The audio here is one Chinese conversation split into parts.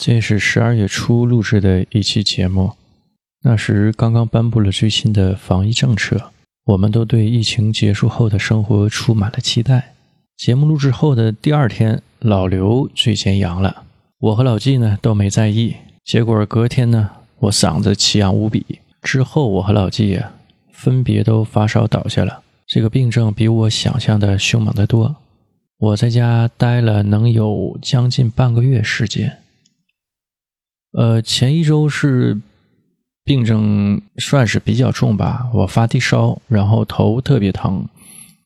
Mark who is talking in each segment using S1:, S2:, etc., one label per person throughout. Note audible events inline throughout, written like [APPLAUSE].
S1: 这是十二月初录制的一期节目，那时刚刚颁布了最新的防疫政策，我们都对疫情结束后的生活充满了期待。节目录制后的第二天，老刘最先阳了，我和老纪呢都没在意。结果隔天呢，我嗓子奇痒无比，之后我和老纪呀、分别都发烧倒下了。这个病症比我想象的凶猛得多，我在家待了能有将近半个月时间。呃，前一周是病症算是比较重吧，我发低烧，然后头特别疼，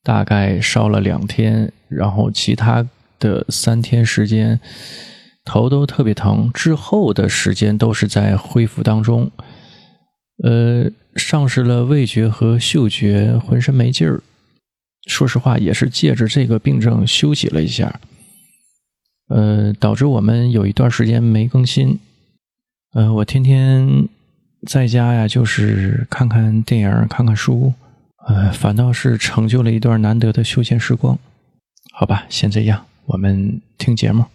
S1: 大概烧了两天，然后其他的三天时间头都特别疼，之后的时间都是在恢复当中。呃，丧失了味觉和嗅觉，浑身没劲儿。说实话，也是借着这个病症休息了一下，呃，导致我们有一段时间没更新。呃，我天天在家呀，就是看看电影，看看书，呃，反倒是成就了一段难得的休闲时光。好吧，先这样，我们听节目。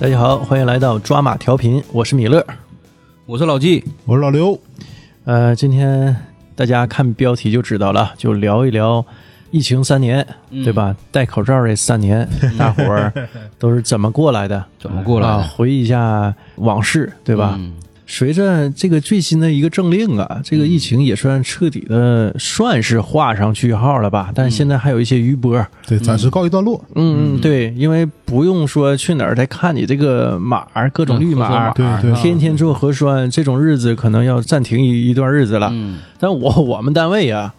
S1: 大家好，欢迎来到抓马调频，我是米勒。
S2: 我是老纪，
S3: 我是老刘，
S1: 呃，今天大家看标题就知道了，就聊一聊疫情三年，
S2: 嗯
S1: 对吧？戴口罩这三
S2: [LAUGHS]
S1: 年，大伙儿都是怎么过来的？
S2: 怎么过来
S1: 啊，
S2: 的？
S1: 回忆一下往事，对吧？
S2: 嗯
S1: 随着这个最新的一个政令啊，这个疫情也算彻底的算是画上句号了吧？但现在还有一些余波，
S3: 对，暂时告一段落。
S1: 嗯嗯，对，因为不用说去哪儿再看你这个码儿，各种绿
S2: 嗯
S1: 码儿，
S3: 对对
S1: 天天做核酸，这种日子可能要暂停一一段日子了。
S2: 嗯
S1: 但我我们单位呀，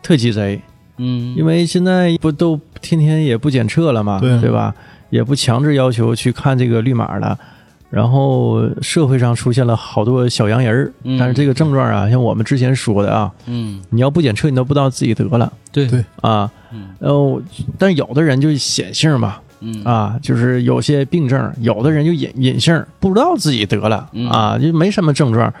S1: 特鸡贼，
S2: 嗯，
S1: 因为现在不都天天也不检测了嘛，
S3: 对
S1: 吧？也不强制要求去看这个绿码了。然后社会上出现了好多小洋人儿，
S2: 嗯
S1: 但是这个症状啊，像我们之前说的啊，
S2: 嗯
S1: 你要不检测，你都不知道自己得了
S2: 对
S3: 对
S1: 啊。
S2: 嗯
S1: 然后，但是有的人就显性嘛，
S2: 嗯
S1: 啊，就是有些病症，有的人就隐隐性，不知道自己得了
S2: 嗯
S1: 啊，就没什么症状。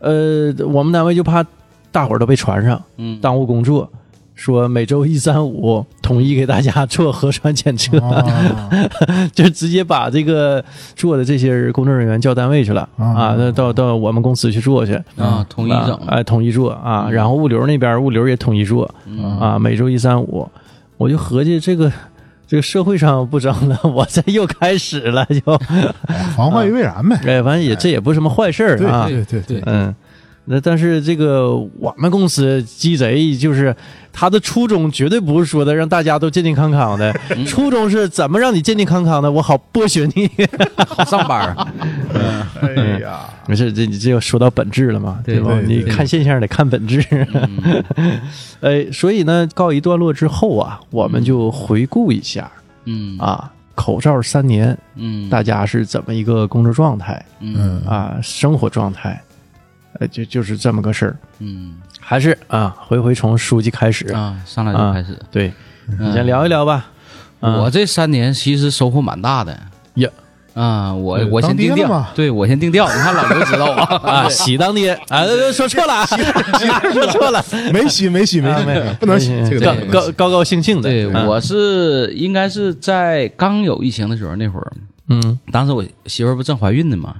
S1: 呃，我们单位就怕大伙儿都被传上，
S2: 嗯
S1: 耽误工作，说每周一、三、五统一给大家做核酸检测，
S2: 嗯
S3: 啊，
S1: [LAUGHS]
S2: [LAUGHS]
S1: 就直接把这个做的这些工作人员叫单位去了
S3: 啊
S1: 啊，那到到我们公司去做去。
S2: 啊，统一整
S1: 啊哎，统一做啊，然后物流那边物流也统一做，
S2: 嗯
S1: 啊，每周一、三、五，我就合计这个这个社会上不争了， [LAUGHS] 我这又开始了，就
S3: 防患于未然呗。
S2: 啊
S1: 哎，反正也这也不是什么坏事儿啊，
S3: 对对
S2: 对，
S1: 嗯。那但是这个我们公司鸡贼，就是他的初衷绝对不是说的让大家都健健康康的，初衷是怎么让你健健康康的，我好剥削你。
S2: 好上班儿，
S3: 哎呀，
S1: 啊没事，这这又说到本质了嘛，
S2: 对
S1: 吧？
S3: 对
S1: 你
S3: 对嗯
S1: 看现象得看本质。 [LAUGHS] 哎，所以呢，告一段落之后啊，我们就回顾一下，
S2: 嗯
S1: 啊，口罩三年，
S2: 嗯
S1: 大家是怎么一个工作状态
S2: 嗯
S3: 嗯，
S1: 啊，生活状态，呃，就就是这么个事儿。
S2: 嗯
S1: 还是啊，回回从书记开始，
S2: 啊，上来就开始，
S1: 对你
S3: 嗯
S2: 你
S1: 先聊一聊吧。啊
S2: 我这三年其实收获蛮大的
S1: 呀
S2: 啊，我
S3: 嗯
S2: 我先
S3: 当爹
S2: 定
S3: 了
S2: 调
S3: 嘛，
S2: 对我先定调，你看老刘知道
S1: [LAUGHS]
S2: 啊，
S3: [LAUGHS]
S1: 啊，喜当爹啊，说错了， [LAUGHS] 说错了，
S3: 没洗没洗没
S1: 啊
S3: 洗
S1: 没有，
S3: 不能
S2: 嗯
S3: 洗，这个
S1: 高
S3: 东西不能
S1: 高
S3: 洗
S1: 高高兴兴的。
S2: 对
S1: 啊
S2: 我是应该是在刚有疫情的时候那会儿，
S1: 嗯
S2: 当时我媳妇儿不正怀孕呢嘛，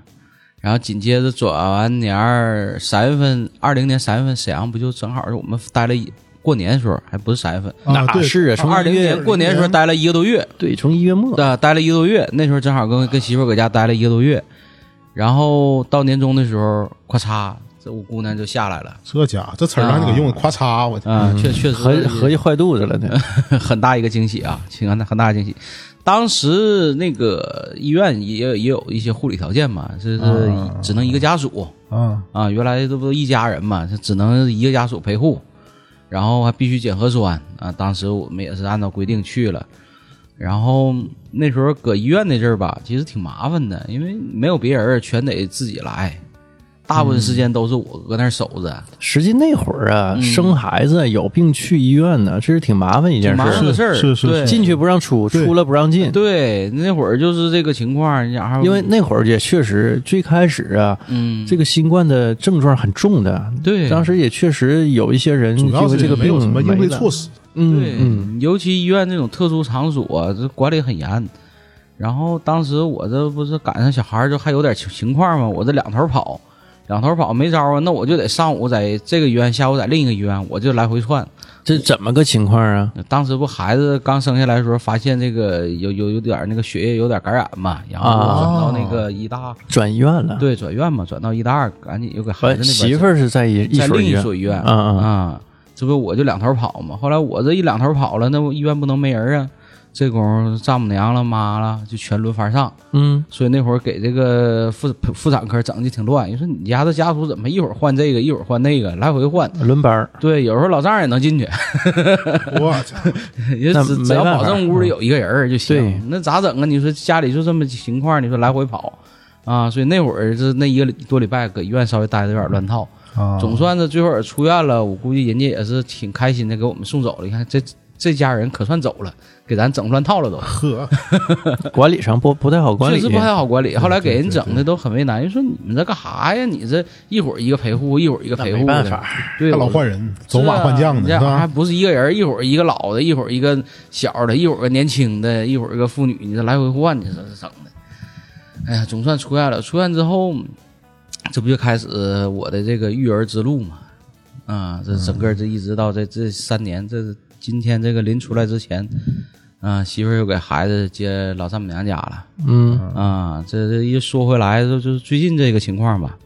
S2: 然后紧接着转完年儿三月份，二零年三月份沈阳不就正好是我们待了一过年的时候，还不是三月份，
S3: 啊
S1: 哪
S3: 对嗯
S1: 是啊？从
S2: 二零
S1: 一月
S2: 年过年的时候待了一个多月，
S1: 对，从一月末
S2: 呃，待了一个多月，那时候正好跟跟媳妇儿搁家待了一个多月，然后到年终的时候，咔嚓，这我姑娘就下来了，
S3: 这家伙这词儿让你给用的，咔嚓，我
S1: 嗯
S2: 啊、确确实
S1: 合合计坏肚子了
S2: [LAUGHS]
S1: 呢。
S2: 很大一个惊喜啊，情感很大的惊喜。当时那个医院也也有一些护理条件嘛，这是
S1: 嗯
S3: 啊
S2: 只能一个家属
S3: 啊，
S2: 啊，原来这不都一家人嘛，这只能一个家属陪护，然后还必须检核酸啊。当时我们也是按照规定去了，然后那时候搁医院那阵儿吧，其实挺麻烦的，因为没有别人，全得自己来。大部分时间都是我搁那儿守着，
S1: 实际那会儿
S2: 嗯
S1: 啊，生孩子有病去医院呢，这是挺麻烦一件
S2: 挺
S1: 事
S2: 麻烦
S1: 儿。
S2: 的事儿。
S3: 是是是
S2: 对
S1: 进去不让出，
S3: 对
S1: 出了不让进。
S2: 对，那会儿就是这个情况，你想还
S1: 因为那会儿也确实最开始啊，
S2: 嗯，
S1: 这个新冠的症状很重的。
S2: 对
S1: 当时也确实有一些人
S3: 主
S1: 因
S3: 要
S1: 为
S3: 是
S1: 这个
S3: 没
S1: 病
S3: 有什么应对措
S1: 施。
S3: 施，
S2: 对
S1: 嗯，嗯，
S2: 尤其医院这种特殊场所，这管理很严。然后当时我这不是赶上小孩儿，就还有点情情况嘛，我这两头跑，两头跑没招啊，那我就得上午在这个医院，下午在另一个医院，我就来回窜。
S1: 这怎么个情况啊？
S2: 当时不孩子刚生下来的时候，发现这个有有有点那个血液有点感染嘛，然后
S1: 啊
S2: 转到那个医大，
S1: 转医院了。，
S2: 对，转院嘛，转到医大二，赶紧又给孩
S1: 完
S2: 子那边
S1: 哎媳妇儿是在一
S2: 在
S1: 所
S2: 另
S1: 医
S2: 一
S1: 院。
S2: 所医院，
S1: 嗯嗯
S2: 啊，这不我就两头跑嘛。后来我这一两头跑了，那不医院不能没人啊，这功夫丈母娘了妈了就全轮番上，
S1: 嗯，
S2: 所以那会儿给这个妇妇产科整的挺乱。你说你家的家属怎么一会儿换这个，一会儿换那个，来回换？
S1: 轮班儿。
S2: 对，有时候老丈人也能进去， [LAUGHS]
S3: 我操，
S2: 也
S1: 那
S2: 只
S1: 没
S2: 只要
S1: 办
S2: 保
S1: 法嗯
S2: 证屋里有一个人儿就
S1: 对
S2: 行。那咋整啊？你说家里就这么情况，你说来回跑啊？所以那会儿是那一个礼多礼拜搁医院稍微待的有点乱套。
S3: 啊
S2: 总算是最后也出院了，我估计人家也是挺开心的，给我们送走了。你看这这家人可算走了，给咱整乱套了都，
S3: 呵，
S1: 管理上不不太好管理
S2: 确实。不太好管理。后来给人整
S3: 对
S2: 的都很为难，人说你们这干啥呀？你这一会儿一个陪护，一会儿一个陪护，
S1: 没办法，
S2: 对，
S3: 他老
S2: 我
S3: 换人，走马换将的，
S2: 是啊你
S3: 是
S2: 这还
S3: 吧？
S2: 不是一个人，一会儿一个老的，一会儿一个小的，一会儿个年轻的，一会儿一个妇女，你这来回换，你这这整的，哎呀，总算出院了。出院之后，这不就开始我的这个育儿之路嘛？啊，
S3: 嗯
S2: 这整个这一直到这这三年，这是今天这个临出来之前，啊，媳妇儿又给孩子接老丈母娘家了。
S1: 嗯
S2: 啊，这这一说回来，就就是最近这个情况吧。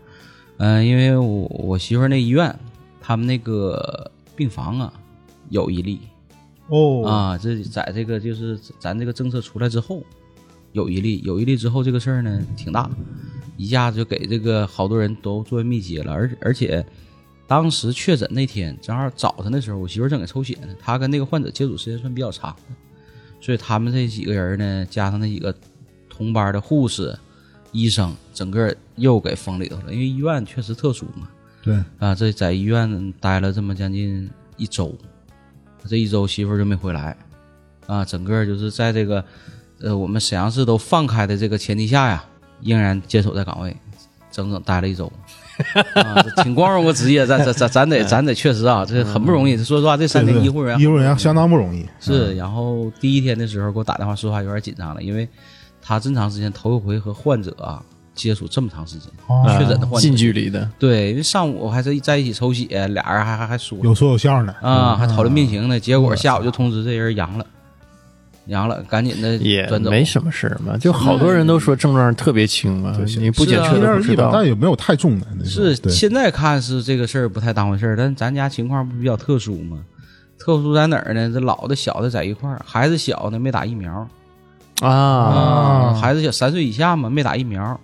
S2: 嗯、因为我我媳妇儿那医院，他们那个病房啊，有一例
S3: 哦，
S2: 啊，这在这个就是咱这个政策出来之后，有一例，有一例之后，这个事儿呢挺大，一下子就给这个好多人都作为密接了，而而且当时确诊那天正好早晨的时候，我媳妇儿正给抽血呢，她跟那个患者接触时间算比较长的，所以他们这几个人呢，加上那几个同班的护士、医生，整个又给封里头了，因为医院确实特殊嘛。
S3: 对，
S2: 啊，这在医院待了这么将近一周，这一周媳妇儿就没回来，啊，整个就是在这个，呃，我们沈阳市都放开的这个前提下呀，仍然坚守在岗位，整整待了一周，啊，这挺光荣个职业，咱咱咱咱得咱得确实啊，这很不容易。说实话，这三
S3: 对
S2: 天
S3: 对
S2: 医护人员
S3: 医护人员相当不容易，
S2: 是，然后第一天的时候给我打电话，说实话有点紧张了，因为他这么长时间头一回和患者啊接触这么长时间，
S3: 哦
S1: 嗯
S2: 确诊的患者
S1: 近距离的，
S2: 对，因为上午还是在一起抽血，俩人还还还说
S3: 有说有笑呢，
S1: 嗯
S2: 啊，还讨论病情呢。结果下午就通知这人阳了，阳了，赶紧的
S1: 也
S2: 转走。
S1: 没什么事儿嘛。就好多人都说症状特别轻
S3: 嗯
S1: 嘛，你不检
S2: 是啊
S1: 测都
S3: 有点
S1: 不
S3: 一
S1: 知
S3: 百，
S1: 道
S3: 但。也没有太重的，那种
S2: 是
S3: 对
S2: 现在看是这个事儿不太当回事儿，但咱家情况不比较特殊吗？特殊在哪儿呢？这老的小的在一块儿，孩子小呢没打疫苗
S1: 啊，
S3: 啊
S2: 孩子小三岁以下嘛没打疫苗，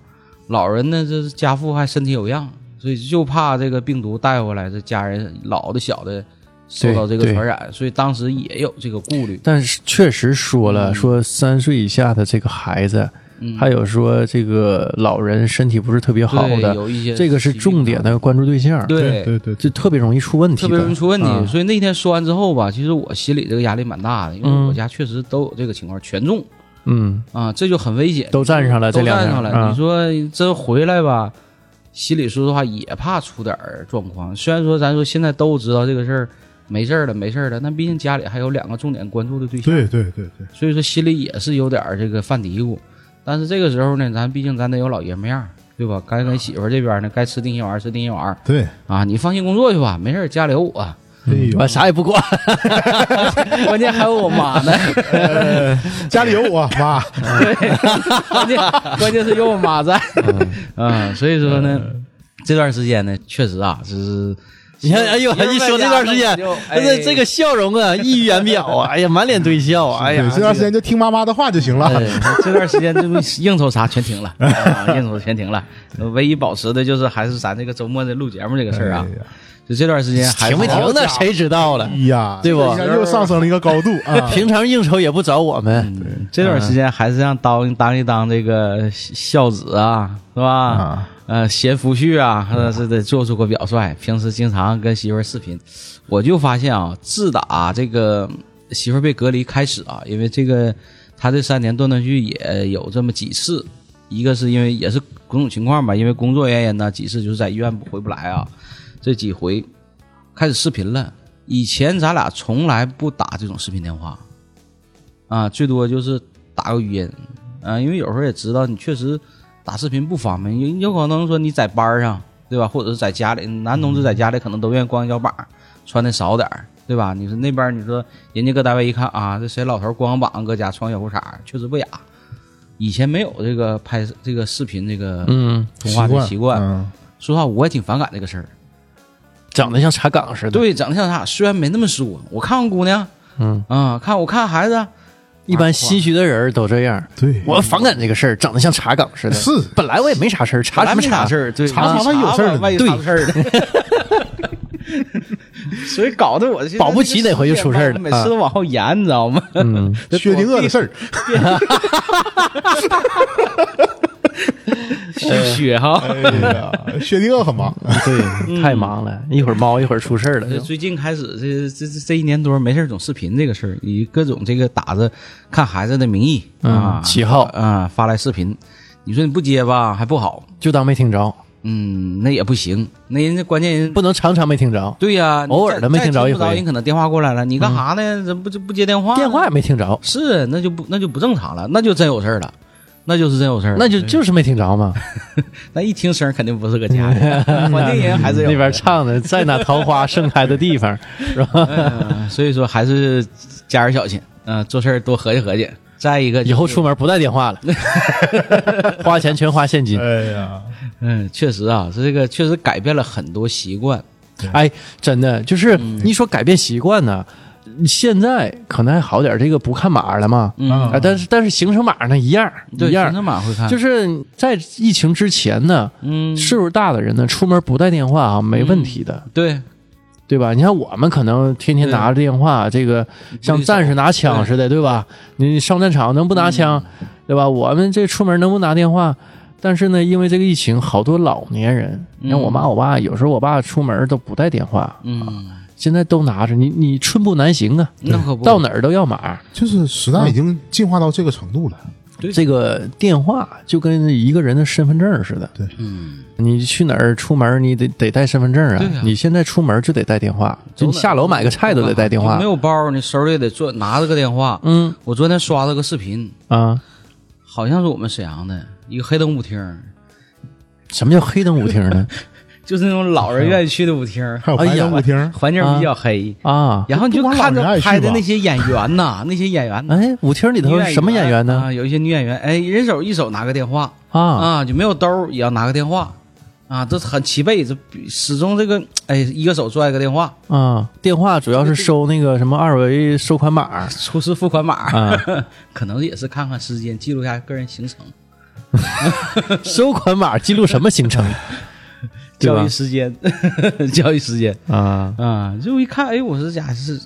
S2: 老人呢这是家父还身体有恙，所以就怕这个病毒带回来，这家人老的小的受到这个
S1: 对对
S2: 传染，所以当时也有这个顾虑。
S1: 但是确实说了，
S2: 嗯
S1: 说三岁以下的这个孩子，
S2: 嗯，
S1: 还有说这个老人身体不是特别好
S2: 对
S1: 的，
S2: 有一些
S1: 这个是
S2: 疾病
S1: 重点的关注对象，
S2: 对
S3: 对对对，
S1: 就特别容易出问题的，
S2: 特别容易出问题。
S1: 啊
S2: 所以那天说完之后吧，其实我心里这个压力蛮大的，因为
S1: 嗯
S2: 我家确实都有这个情况，全中
S1: 嗯，
S2: 啊，这就很危险。
S1: 都占上了，这
S2: 都
S1: 两
S2: 占
S1: 天
S2: 上了，
S1: 啊
S2: 你说这回来吧，心里说实话也怕出点儿状况。虽然说咱说现在都知道这个事儿没事儿了，没事儿了，但毕竟家里还有两个重点关注的对象，
S3: 对对对对，
S2: 所以说心里也是有点儿这个犯嘀咕。但是这个时候呢，咱毕竟咱得有老爷们样儿，对吧？该
S1: 啊
S2: 跟媳妇儿这边呢，该吃定心丸儿吃定心丸儿
S3: 对，
S2: 啊，你放心工作去吧，没事儿，家里有我。
S3: 哎呦
S1: 我啊啥也不
S2: [LAUGHS]
S1: 管，
S2: 关键还有我妈 [LAUGHS] 呢，
S3: 家里有
S2: [LAUGHS]
S3: 我妈，
S2: 关键关键是有我妈在，嗯，所以说呢，这段时间呢，确实啊，就是
S1: 你看，哎呦，一说这段时间，
S2: 哎
S1: 这这个笑容
S2: [LAUGHS]
S1: 啊，溢于言表啊，哎呀，满脸堆笑啊，哎
S3: 对
S1: 呀，
S3: 这段时间就听妈妈的话就行了，
S2: 哎 [LAUGHS] 这段时间这不应酬啥全 [LAUGHS] 停了，啊应酬全停了，唯一保持的就是还是咱这个周末的录节目这个事儿啊
S3: 哎，呀
S2: 就就这段时间还
S1: 停没停
S3: 好家
S1: 呢？
S3: 伙
S1: 谁知道了
S3: 哎？呀，
S1: 对不
S3: 一下又上升了一个高度啊！
S2: [LAUGHS]
S1: 平常应酬也不找我们，
S2: 嗯这段时间还是让当当一当这个孝子啊，是吧？
S3: 啊，
S2: 呃，贤夫婿啊，呃是得做出个表率。平时经常跟媳妇儿视频，我就发现啊，自打这个媳妇儿被隔离开始啊，因为这个他这三年断断续续也有这么几次，一个是因为也是种种情况吧，因为工作原因呢，几次就是在医院回不来啊，这几回开始视频了。以前咱俩从来不打这种视频电话，啊，最多就是打个语音，啊，因为有时候也知道你确实打视频不方便，有有可能说你在班儿上，对吧？或者是在家里，男同志在家里可能都愿意光脚膀，穿的少点儿，对吧？你说那边儿你说人家搁单位一看啊，这谁老头儿光膀子搁家穿小裤衩儿，确实不雅。以前没有这个拍这个视频这个
S1: 嗯，
S2: 通话的习惯，
S3: 嗯
S2: 说实话我也挺反感这个事儿。
S1: 长得像查岗似的。，
S2: 对，长得像他，虽然没那么说，我看看姑娘，
S1: 嗯
S2: 啊、看我看孩子，
S1: 一般心虚的人都这样。
S3: 对，
S1: 我反感这个事儿，长得像查岗似的。
S3: 嗯是
S1: 本来我也没啥事儿，查什
S2: 咱
S1: 么
S2: 没啥
S1: 查？
S2: 事儿，对，啊
S3: 查查万一有事儿呢
S2: 万一查出事儿
S1: [LAUGHS]
S2: 呢。所以搞得我现在
S1: 保不齐哪回就出事儿了啊
S2: 我每次都往后延，你知道吗？ [LAUGHS]
S1: 嗯，
S3: 薛定谔的事儿，
S2: 续血哈。
S3: 哎
S2: [LAUGHS]
S3: 呀，薛定谔很忙，
S1: 对，太忙了，一会儿猫一会儿出事儿了嗯
S2: 这
S1: 就。
S2: [LAUGHS] 最近开始这这这这一年多没事儿总视频这个事儿，以各种这个打着看孩子的名义啊
S1: 嗯，旗号
S2: 啊发来视频，你说你不接吧还不好，
S1: 就当没听着，
S2: 嗯，那也不行，那人家关键人
S1: 不能常常没听着，
S2: 对呀，
S1: 偶尔的没
S2: 再
S1: 听着一
S2: 不着
S1: 回嗯
S2: 人可能电话过来了，你干啥呢？怎么不就不接电话？
S1: 电话也没听着，
S2: 是，那就不那就不正常了，那就真有事儿了，那就是真有事儿了。
S1: 那就就是没听着嘛。
S2: 那一听声儿肯定不是搁家里，
S1: [LAUGHS]
S2: 我定人还是有
S1: 那边唱的，在那桃花盛开的地方，是吧？
S2: [LAUGHS] 嗯所以说还是家人小心，嗯、做事儿多合计合计。再一个、
S1: 以后，出门不带电话了，花钱全花现金。
S3: 哎呀，
S2: 嗯，确实啊，这个确实改变了很多习惯。
S1: 哎，真的就是你说改变习惯呢，现在可能还好点儿，这个不看码了嘛。
S2: 嗯，
S1: 啊，但是但是行程码呢一样儿
S2: 对，
S1: 一样
S2: 全
S1: 儿，
S2: 程码会看，
S1: 就是是在疫情之前呢，
S2: 嗯，
S1: 岁数大的人呢，出门不带电话啊，没问题的。
S2: 对，
S1: 对吧？你看我们可能天天
S2: 对
S1: 拿着电话，这个像战士拿枪似的，对吧？你上战场能不拿枪，对吧？我们这出门能不拿电话？但是呢，因为这个疫情，好多老年人，你看我妈、我爸，有时候我爸出门都不带电话，
S2: 嗯，
S1: 现在都拿着，你你寸步难行啊，
S2: 那可不
S1: 到哪儿都要码。
S3: 就是时代已经进化到这个程度了，
S2: 对
S1: 这个电话就跟一个人的身份证似的，
S2: 嗯，
S1: 你去哪儿出门，你得得带身份证啊
S2: 对呀
S1: 你现在出门就得带电话，就
S2: 走哪
S1: 你下楼买个菜都得带电话
S2: 没。有包，你手里得做拿着个电话。
S1: 嗯
S2: 我昨天刷了个视频，
S1: 啊，
S2: 好像是我们沈阳的一个黑灯舞厅，
S1: 什么叫黑灯舞厅呢？
S2: 就是那种老人愿意去的舞厅，
S3: 还有白天舞厅，
S2: 环境比较黑。
S1: [LAUGHS] 啊，
S2: 然后你就
S3: 不光老
S2: 看
S3: 人
S2: 着
S3: 爱去
S2: 拍的
S3: 吧
S2: 那些演员呐、
S1: [LAUGHS]
S2: 那些演员呐、
S1: 哎，舞厅里头
S2: 女
S1: 什么演员呢？
S2: 啊，有一些女演员，哎，人手一手拿个电话
S1: 啊，
S2: 啊，就没有兜儿也要拿个电话啊，这很齐备，这比始终这个哎，一个手拽个电话，
S1: 啊，电话主要是收那个什么二维收款 [LAUGHS] 码
S2: 出示付款码，
S1: 啊，
S2: [LAUGHS] 可能也是看看时间，记录一下个人行程、
S1: 收款码记录什么行程？对吧
S2: 交易时间、 [LAUGHS] 交易时间
S1: 啊，
S2: 啊，就一看，哎，我这家是。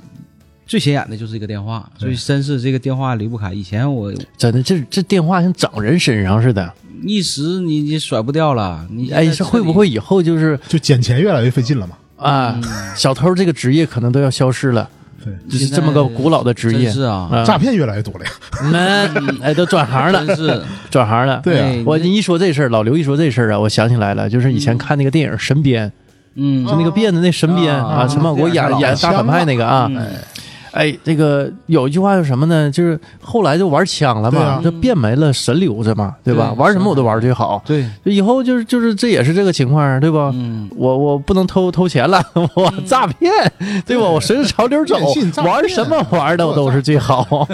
S2: 最显眼的就是一个电话，所以真是这个电话离不开。以前我
S1: 真的，这这电话像长人身上似的。
S2: 一时你你甩不掉了，你
S1: 哎，
S2: 这
S1: 这会不会以后就是
S3: 就捡钱越来越费劲了嘛。
S1: 啊，小偷这个职业可能都要消失了？
S3: 对，
S1: 就是这么个古老的职业
S2: 真是啊，
S1: 啊，
S3: 诈骗越来越多了呀。
S1: 那哎都转行了，
S2: 真
S1: [LAUGHS]
S2: 是
S1: 转行了。
S3: 对啊
S2: 哎
S1: 我你一说这事儿，老刘一说这事儿啊，我想起来了，就是以前看那个电影《神鞭》，
S2: 嗯，
S1: 就那个辫子那神鞭
S2: 啊
S1: 啊，陈宝国演
S3: 啊
S1: 演大反派那个啊
S2: 嗯，
S1: 哎，这个有一句话叫什么呢？就是后来就玩枪了
S3: 对
S1: 嘛
S3: 啊，
S1: 这变没了神留着嘛，对吧？
S2: 对
S1: 玩什么我都玩最好，
S2: 对，
S1: 就以后就是就是这也是这个情况，对吧？
S2: 嗯，
S1: 我我不能偷偷钱了， [LAUGHS] 我诈骗，对吧？我随着潮流走
S3: 嗯 [LAUGHS] 电信，诈骗
S1: 玩什么玩的我都是最
S3: [LAUGHS]
S1: 好。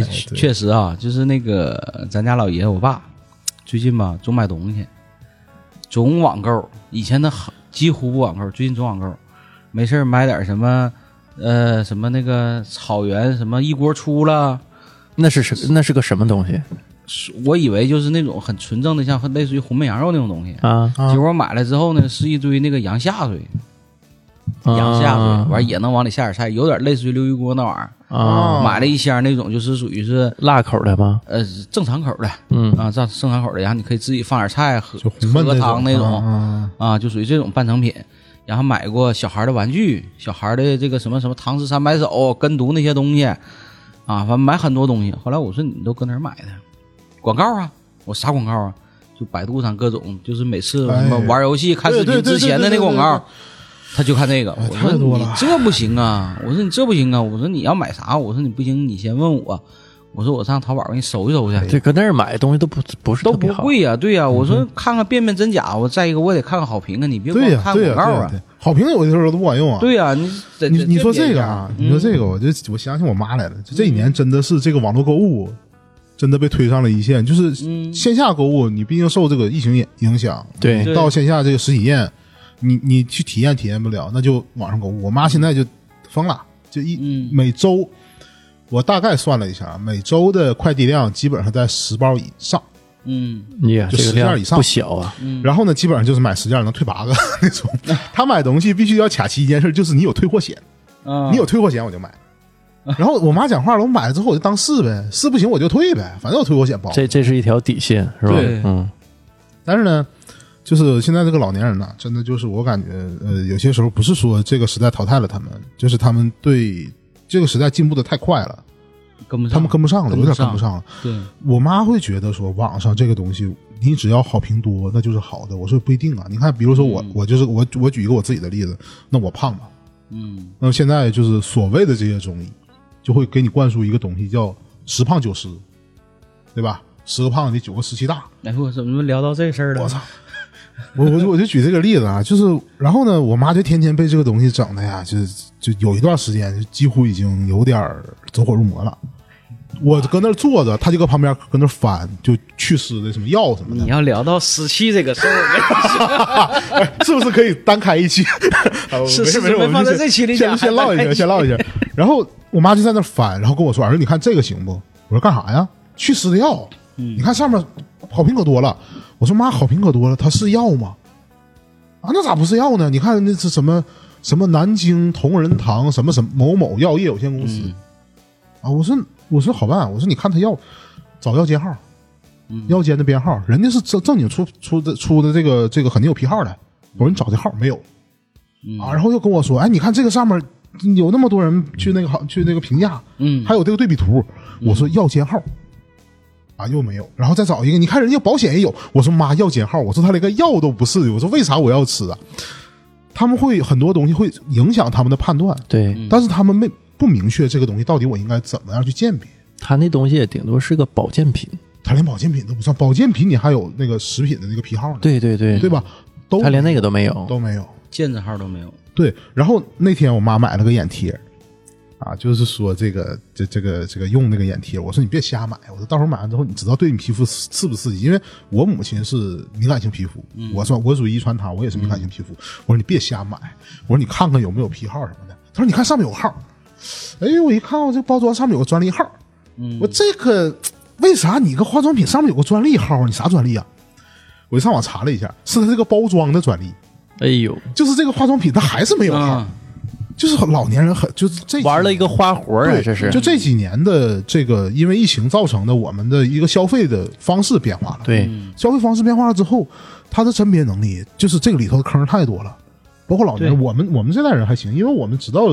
S1: 哎，
S2: 确确实啊，就是那个咱家老爷我爸，最近吧总买东西，总网购，以前他很几乎不网购，最近总网购，没事儿买点什么。呃，什么那个草原什么一锅出了，
S1: 那是什那是个什么东西
S2: 我以为就是那种很纯正的，像类似于红焖羊肉那种东西。
S1: 啊？
S3: 啊
S2: 结果买了之后呢，是一堆那个羊下水，养下
S1: 啊
S2: 水，完也能往里下点菜，有点类似于溜鱼锅那玩意儿。
S1: 啊，
S3: 哦
S2: 买了一箱那种，就是属于是
S1: 辣口的吗？
S2: 呃正常口的
S1: 嗯
S2: 啊，正正常口的，然后你可以自己放点菜，喝
S3: 就红焖
S2: 喝汤那
S3: 种
S2: 种
S3: 啊，
S2: 啊，就属于这种半成品。然后买过小孩的玩具，小孩的这个什么什么唐诗三百首、跟读那些东西啊，反正买很多东西。后来我说你都搁哪儿买的？广告啊，我啥广告啊？就百度上各种，就是每次
S3: 哎
S2: 什么玩游戏、看视
S3: 对对
S2: 频
S3: 对
S2: 之前的那
S3: 对对对
S2: 广
S3: 对对
S2: 告，他就看这个。
S3: 哎
S2: 我
S3: 太多
S2: 说你
S3: 了
S2: 这不行啊！我说你这不行啊！我说你要买啥？我说你不行，你先问我。我说我上淘宝给你搜一搜去。
S1: 对，搁那儿买东西都不不是
S2: 都
S1: 特别
S2: 不
S1: 好
S2: 贵呀、对
S3: 嗯
S2: 呀、我说看看辨辨真假，我再一个我得看看好评啊，你别光
S3: 对呀
S2: 看
S3: 对
S2: 广
S3: 呀
S2: 告
S3: 对呀，
S2: 啊
S3: 对，呀好评有的时候都不管用啊。
S2: 对呀、你得
S3: 你
S2: 得
S3: 你说
S2: 辨别
S3: 这
S2: 一
S3: 个
S2: 下
S3: 啊，你说这个，我就我想起我妈来了。就这几年真的是这个网络购物，真的被推上了一线。就是
S2: 嗯
S3: 线下购物，你毕竟受这个疫情影影响，
S1: 对
S2: 对
S3: 到线下这个实体店，你你去体验体验不了，那就网上购物。我妈现在就疯了，就一
S2: 嗯
S3: 每周，我大概算了一下，每周的快递量基本上在十包以上。
S2: 嗯
S1: 呀，
S3: 就
S1: 这个
S3: 10件
S1: 量
S3: 以上
S1: 不小啊。
S2: 嗯，
S3: 然后呢，基本上就是买十件能退八个 [LAUGHS] 那种。她买东西必须要卡其一件事，就是你有退货险。
S2: 啊
S3: 你有退货险我
S2: [LAUGHS]
S3: 就买。然后我妈讲话了，我买了之后我就当试呗，试不行我就退呗，反正有退货险包。
S1: 这这是一条底线，是吧
S2: 对？
S1: 嗯，
S3: 但是呢，就是现在这个老年人呐，真的就是我感觉，呃，有些时候不是说这个时代淘汰了他们，就是他们对这个时代进步的太快了，
S2: 跟不上，
S3: 他们跟不上了，
S2: 跟不
S3: 有点
S2: 上
S3: 跟不上了。
S2: 对，
S3: 我妈会觉得说，网上这个东西，你只要好评多，那就是好的。我说不一定啊，你看，比如说我，我就是我，我举一个我自己的例子，那我胖嘛，
S2: 嗯
S3: 那么现在就是所谓的这些中医，就会给你灌输一个东西叫“十胖九湿”，对吧？十个胖你九个湿气大。
S2: 哎我怎么聊到这事儿了？
S3: 我操！我我就我就举这个例子啊，就是然后呢，我妈就天天被这个东西整的呀，就是就有一段时间就几乎已经有点儿走火入魔了。我搁那儿坐着，她就搁旁边搁那儿翻，就祛湿的什么药什么的
S2: 你，要聊到湿气这个事
S3: [LAUGHS]
S2: 儿，
S3: 是不是可以单开一 [LAUGHS] 期？啊
S2: 是
S3: 没
S2: 是
S3: 事没事，
S2: 准备
S3: 我们
S2: 放在
S3: 先
S2: 这期里
S3: 先
S2: 讲哎
S3: 先唠一
S2: 单开
S3: 下，
S2: 一
S3: 先唠一下。然后我妈就在那翻，然后跟我说：“儿子，哎你看这个行不？”我说：“干啥呀？祛湿的药。你看上面好评可多了。”我说：“妈，好评可多了，它是药吗？”啊，那咋不是药呢？你看那是什么什么南京同仁堂什么什么某某药业有限公司、
S2: 嗯
S3: 啊？我说我说好办，我说你看他药找药监号，
S2: 嗯
S3: 药监的编号，人家是正正经出出的出的这个这个肯定有批号的。我说你找这号没有
S2: 嗯
S1: 嗯
S3: 啊？然后又跟我说，哎，你看这个上面有那么多人去那个号去那个评价，
S2: 嗯
S3: 还有这个对比图，
S1: 嗯
S3: 我说药监号。啊，又没有，然后再找一个，你看人家保险也有。我说妈，药监号，我说他连个药都不是，我说为啥我要吃啊？他们会很多东西会影响他们的判断，
S1: 对，
S3: 但是他们没不明确这个东西到底我应该怎么样去鉴别。
S1: 他那东西也顶多是个保健品。
S3: 他连保健品都不算，保健品你还有那个食品的那个批号呢，
S1: 对对对
S3: 对，吧？都
S1: 他连那个都没有。
S3: 都没有。
S2: 见着号都没有，
S3: 对，然后那天我妈买了个眼贴，啊，就是说这个这这个这个用那个眼贴，我说你别瞎买，我说到时候买完之后你知道对你皮肤刺刺不刺激，因为我母亲是敏感性皮肤，我算我属于遗传她，我也是敏感性皮肤，我说你别瞎买，我说你看看有没有批号什么的，她说你看上面有个号，哎呦，我一看我这包装上面有个专利号，我这个为啥你个化妆品上面有个专利号啊？你啥专利啊？我就上网查了一下，是它这个包装的专利，
S1: 哎呦，
S3: 就是这个化妆品它还是没有号。
S2: 啊，
S3: 就是很老年人很就是这几
S1: 玩了一个花活儿啊，
S3: 对，
S1: 这是
S3: 就这几年的这个因为疫情造成的我们的一个消费的方式变化了，，
S1: 对
S2: 嗯
S3: 消费方式变化了之后，他的甄别能力就是这个里头的坑太多了，包括老年人，
S2: 对
S3: 我们我们这代人还行，因为我们知道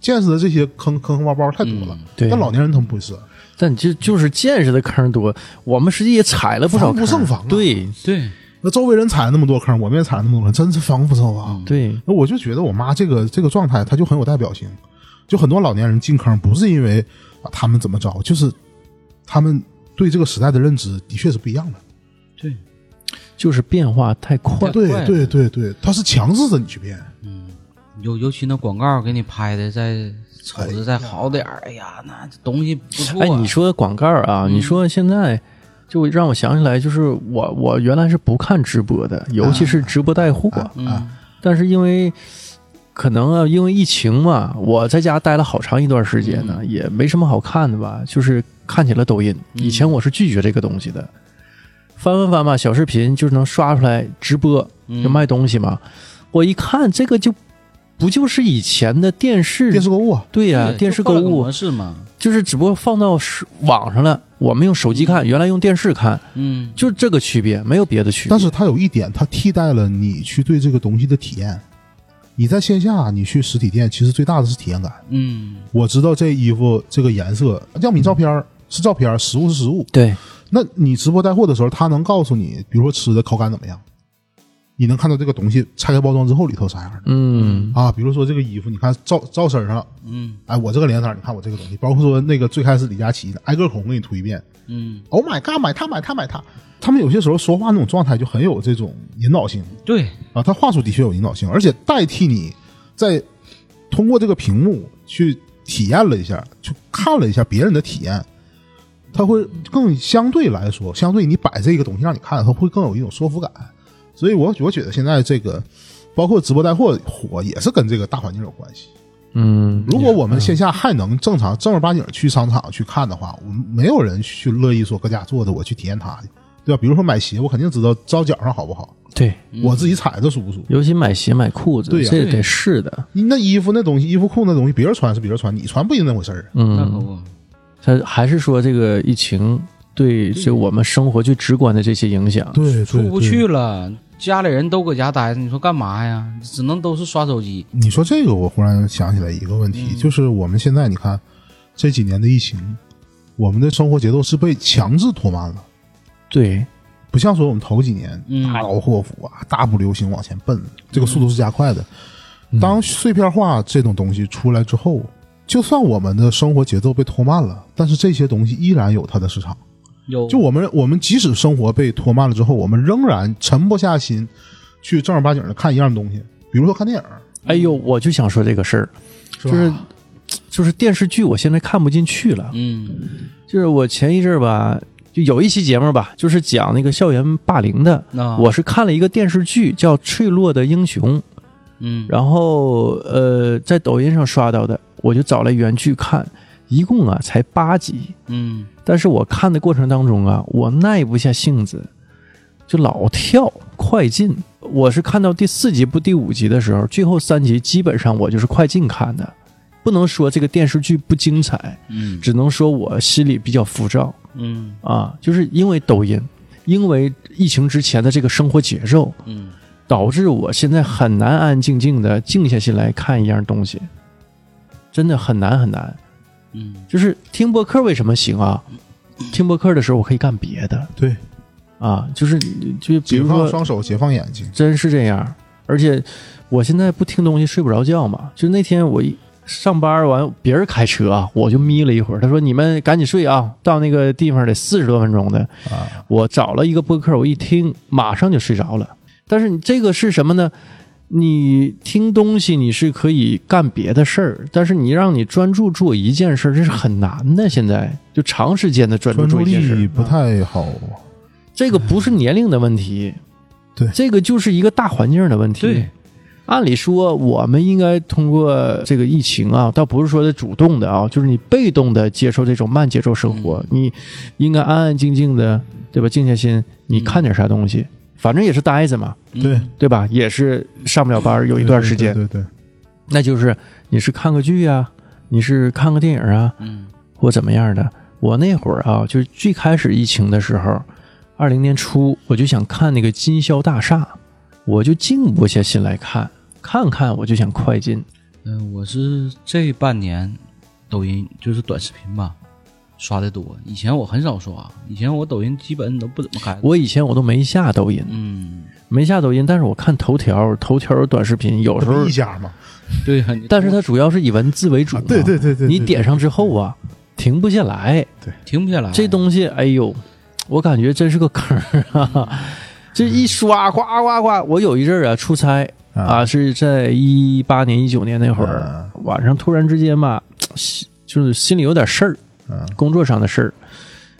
S3: 见识的这些坑坑坑洼洼太多了，
S1: 嗯对
S3: 但老年人他们不是，
S1: 但你这就是见识的坑多，我们实际也踩了不少
S3: 防不
S1: 坑
S3: 胜防啊
S1: 对
S2: 对，
S3: 那周围人踩了那么多坑，我们也踩了那么多坑，真是防不胜防。
S1: 对，
S3: 那我就觉得我妈这个这个状态，她就很有代表性。就很多老年人进坑，不是因为、啊他们怎么着，就是他们对这个时代的认知的确是不一样的。
S1: 就是变化太快。
S3: 对
S2: 怪
S3: 对对对，他是强制着你去变。
S2: 尤尤其那广告给你拍的再瞅着再好点儿，哎呀，那东西不错。
S1: 哎，你说广告啊，
S3: 嗯
S1: 你说现在就让我想起来，就是我我原来是不看直播的，尤其是直播带货，
S3: 啊
S2: 嗯
S1: 但是因为。可能啊，因为疫情嘛，我在家待了好长一段时间呢，
S3: 嗯
S1: 也没什么好看的吧。就是看起了抖音，以前我是拒绝这个东西的，翻翻翻吧，小
S2: 嗯
S1: 视频就是能刷出来直播，就卖东西嘛。我一看这个就不就是以前的电视？
S3: 电视购物啊，
S1: 对呀、
S2: 对
S1: 电
S2: 就
S1: 视
S2: 换
S1: 购
S2: 了个
S1: 物
S2: 模式嘛，
S1: 就是只不过放到是网上了，我们用手机看，原来用电视看，
S2: 嗯，
S1: 就是这个区别，没有别的区别。
S3: 但是它有一点，它替代了你去对这个东西的体验。你在线下，你去实体店，其实最大的是体验感。
S2: 嗯，
S3: 我知道这衣服这个颜色，样品照片儿是照片儿，实物是实物。
S1: 对，
S3: 那你直播带货的时候，他能告诉你，比如说吃的口感怎么样，你能看到这个东西拆开包装之后里头啥样的
S1: 嗯，
S3: 啊？比如说这个衣服，你看照照身上，
S2: 嗯，
S3: 哎，我这个脸色儿，你看我这个东西，包括说那个最开始李佳琦的挨个孔给你推一遍
S2: 嗯，
S3: ，Oh my god，买它买它买它，他们有些时候说话那种状态就很有这种引导性
S2: 对，
S3: 啊，他话术的确有引导性，而且代替你在通过这个屏幕去体验了一下，去看了一下别人的体验，他会更相对来说，相对你摆这个东西让你看，它会更有一种说服感。所以我我觉得现在这个包括直播带货火也是跟这个大环境有关系。
S1: 嗯，
S3: 如果我们线下还能正常正儿八经去商场去看的话，我们没有人去乐意说搁家坐着我去体验它去，对吧？比如说买鞋，我肯定知道招脚上好不好，
S1: 对，
S2: 嗯
S3: 我自己踩着舒不舒服。
S1: 尤其买鞋买裤子，
S3: 对呀
S1: 这
S2: 对
S1: 得试的。
S3: 那衣服那东西，衣服裤那东西，别人穿是别人穿，你穿不一定那回事儿啊。
S2: 那可
S1: 嗯，
S2: 不，
S1: 它还是说这个疫情对就我们生活最直观的这些影响。
S3: 对，
S2: 出不去。了，家里人都搁家待着，你说干嘛呀？只能都是刷手机，
S3: 你说这个，我忽然想起来一个问题，
S2: 嗯
S3: 就是我们现在你看这几年的疫情，我们的生活节奏是被强制拖慢了，
S1: 对，
S3: 不像说我们头几年
S2: 嗯
S3: 大刀阔斧啊，大步流星往前奔，这个速度是加快的。
S1: 嗯
S3: 当碎片化这种东西出来之后，就算我们的生活节奏被拖慢了，但是这些东西依然有它的市场。
S2: 有
S3: 就我们我们即使生活被拖慢了之后，我们仍然沉不下心去正儿八经的看一样东西，比如说看电影，
S1: 哎呦，我就想说这个事儿，
S3: 吧
S1: 就是就是电视剧，我现在看不进去了。
S2: 嗯，
S1: 就是我前一阵儿吧，就有一期节目吧，就是讲那个校园霸凌的。
S2: 那
S1: 我是看了一个电视剧叫《脆弱的英雄》，
S2: 啊嗯，
S1: 然后呃，在抖音上刷到的，我就找来原剧看，一共啊才八集，
S2: 嗯
S1: 但是我看的过程当中啊，我耐不下性子，就老跳快进。我是看到第四集不第五集的时候，最后三集基本上我就是快进看的，不能说这个电视剧不精彩，
S2: 嗯
S1: 只能说我心里比较浮躁
S2: 嗯
S1: 啊，就是因为抖音，因为疫情之前的这个生活节奏，
S2: 嗯
S1: 导致我现在很难安安静静的静下心来看一样东西，真的很难很难。
S2: 嗯，
S1: 就是听播客为什么行啊？听播客的时候我可以干别的
S3: 对，
S1: 啊，就是就比
S3: 解
S1: 如
S3: 放
S1: 说，
S3: 双手，解放眼睛，
S1: 真是这样。而且我现在不听东西睡不着觉嘛，就那天我一上班完，别人开车啊，我就眯了一会儿。他说：“你们赶紧睡啊，到那个地方得四十多分钟的。”
S3: 啊，
S1: 我找了一个播客，我一听马上就睡着了。但是你这个是什么呢？你听东西你是可以干别的事儿，但是你让你专注做一件事儿，这是很难的。现在就长时间的专注
S3: 专注
S1: 做一件事
S3: 力
S1: 儿，
S3: 不太好。
S1: 这个不是年龄的问题，
S3: 对
S1: 这个就是一个大环境的问题。
S2: 对，
S1: 按理说，我们应该通过这个疫情啊，倒不是说的主动的啊，就是你被动的接受这种慢节奏生活，
S3: 嗯
S1: 你应该安安静静的，对吧？静下心，你看点啥东西，反正也是呆着嘛，
S2: 嗯
S3: 对，
S1: 对吧？也是上不了班儿，有一段时间，
S3: 对对，对
S1: 那就是你是看个剧啊，你是看个电影啊，
S2: 嗯
S1: 或怎么样的。我那会儿啊，就是最开始疫情的时候，二零年初，我就想看那个《金宵大厦》，我就静不下心来看，看看我就想快进。
S2: 嗯，我是这半年抖音就是短视频吧。刷的多，以前我很少刷，以前我抖音基本都不怎么开。
S1: 我以前我都没下抖音，
S2: 嗯，
S1: 没下抖音，但是我看头条，头条有短视频，有
S3: 对
S1: 时候
S3: 这不一，家嘛，
S2: 对，很
S1: 但是它主要是以文字为主、
S3: 啊对对，对对，
S1: 你
S3: 对
S1: 点上之后啊，停不下来，
S2: 停不下来。
S1: 这东西，哎呦，我感觉真是个 [LAUGHS] 坑儿啊！这一刷，呱呱呱！我有一阵儿啊出差啊，是在一八年、一九年那会儿
S3: 啊，
S1: 晚上突然之间吧，心就是心里有点事儿，
S3: 啊
S1: 工作上的事儿，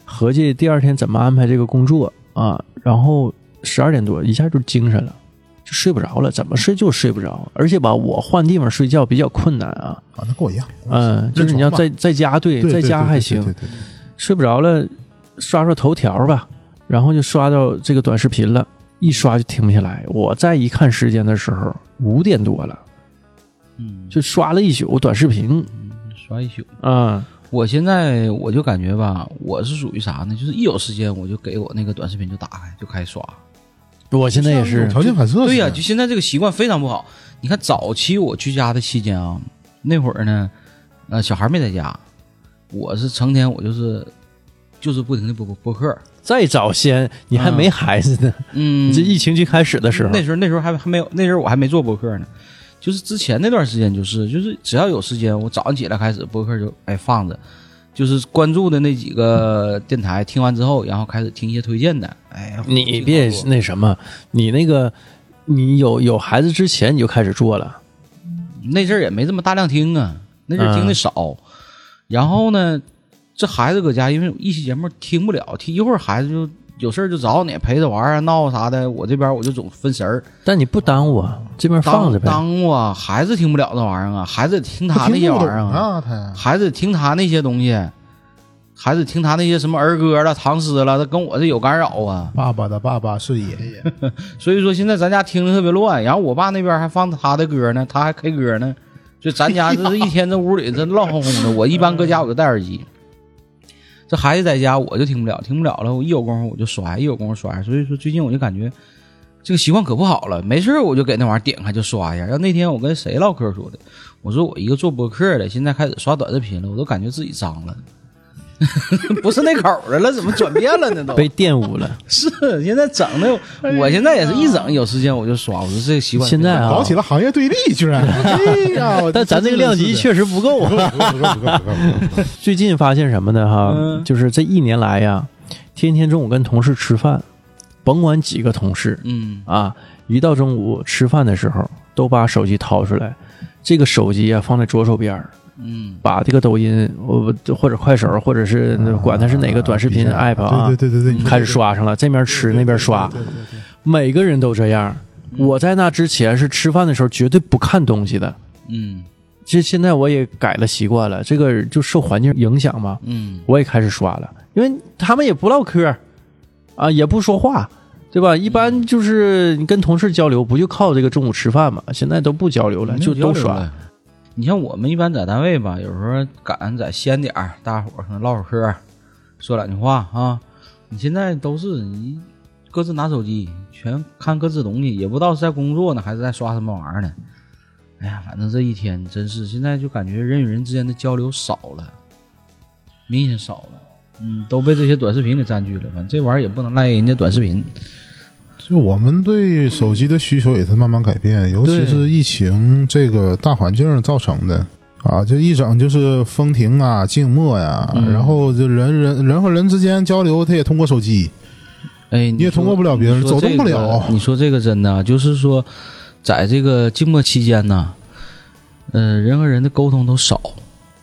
S1: 合计第二天怎么安排这个工作啊，然后十二点多一下就精神了。就睡不着了，怎么睡就睡不着，而且吧，我换地方睡觉比较困难啊，
S3: 啊，那跟我一样，啊
S1: 嗯，就是你要在在家，对，
S3: 对
S1: 在家还行，，
S3: 对对对对对对
S1: 睡不着了，刷刷头条吧，然后就刷到这个短视频了，一刷就停不下来。我再一看时间的时候，五点多了，
S2: 嗯，
S1: 就刷了一宿短视频
S2: 刷一宿。
S1: 啊，
S2: 我现在我就感觉吧，我是属于啥呢？就是一有时间我就给我那个短视频就打开就开始刷。
S1: 我现在也
S3: 有
S1: 是，啊
S3: 条件反射似的。
S2: 对呀、就现在这个习惯非常不好。你看早期我居家的期间啊，那会儿呢，呃，小孩没在家，我是成天我就是就是不停的播播客，
S1: 再早先你还没孩子呢，
S2: 嗯，
S1: 你这疫情最开始的时候，
S2: 那时候那时候还还没有，那时候我还没做播客呢。就是之前那段时间，就是就是只要有时间，我早上起来开始播客就哎放着，就是关注的那几个电台，听完之后，然后开始听一些推荐的。哎呀，
S1: 你别
S2: 听好多
S1: 那什么，你那个你有有孩子之前你就开始做了，
S2: 那阵儿也没这么大量听啊，那阵儿听的少。然后呢，这孩子搁家，因为一期节目听不了，听一会儿孩子就有事儿就找你陪着玩儿啊、闹啊啥的。我这边我就总分神儿，
S1: 但你不耽误啊，这边放着呗。
S2: 耽误啊，孩子听不了那玩意儿啊，孩子听
S3: 他
S2: 他那
S3: 听
S2: 些
S3: 不
S2: 玩意
S3: 懂
S2: 儿
S3: 啊，他
S2: 孩子听他那些东西，孩子听他那些什么儿歌了、唐诗了，他跟我这有干扰啊。
S3: 爸爸的爸爸是爷爷，
S2: 所以说现在咱家听着特别乱，然后我爸那边还放他的歌呢，他还 K 歌呢。就咱家这是一天这屋里这乱哄哄的，我一般搁家我就戴耳机。这孩子在家我就听不了，听不了了，我一有功夫我就刷，一有功夫刷。所以说最近我就感觉这个习惯可不好了，没事儿我就给那玩意儿点开就刷一下。然后那天我跟谁唠嗑说的，我说我一个做播客的，现在开始刷短视频了，我都感觉自己脏了， [LAUGHS] 不是那口儿的了，怎么转变了呢都？
S1: 被玷污了。
S2: 是，现在整的，我现在也是一整有时间我就刷，我说这个习惯。
S1: 现在啊
S3: 搞起了行业对立，居然。哎呀，我
S1: 但咱这个量级确实不够啊。
S3: [LAUGHS] 不够不够不够不够不够。
S1: 最近发现什么呢？哈，
S2: 嗯
S1: 就是这一年来呀，天天中午跟同事吃饭，甭管几个同事
S2: 嗯，
S1: 啊，一到中午吃饭的时候，都把手机掏出来，这个手机啊放在左手边儿
S2: 嗯
S1: 把这个抖音我或者快手，或者是管它是哪个短视频 app 啊，
S3: 啊对对对对对，你
S1: 开始刷上了，这边吃那边刷，
S3: 对对对对
S1: 每个人都这样。我在那之前是吃饭的时候绝对不看东西的，
S2: 嗯
S1: 这现在我也改了习惯了，这个就受环境影响嘛，
S2: 嗯
S1: 我也开始刷了，因为他们也不唠嗑，啊，也不说话，对吧？一般就是你跟同事交流，不就靠这个中午吃饭嘛？现在都不交流了，就都刷。。
S2: 你像我们一般在单位吧，有时候赶在先点儿，大伙儿可能唠会儿嗑，说两句话啊。你现在都是你各自拿手机，全看各自东西，也不知道是在工作呢还是在刷什么玩意儿呢。哎呀，反正这一天真是，现在就感觉人与人之间的交流少了，明显少了。嗯，都被这些短视频给占据了。反正这玩意儿也不能赖人家短视频。
S3: 就我们对手机的需求也在慢慢改变，尤其是疫情这个大环境造成的啊，就一整就是封停啊、静默呀、
S2: 嗯
S3: 然后就人人人和人之间交流，他也通过手机，
S2: 哎，
S3: 你也通过不了别人
S2: 你说
S3: 走动不
S2: 这个
S3: 了
S2: 你说这个真的，就是说，在这个静默期间呢，呃，人和人的沟通都少。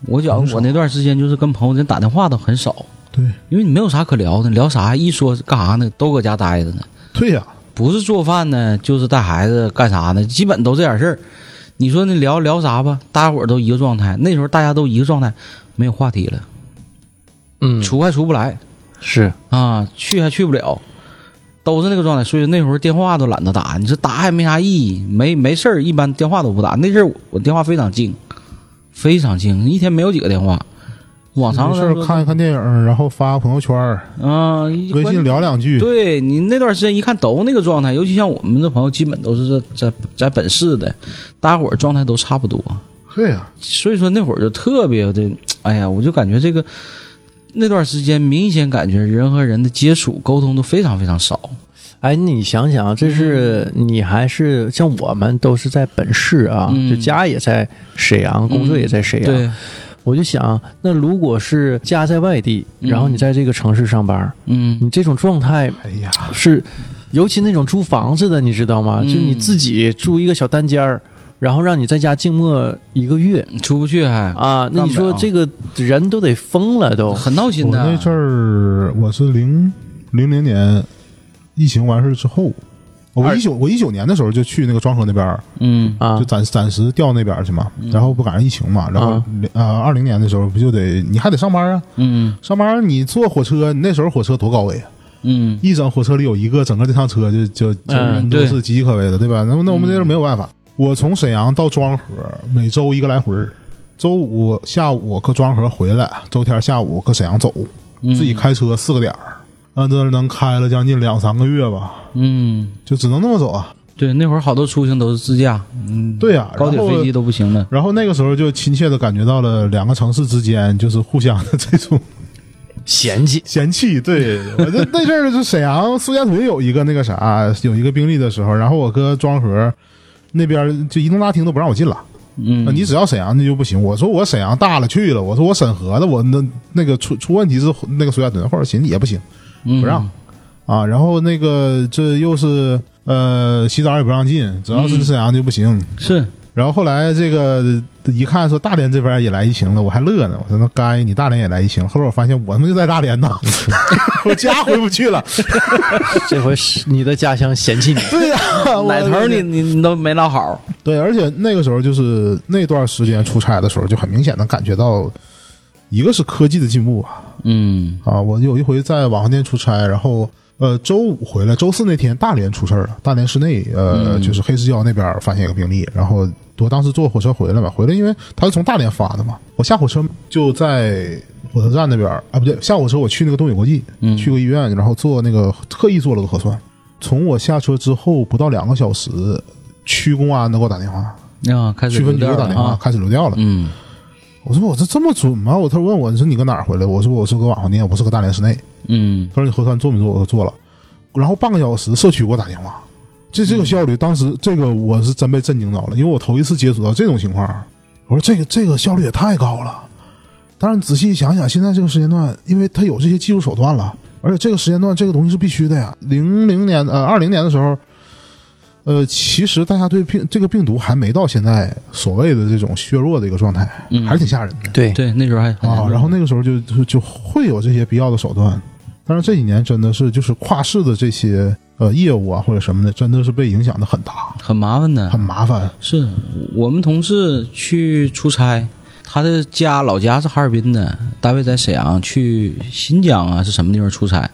S2: 我觉
S3: 很
S2: 得
S3: 少
S2: 我那段时间就是跟朋友之间打电话都很少，
S3: 对
S2: 因为你没有啥可聊的，聊啥一说干啥呢，都搁家待着呢，
S3: 对呀、
S2: 不是做饭呢，就是带孩子干啥呢，基本都这点事儿。你说那聊聊啥吧，大家伙儿都一个状态，那时候大家都一个状态，没有话题了，
S1: 嗯，
S2: 出还出不来，
S1: 是
S2: 啊，去还去不了，都是那个状态。所以那会儿电话都懒得打，你说打也没啥意义，没没事儿，一般电话都不打。那阵儿我我电话非常静，非常静，一天没有几个电话。往常
S3: 没事
S2: 来
S3: 儿
S2: 说
S3: 看一看电影，然后发朋友圈，
S2: 啊，
S3: 微信聊两句，
S2: 对你那段时间一看都那个状态，尤其像我们这朋友，基本都是在在在本市的，大家伙儿状态都差不多。
S3: 对呀、
S2: 所以说那会儿就特别的，哎呀，我就感觉这个那段时间明显感觉人和人的接触沟通都非常非常少。
S1: 哎，你想想，这是你还是像我们都是在本市啊，
S2: 嗯
S1: 就家也在沈阳，工作也在沈阳。
S2: 对，
S1: 我就想，那如果是家在外地，
S2: 嗯
S1: 然后你在这个城市上班，
S2: 嗯
S1: 你这种状态
S3: 哎呀，
S1: 是，尤其那种租房子的，你知道吗？
S2: 嗯
S1: 就你自己住一个小单间儿，然后让你在家静默一个月
S2: 出不去还
S1: 啊，那你
S2: 嗯干不
S1: 说
S2: 了
S1: 这个人都得疯了
S2: [LAUGHS]
S1: 都。
S2: 很闹心
S3: 我
S2: 的。啊
S3: 那阵儿我是零零零年疫情完事儿之后，我一九我一九年的时候就去那个庄河那边儿。
S2: 嗯
S1: 啊嗯
S3: 就，暂暂时调那边儿去嘛，然后不赶上疫情嘛，然后
S1: 啊
S3: 呃二零年的时候不就得你还得上班啊，
S2: 嗯
S3: 上班你坐火车，你那时候火车多高危啊，
S2: 嗯
S3: 一整火车里有一个，整个这趟车就就就
S1: 嗯
S3: 人都是岌岌可危的，对吧？那么那我们这是没有办法，我从沈阳到庄河，每周一个来回儿。周五下午我搁庄河回来，周天下午搁沈阳走，
S2: 嗯
S3: 自己开车四个点儿，按这能开了将近两三个月吧，
S2: 嗯，
S3: 就只能那么走啊。
S2: 对，那会儿好多出行都是自驾，嗯，
S3: 对呀、
S2: 高铁、
S3: 然后
S2: 飞机都不行了。
S3: 然后那个时候就亲切的感觉到了两个城市之间就是互相的这种
S1: 嫌弃
S3: 嫌
S2: [LAUGHS]
S3: 弃。对我这那阵儿就是沈阳苏家屯有一个那个啥，有一个病例的时候，然后我搁庄河那边就移动大厅都不让我进了。
S2: 嗯，
S3: 你只要沈阳的就不行。我说我沈阳大了去了，我说我审核的，我那那个出出问题是那个苏家屯或者寻也不行，
S2: 嗯
S3: 不让、啊。然后那个这又是呃洗澡也不让进，只要是沈阳就不行。
S2: 是，
S3: 然后后来这个一看说大连这边也来疫情了，我还乐呢，我说那该你大连也来疫情。后来我发现我他妈就在大连 [LAUGHS] 呢，我家回不去了。
S1: [LAUGHS] 这回是你的家乡嫌
S2: [LAUGHS]
S1: 弃你，
S3: 对呀、我
S2: 哪头儿你你你都没捞好。
S3: 对，而且那个时候就是那段时间出差的时候，就很明显的感觉到，一个是科技的进步吧，
S2: 嗯
S3: 啊，我有一回在网红店出差，然后呃周五回来，周四那天大连出事儿了，大连市内呃、
S2: 嗯
S3: 就是黑石礁那边儿发现一个病例，然后我当时坐火车回来嘛，回来因为他是从大连发的嘛，我下火车就在火车站那边儿啊不对，下火车我去那个东北国际，
S2: 嗯
S3: 去个医院，然后做那个特意做了个核酸，从我下车之后不到两个小时，区公安都给我打电话，
S2: 啊，开始
S3: 区分局给
S2: 流
S3: 我
S2: 调
S3: 打
S2: 了
S3: 电话，
S2: 啊。
S3: 开始流调了。
S2: 嗯
S3: 我说我这这么准吗？我他问我你说你搁哪儿回来？我说我是搁网红店，我不是搁大连市内。
S2: 嗯，
S3: 他说你核酸做没做？我说做了。然后半个小时，社区给我打电话，这这个效率，当时这个我是真被震惊到了，因为我头一次接触到这种情况。我说这个这个效率也太高了。但是仔细想想，现在这个时间段，因为它有这些技术手段了，而且这个时间段这个东西是必须的呀。零零年呃二零年的时候，呃，其实大家对病这个病毒还没到现在所谓的这种削弱的一个状态，还是挺吓人的。
S1: 对 [LAUGHS]
S2: 嗯对，那时候还
S3: 啊，然后那个时候就就就会有这些必要的手段，但是这几年真的是就是跨市的这些呃业务啊或者什么的，真的是被影响的很大，
S2: 很麻烦的
S3: 很，麻烦。
S2: 是我们同事去出差，他的家老家是哈尔滨的，单位在沈阳，去新疆啊是什么地方出差？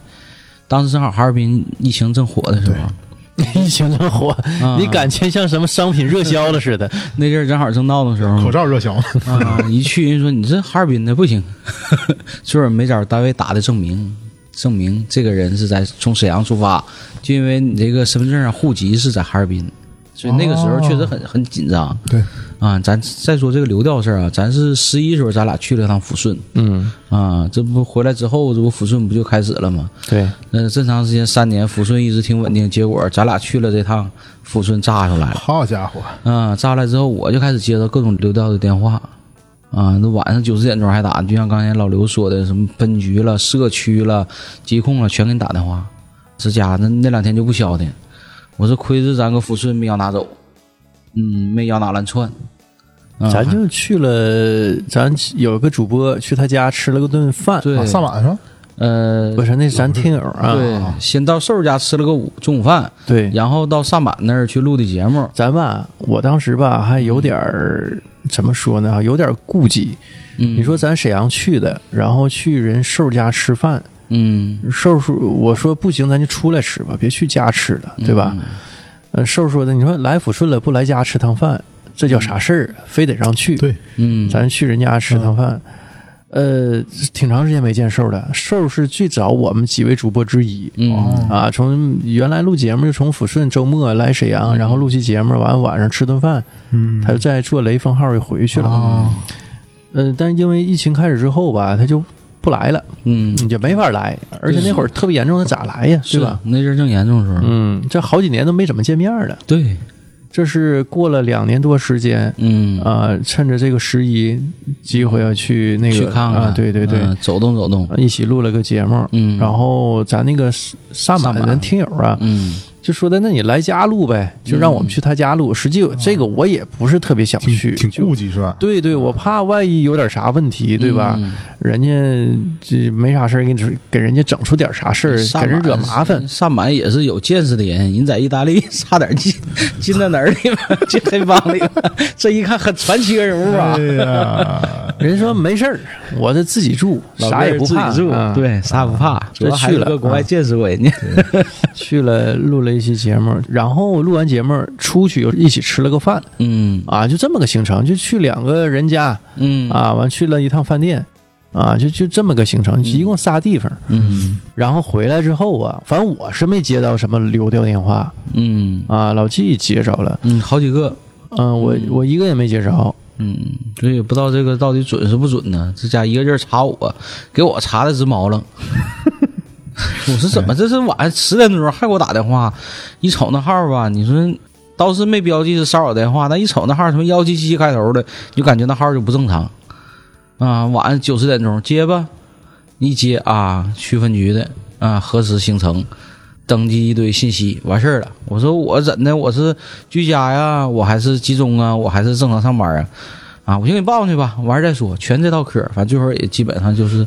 S2: 当时正好哈尔滨疫情正火的时候，
S1: 疫情正火，
S2: 啊
S1: 你感觉像什么商品热销了似的。
S2: 那阵儿正好正闹的时候
S3: 口罩
S2: [LAUGHS]
S3: 热销，
S2: 啊，一去人说你这哈尔滨的不行， [LAUGHS] 最后没找单位打的证明，证明这个人是在从沈阳出发，就因为你这个身份证上户籍是在哈尔滨，所以那个时候确实很、很紧张。
S3: 对，
S2: 啊，咱再说这个流调事儿啊，咱是十一时候咱俩去了趟抚顺
S1: 嗯，
S2: 啊，这不回来之后，这不抚顺不就开始了吗？
S1: 对，
S2: 那这长时间三年，抚顺一直挺稳定，结果咱俩去了这趟抚顺炸出来了。
S3: 好家伙，
S2: 啊，炸来之后我就开始接到各种流调的电话，啊，那晚上九十点钟还打，就像刚才老刘说的，什么分局了、社区了、疾控了，全给你打电话。这家那那两天就不消停，我说亏是咱搁抚顺没摇拿走，嗯，没摇拿乱窜。啊、
S1: 嗯咱就去了，咱有个主播去他家吃了个顿饭，
S2: 对、
S3: 啊、上晚上
S2: 呃
S1: 不，是那咱听友啊，
S2: 对，先到瘦儿家吃了个午中午饭，
S1: 对
S2: 然后到上板那儿去录的节目。
S1: 咱吧，我当时吧还有点儿怎么说呢，有点儿顾忌。
S2: 嗯，
S1: 你说咱沈阳去的，然后去人寿家吃饭，
S2: 嗯，
S1: 寿说我说不行，咱就出来吃吧，别去家吃了，
S2: 嗯
S1: 对吧？呃，寿说的，你说来抚顺了不来家吃趟饭，这叫啥事儿啊？非得让去，
S3: 对
S2: 嗯？嗯，
S1: 咱去人家吃趟饭。呃，挺长时间没见寿了。寿是最早我们几位主播之一，
S2: 嗯
S3: 哦
S1: 啊，从原来录节目就从抚顺周末来沈阳，然后录期节目，完晚上吃顿饭，
S3: 嗯，
S1: 他就再坐雷锋号又回去了。
S2: 哦
S3: 啊，
S1: 嗯、但是因为疫情开始之后吧，他就不来了，
S2: 嗯，
S1: 也没法来，而且那会儿特别严重，他咋来呀？
S2: 是
S1: 对吧？？
S2: 那阵儿正严重的时候，
S1: 嗯，这好几年都没怎么见面了，
S2: 对，
S1: 这是过了两年多时间。
S2: 嗯
S1: 啊、趁着这个十一机会要去那个
S2: 去看看，
S1: 啊，对对对，啊
S2: 嗯走动走动，
S1: 一起录了个节目，
S2: 嗯，
S1: 然后咱那个萨满
S2: 萨
S1: 的
S2: 满
S1: 听友啊，
S2: 嗯
S1: 就说的那你来家录呗，就让我们去他家录。实际
S2: 哦
S1: 有这个我也不是特别想去，
S3: 挺挺
S1: 就
S3: 顾忌是吧？
S1: 对对，我怕万一有点啥问题，对吧？
S2: 嗯
S1: 人家这没啥事儿，给你整给人家整出点啥事儿，
S2: 萨
S1: 给
S2: 满
S1: 人惹麻烦。
S2: 萨满也是有见识的人，人在意大利 [LAUGHS] 差点进 [LAUGHS] 进到哪儿里了，进黑帮里了。这一看很传奇人物啊
S3: 哎，呀，
S2: [LAUGHS]
S1: 人说没事儿，我这自己住，呃啥也不怕，
S2: 自己住
S1: 啊、，
S2: 对，啥也不怕，主要还
S1: 去
S2: 有
S1: 了啊
S2: 个国外见识过人家，
S1: 去了录了一期节目，然后录完节目出去又一起吃了个饭
S2: 嗯
S1: 啊，就这么个行程，就去两个人家
S2: 嗯
S1: 啊，完去了一趟饭店啊，就就这么个行程，一共仨地方。
S2: 嗯
S1: 然后回来之后啊，反正我是没接到什么流调电话
S2: 嗯
S1: 啊，老纪接着了，
S2: 嗯，好几个，
S1: 嗯，我我一个也没接着，
S2: 嗯，所以不知道这个到底准是不准呢？这家一个劲儿查我，给我查的直毛愣。 [LAUGHS] 我说怎么这是晚上十点钟还给我打电话？一瞅那号儿吧，你说倒是没标记是骚扰电话，但一瞅那号儿什么幺七七开头的，你就感觉那号儿就不正常啊。晚上九十点钟接吧，一接啊，区分局的啊，核实行程，登记一堆信息，完事儿了。我说我怎的？我是居家呀，我还是集中啊，我还是正常上班啊？啊，我先给你报上去吧，完事儿再说，全这套嗑儿。反正最后也基本上就是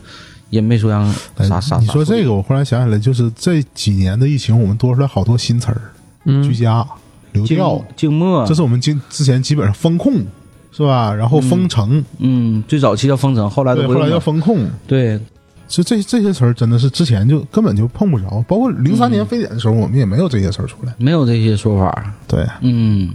S2: 也没说让
S3: 哎
S2: 啥啥。
S3: 你说
S2: 啥
S3: 这个，我忽然想起来，就是这几年的疫情，我们多出来好多新词儿，居
S1: 嗯，
S3: 家、流
S2: 静
S3: 调，
S2: 静默，
S3: 这是我们今之前基本上封控是吧？然后封城，
S2: 嗯，最早期叫封城，后来都
S3: 对，
S2: 不
S3: 后
S2: 用
S3: 来叫
S2: 了
S3: 封控，
S2: 对，
S3: 就这这些词儿真的是之前就根本就碰不着，包括零三年
S2: 嗯
S3: 非典的时候，我们也没有这些词儿出来。
S2: 没有这些说法。
S3: 对，
S2: 嗯，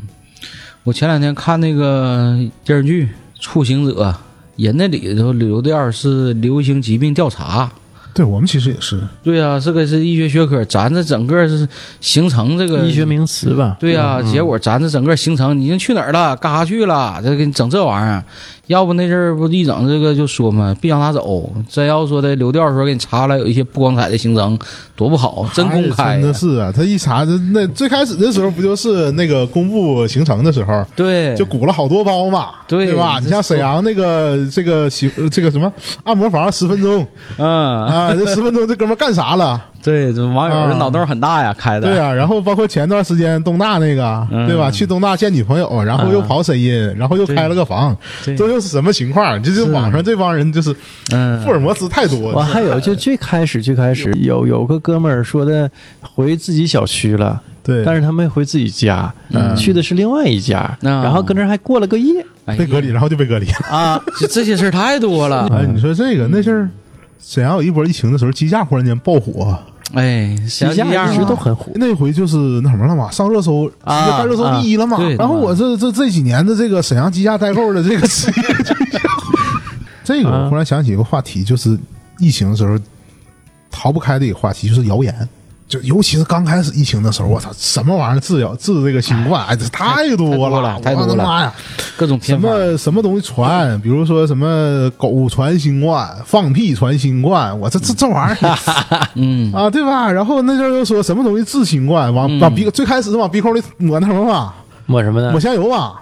S2: 我前两天看那个电视剧《处刑者》，人那里头流调是流行疾病调查。
S3: 对我们其实也是，
S2: 对呀、这个是医学学科，咱这整个是形成这个
S1: 医学。名词吧，
S2: 对呀、结果咱这整个形成，你人去哪儿了？干啥去了？这给你整这玩意儿，要不那阵儿不一整这个就说嘛，别让他走。真要说的流调的时候给你查了有一些不光彩的行程，多不好，真公
S3: 哎
S2: 开
S3: 真
S2: 呀
S3: 的。是啊！他一查，这那最开始的时候不就是那个公布行程的时候，
S2: 对，
S3: 就鼓了好多包嘛，
S2: 对
S3: 对吧？
S2: 这
S3: 你像沈阳那个这个洗这个什么按摩房十分钟
S2: 嗯，
S3: 啊，这十分钟这哥们儿干啥了？
S2: 对，这网友这脑洞很大呀，开的。
S3: 对啊，然后包括前段时间东大那个，
S2: 嗯
S3: 对吧？去东大见女朋友，然后又跑沈阴，然后又开了个房，
S2: 对
S3: 这又是什么情况？就是
S2: 是
S3: 网上这帮人就是
S2: 嗯，
S3: 福尔摩斯太多
S1: 完
S3: 了，
S1: 还有就最开始最开始呃有有个哥们儿说的回自己小区了，
S3: 对，
S1: 但是他没回自己家，
S2: 嗯
S1: 去的是另外一家，
S2: 嗯
S1: 然后跟那儿还过了个夜
S2: 哎呀
S3: 被隔离，然后就被隔离了。
S1: 啊。
S2: 这这些事儿太多了。
S3: 哎，你说这个那阵儿，沈阳有一波疫情的时候，鸡架忽然间爆火，
S2: 哎，
S1: 一
S2: 想这
S1: 家
S2: 样
S1: 一直都很火，
S3: 那回就是那什么了嘛，上热搜，直接
S1: 啊
S3: 干热搜第一了嘛
S2: 啊对。
S3: 然后我这这这几年的这个沈阳鸡架代购的这个职业，
S2: [LAUGHS]
S3: 这个
S2: 啊
S3: 我忽然想起一个话题，就是疫情的时候逃不开的一个话题，就是谣言。就尤其是刚开始疫情的时候，我操，什么玩意儿治疗治这个新冠，哎，这太多了，
S2: 太多了
S3: 我的妈呀！
S2: 各种偏
S3: 什
S2: 方。
S3: 么什么东西传，比如说什么狗传新冠，放屁传新冠，我这这这玩意儿
S2: 嗯
S3: 啊，对吧？然后那阵儿又说什么东西治新冠，
S1: 嗯
S3: 往往鼻最开始是往鼻孔里抹那什么嘛，
S1: 抹什么呢
S3: 抹？香油嘛，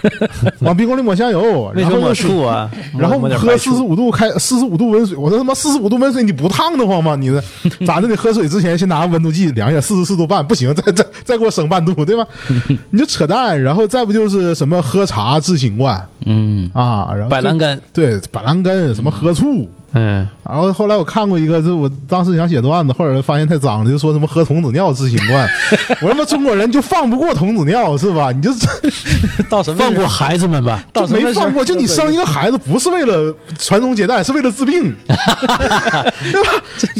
S1: [LAUGHS]
S3: 往鼻孔里抹香油，
S1: 为什
S3: 然
S1: 么
S3: 后
S1: 抹
S3: 又是
S1: 醋啊？
S3: 然后
S1: 抹抹点
S3: 喝
S1: 白
S3: 四十
S1: 醋
S3: 五度开四十五度温水，我说他妈四十五度温水你不烫得慌吗？你这咋的？你喝水之前先拿温度计量一下，四十四度半不行，再再 [LAUGHS] 再给我升半度，对吧？
S1: [LAUGHS]
S3: 你就扯淡。然后再不就是什么喝茶治新冠
S2: 嗯
S3: 啊，然后
S1: 板
S3: 就
S1: 蓝根，
S3: 对板蓝根什么喝醋。
S1: 嗯，
S3: 然后后来我看过一个，这我当时想写段子，后来发现太脏了，就说什么喝童子尿治新
S2: [LAUGHS]
S3: 冠。我他妈中国人就放不过童子尿是吧？你就
S2: 到什么
S1: 放过孩子们吧。
S2: 到
S3: 就
S2: 什么
S3: [LAUGHS] 没放过，就你生一个孩子不是为了传宗接代，是为了
S2: [LAUGHS]
S3: 治病。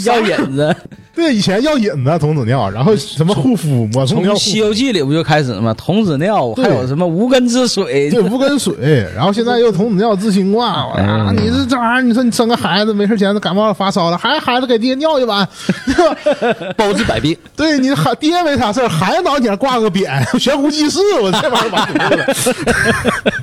S2: 要引子，
S3: 对，以前要引子童子尿，然后什么护肤抹童
S2: 从
S3: 尿
S2: 《
S3: 护
S2: 西
S3: 肤，
S2: 游记》里不就开始吗？童子尿，
S3: 对
S2: 还有什么无根之水？
S3: 对无根水，然后现在又童子尿治
S2: [LAUGHS]
S3: 新冠，
S2: 哎
S3: 我啊，你这这玩意儿，你说你生个孩子没事闲的感冒了发烧了，还孩子给爹尿一 [LAUGHS] 碗，对吧？
S1: 包治百
S2: [LAUGHS]
S1: 病，
S3: 对你孩爹没啥事儿，孩子脑顶上挂个匾，悬壶济世，我这玩意儿完犊子了。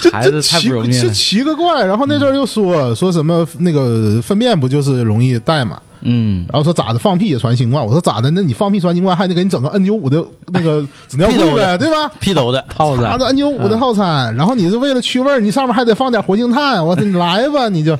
S3: 这
S2: 孩子 [LAUGHS]
S3: 这
S2: 太
S3: 奇
S2: 不容易
S3: 这
S2: 了。
S3: 奇个怪，然后那阵儿又说说什么那个粪便不就是容易带嘛，
S2: 嗯，
S3: 然后说咋的放屁也传新冠，我说咋的？那你放屁传新冠还得给你整个 N 九五的那个纸尿
S1: 屁都
S3: 裤呗，
S1: 有
S3: 对吧？
S1: 屁兜子，
S2: 泡子
S3: 拿着 N 九五的套餐，然后你是为了去味儿，你上面还得放点活性炭，我说你来吧，你就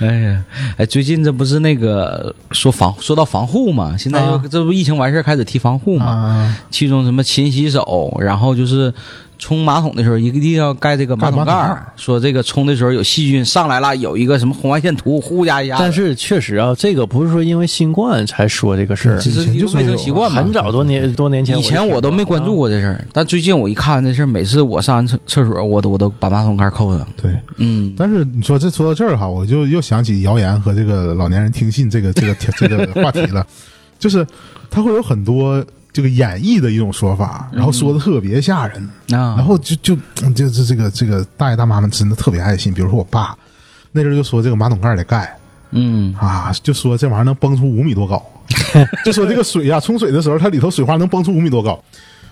S2: 哎呀，哎，最近这不是那个说防说到防护嘛？现在又、
S3: 啊
S2: 这不疫情完事儿开始提防护嘛？
S3: 啊，
S2: 其中什么勤洗手，然后就是冲马桶的时候一定要盖这个马桶盖
S3: 盖马桶
S2: 儿，说这个冲的时候有细菌上来了，有一个什么红外线图，呼家一压的。
S1: 但是确实啊，这个不是说因为新冠才说这个事儿，
S3: 这
S2: 这是
S3: 以前
S2: 一
S3: 就
S2: 个
S3: 是
S2: 卫生
S3: 有
S2: 习惯嘛
S1: 很。早多年多嗯年前，
S2: 啊以前我啊都没关注过这事儿，但最近我一看这事儿，每次我上完厕厕所，我都我都把马桶盖扣上。
S3: 对，
S2: 嗯，
S3: 但是你说这说到这儿哈，我就又想起谣言和这个老年人听信这个 [LAUGHS] 这个这个话题了，就是他会有很多这个演绎的一种说法，然后说的特别吓人，
S2: 啊，
S3: 然后就就嗯就这这个这个大爷大妈们真的特别爱信，比如说我爸那阵儿就说这个马桶盖儿得盖
S2: 嗯，
S3: 啊，就说这玩意儿能崩出五米多
S2: [LAUGHS]
S3: 高，就说这个水呀、冲水的时候它里头水花能崩出五米多高。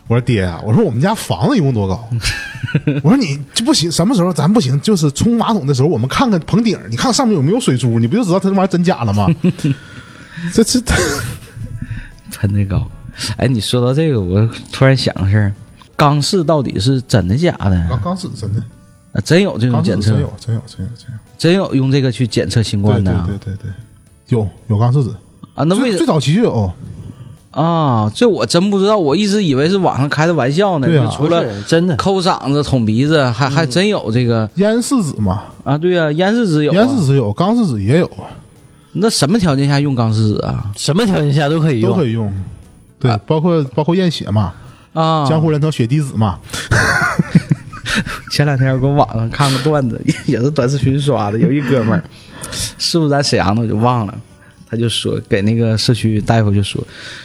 S3: 我说爹啊，我说我们家房子一共多高？
S2: [LAUGHS]
S3: 我说你这不行，什么时候咱不行？就是冲马桶的时候，我们看看棚顶，你看上面有没有水珠，你不就知道它这玩意儿真假了吗？
S2: [LAUGHS]
S3: 这这这
S2: 喷的高。哎，你说到这个，我突然想个事儿，钢试到底是真的假
S3: 刚
S2: 的？
S3: 刚是真的，
S2: 啊真有这种
S3: 刚是
S2: 检
S3: 真
S2: 测
S3: 有，，真有，真有，真有。
S2: 真有用这个去检测新
S3: 对
S2: 冠的啊
S3: 对对对对，有有钢试纸，
S2: 啊？那为
S3: 最最早期就有。
S2: 啊，这我真不知道，我一直以为是网上开的玩笑呢。
S3: 对啊嗯
S2: 就除了
S1: 真的
S2: 抠嗓子、捅鼻子，还还真有这个
S3: 烟柿子嘛，
S2: 啊？对呀、啊，烟柿子有、啊，
S3: 烟柿子有，钢柿子也有，
S2: 那什么条件下用钢试纸啊？
S1: 什么条件下都可以
S3: 都可
S1: 用，
S3: 以用。对，包括包括验血嘛，
S2: 啊，
S3: 江湖人称血滴子嘛，
S2: [LAUGHS] 前两天我搁网上看个段子， [LAUGHS] 也是短视频刷的，有一哥们儿， [LAUGHS] 是不是在沈阳的我就忘了，他就说给那个社区大夫就说，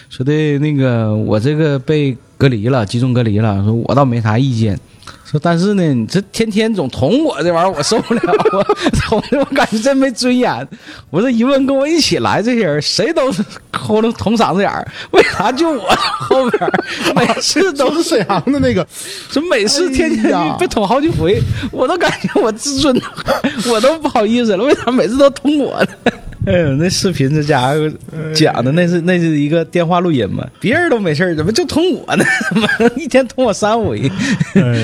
S2: 说的那个我这个被隔离了，集中隔离了，说我倒没啥意见。说，但是呢，你这天天总捅我这玩意儿，我受不了， [LAUGHS] 我捅的我感觉真没尊严。我这一问，跟我一起来这些人，谁都是抠着捅嗓子眼儿，为啥就我后边儿 [LAUGHS] 每次都
S3: 都是沈阳的那个，
S2: 这每次天
S3: 哎
S2: 天
S3: 呀
S2: 被捅好几回，我都感觉我自尊， [LAUGHS] 我都不好意思了。为啥每次都捅我呢？哎呦，那视频这家伙讲的那是那是一个电话录音嘛，别人都没事儿怎么就捅我呢？ [LAUGHS] 怎么一天捅我三回？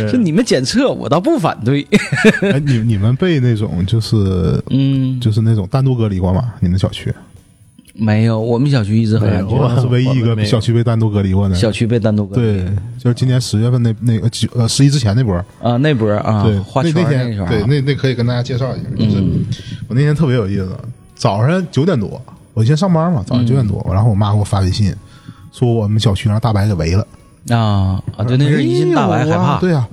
S2: 说你们检测，我倒不反对。
S3: 哎，你你们被那种就是
S2: [LAUGHS] 嗯，
S3: 就是那种单独隔离过吗？你们小区？
S2: 没有，哎我们小区一直很
S1: 没
S2: 安
S1: 有
S2: 全，
S3: 我还是唯一一
S1: 我们
S3: 个
S1: 没有
S3: 小区被单独隔离过的。
S2: 小区被单独隔离
S3: 对，就是今年十月份那那个几呃十一之前那波，
S2: 啊，那波啊
S3: 对，，
S2: 画
S3: 那
S2: 圈
S3: 那
S2: 儿
S3: 天
S2: 一圈儿
S3: 对那那可以跟大家介绍一下，就是、我那天特别有意思，早上九点多，我先上班嘛，早上九点多，然后我妈给我发微信说我们小区让大白给围了。
S2: 啊啊，对，那是一进大白
S3: 哎呦
S2: 害
S3: 啊
S2: 怕，嗯
S3: 对呀、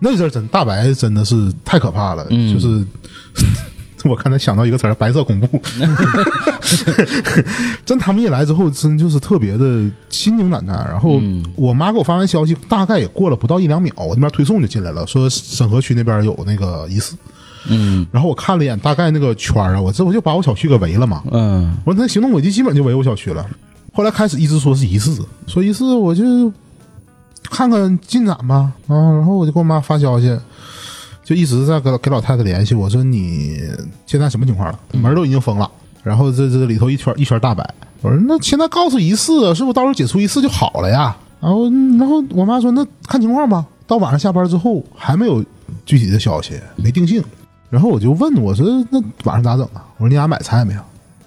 S3: 那阵儿真大白真的是太可怕了，就是 [LAUGHS] 我刚才想到一个词儿，白色恐
S2: [LAUGHS]
S3: 怖。真他们一来之后，真就是特别的心惊胆战。然后
S2: 嗯
S3: 我妈给我发完消息，大概也过了不到一两秒，我那边推送就进来了，说沈河区那边有那个疑似。
S2: 嗯
S3: 然后我看了一眼大概那个圈儿啊，我这不就把我小区给围了吗？
S2: 嗯
S3: 我那行动轨迹基本就围我小区了。后来开始一直说是疑似，说疑似我就看看进展吧啊，然后我就给我妈发消息，就一直在给给老太太联系，我说你现在什么情况了？门都已经封了，然后这这里头一圈一圈大白，我说那现在告诉疑似，是不是到时候解除疑似就好了呀？然后然后我妈说那看情况吧，到晚上下班之后还没有具体的消息，没定性。然后我就问我说那晚上咋整啊？我说你俩买菜没有？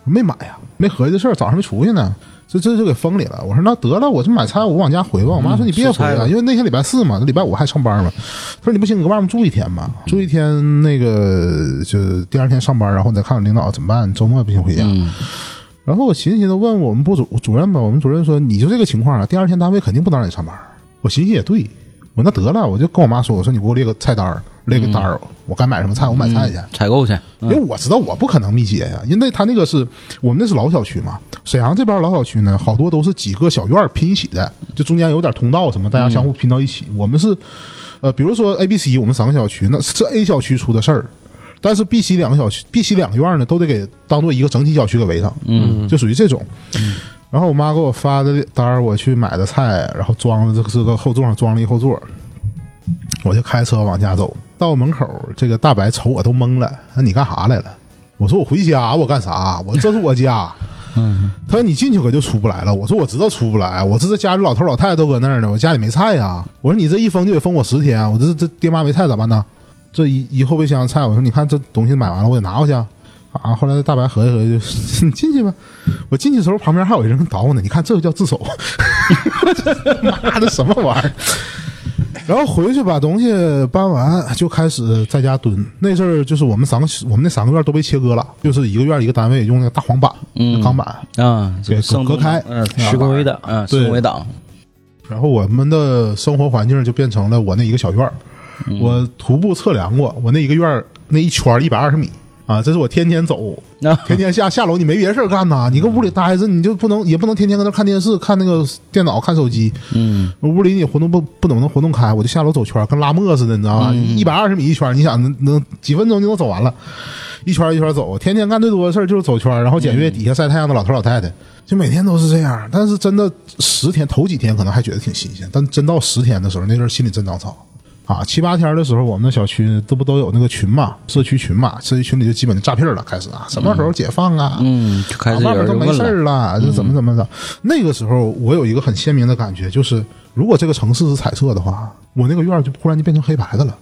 S3: 我说没买呀，没合计这事儿，早上没出去呢，这这就给封里了。我说那得了，我就买菜，我往家回吧。我妈说你别
S2: 蔬嗯菜
S3: 回了，
S2: 了
S3: 因为那天礼拜四嘛，礼拜五还上班嘛。她说你不行，你搁外面住一天吧，住一天那个就第二天上班，然后你再看看领导怎么办，周末不行回家。
S2: 嗯
S3: 然后我寻思寻思，问我们部主主任吧，我们主任说你就这个情况啊，第二天单位肯定不能让你上班。我寻思也对，我那得了，我就跟我妈说，我说你给我列个菜单儿，列个单儿，
S2: 嗯
S3: 我该买什么菜我买菜去。
S2: 采购去，
S3: 因为我知道我不可能密接呀，因为他那个是我们那是老小区嘛，沈阳这边老小区呢，好多都是几个小院儿拼一起的，就中间有点通道什么，大家相互拼到一起。我们是，呃，比如说 A、B、C，我们三个小区，那是 A 小区出的事儿，但是 B、C 两个小区，B、C 两个院儿呢，都得给当做一个整体小区给围上，嗯，就属于这种。然后我妈给我发的单儿，我去买的菜，然后装的这个后座上装了一后座，我就开车往家走。到门口，这个大白瞅我都懵了，那你干啥来了？我说我回家，我干啥？我这是我家。嗯，他说你进去可就出不来了。我说我知道出不来，我这这家里老头老太太都搁那儿呢，我家里没菜呀、我说你这一封就得封我十天，我这这爹妈没菜咋办呢？这一一后备箱菜，我说你看这东西买完了，我得拿回去啊。啊，后来大白合计合计，就 [LAUGHS] 你进去吧。我进去的时候，旁边还有 [LAUGHS] 人捣鼓呢。你看，这就叫自首！妈的，什么玩意儿？然后回去把东西搬完，就开始在家蹲。那阵儿就是我们三个，我们那三个院都被切割了，就是一个院一个单位用那个大黄板、
S2: 嗯
S3: 钢板
S2: 啊，
S3: 给隔隔开
S2: 嗯，
S1: 施工围挡，
S2: 嗯，
S3: 对
S2: 升维档，
S3: 然后我们的生活环境就变成了我那一个小院儿。我徒步测量过，我那一个院儿那一圈一百二十米啊，这是我天天走，
S2: 那
S3: 天天下下楼，你没别的事儿干呐，你搁屋里待着，你就不能也不能天天搁那看电视、看那个电脑、看手机，
S2: [LAUGHS] 嗯，
S3: 屋里你活动不不能能活动开，我就下楼走圈儿，跟拉磨似的，你知道吧？一百二十米一圈儿，你想能能几分钟就能走完了，一圈儿一圈儿走，天天干最多的事儿就是走圈儿，然后检阅底下晒太阳的老头老太太，就每天都是这样。但是真的十天头几天可能还觉得挺新鲜，但真到十天的时候，那阵儿心里真长草。啊，七八天的时候，我们的小区这不都有那个群嘛，社区群嘛，社区群里就基本就诈骗了，开始啊，什么时候解放啊？
S2: 嗯，就开始
S3: 啊
S2: 有
S3: 外面
S2: 人
S3: 都没
S2: 问
S3: 事
S2: 了，嗯
S3: 儿了，这怎么怎么的？那个时候我有一个很鲜明的感觉，就是如果这个城市是彩色的话，我那个院儿就忽然就变成黑白的了。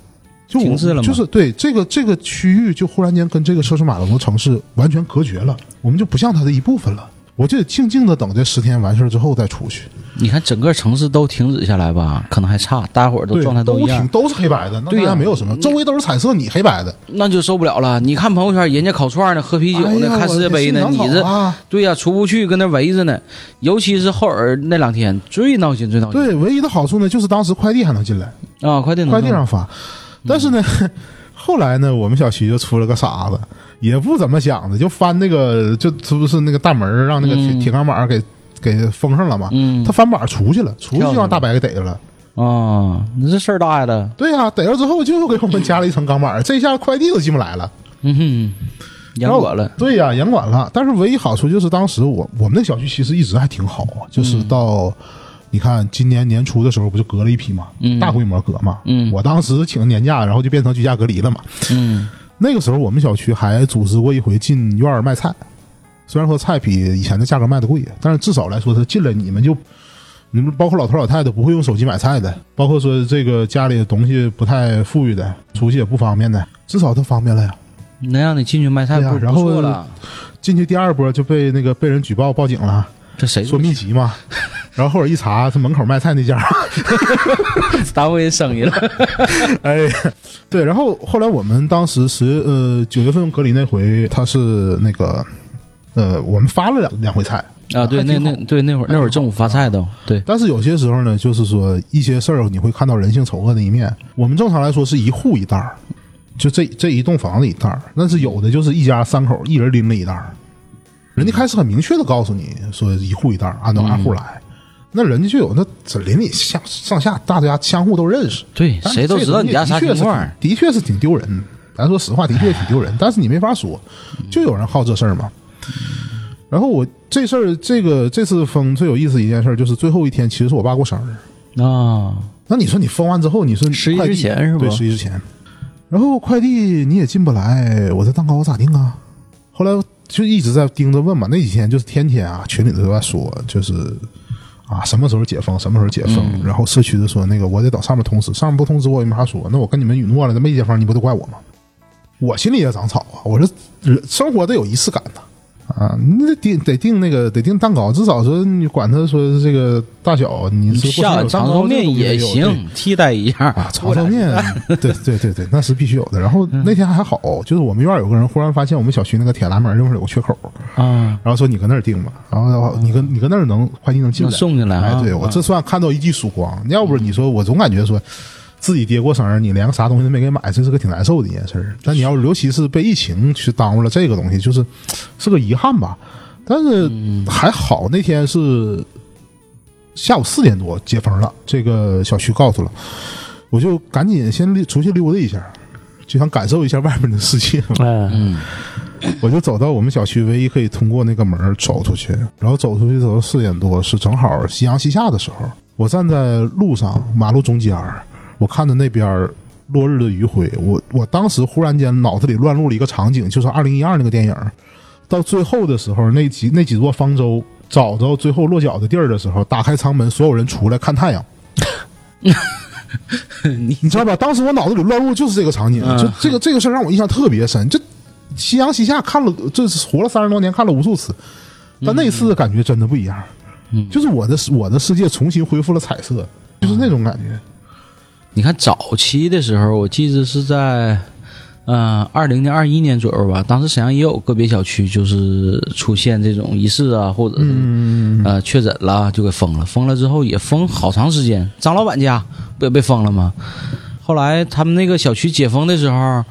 S3: 就我
S2: 停滞了吗
S3: 就是对这个这个区域，就忽然间跟这个车水马龙的城市完全隔绝了，我们就不像它的一部分了。我就得静静的等这十天完事儿之后再出去，
S2: 你看整个城市都停止下来吧，可能还差，大家伙儿都
S3: 对，
S2: 状态
S3: 都
S2: 一样
S3: 挺，都是黑白的，那
S2: 对呀
S3: 当然没有什么，周围都是彩色，你黑白的，
S2: 那就受不了了。你看朋友圈，人家烤串呢，喝啤酒
S3: 哎
S2: 呢，
S3: 呀
S2: 看世界杯呢
S3: 我，的
S2: 你
S3: 心
S2: 这
S3: 挠头啊
S2: 对呀、出不去，跟那围着呢。尤其是后尔那两天最闹心，最闹心
S3: 对，唯一的好处呢，就是当时快递还能进来，
S2: 啊！快递能
S3: 快递上发。但是呢， [LAUGHS] 后来呢，我们小区就出了个傻子，也不怎么想的，就翻那个，就这不是那个大门儿让那个铁、铁钢板儿给给封上了嘛。
S2: 嗯
S3: 他翻板儿出去了，出去
S2: 跳
S3: 就
S2: 进
S3: 让
S2: 去
S3: 大白给逮着了。
S2: 啊，你这事儿大呀的。
S3: 对呀、逮着之后就又给我们加了一层钢板儿，这下快递都进不来了。
S2: 嗯哼，严
S3: 然后
S2: 管了。
S3: 对呀、严管了。但是唯一好处就是当时我我们那小区其实一直还挺好啊，就是到。你看，今年年初的时候不就隔了一批嘛，
S2: 嗯
S3: 大规模隔嘛。
S2: 嗯
S3: 我当时请年假，然后就变成居家隔离了嘛。
S2: 嗯
S3: 那个时候我们小区还组织过一回进院儿卖菜，虽然说菜比以前的价格卖的贵，但是至少来说，他进来你们就，你们包括老头老太太不会用手机买菜的，包括说这个家里东西不太富裕的，出去也不方便的，至少他方便了呀。
S2: 能让你进去卖菜
S3: 对呀
S2: 不
S3: 然
S2: 不
S3: 后
S2: 错了，
S3: 进去第二波就被那个被人举报报警了，
S2: 这谁
S3: 说密集嘛，然后后来一查是门口卖菜那家，
S2: 耽误人生意了？
S3: 哎，对，然后后来我们当时十呃九月份隔离那回，他是那个呃我们发了两两回菜，
S2: 啊，对，
S3: 还
S2: 那
S3: 挺好
S2: 那对那会儿那会儿政府发菜都对，
S3: 但是有些时候呢，就是说一些事儿你会看到人性丑恶的一面。我们正常来说是一户一袋儿，就这这一栋房子一袋儿，但是有的就是一家三口一人拎了一袋儿。人家开始很明确的告诉你说一户一袋儿，按照按户来，那人家就有那这邻里下上下大家相互都认识，
S2: 对
S3: 但是
S2: 谁都知道你家啥
S3: 这个
S2: 情
S3: 东西
S2: 况。
S3: 的确是挺的确是挺丢人的。咱说实话，的确挺丢人，但是你没法说，就有人好这事儿嘛。然后我这事儿，这个这次封最有意思的一件事儿就是最后一天，其实是我爸过生日。
S2: 啊，
S3: 那你说你封完之后，你是
S1: 十一
S3: 快递
S1: 之前是吧
S3: 对，十一之前。然后快递你也进不来，我这蛋糕我咋定啊？后来就一直在盯着问嘛，那几天就是天天啊，群里头都在说，就是啊什么时候解封，什么时候解封，
S2: 嗯
S3: 然后社区的说那个我得等上面通知，上面不通知我也没法说，那我跟你们允诺了，那没解封你不都怪我吗？我心里也长草啊，我说人生活得有仪式感呐、啊，你得定得定那个得定蛋糕，至少说你管他说是这个大小，你是过生日
S2: 下
S3: 有蛋
S2: 长
S3: 糕
S2: 寿
S3: 这个
S2: 面
S3: 东西
S2: 也
S3: 得有对
S2: 行，替代一样
S3: 啊，长寿面，
S2: [LAUGHS]
S3: 对对对对，那是必须有的。然后那天还好，就是我们院儿有个人忽然发现我们小区那个铁栏门儿那块儿有个缺口，
S2: 啊，
S3: 然后说你搁那儿定吧，然后你跟你搁那儿能快递能进来，
S2: 能送进来啊
S3: 哎，对我这算看到一记曙光，要不是你说我总感觉说。自己爹过生日，你连个啥东西都没给买，这是个挺难受的一件事儿。但你要尤其是被疫情去耽误了这个东西，就是是个遗憾吧。但是
S2: 嗯
S3: 还好那天是下午四点多解封了，这个小区告诉了，我就赶紧先溜出去溜达一下，就想感受一下外面的世界嘛。
S1: 嗯，
S3: 我就走到我们小区唯一可以通过那个门儿走出去，然后走出去走到四点多，是正好夕阳西下的时候。我站在路上，马路中间儿，我看着那边儿落日的余晖，我我当时忽然间脑子里乱入了一个场景，就是二零一二那个电影儿，到最后的时候，那几那几座方舟找着最后落脚的地儿的时候，打开舱门，所有人出来看太阳。
S2: 你
S3: 你知道吧？当时我脑子里乱入就是这个场景，
S2: 嗯
S3: 就这个这个事儿让我印象特别深。这夕阳西下看了，这是活了三十多年，看了无数次，但那次的感觉真的不一样。
S2: 嗯啊
S3: 就是我的我的世界重新恢复了彩色，就是那种感觉。
S2: 你看早期的时候，我记得是在，嗯，二零年、二一年左右吧。当时沈阳也有个别小区就是出现这种疑似啊，或者是、
S3: 嗯，
S2: 呃确诊了就给封了，封了之后也封好长时间。张老板家不也被封了吗？后来他们那个小区解封的时候，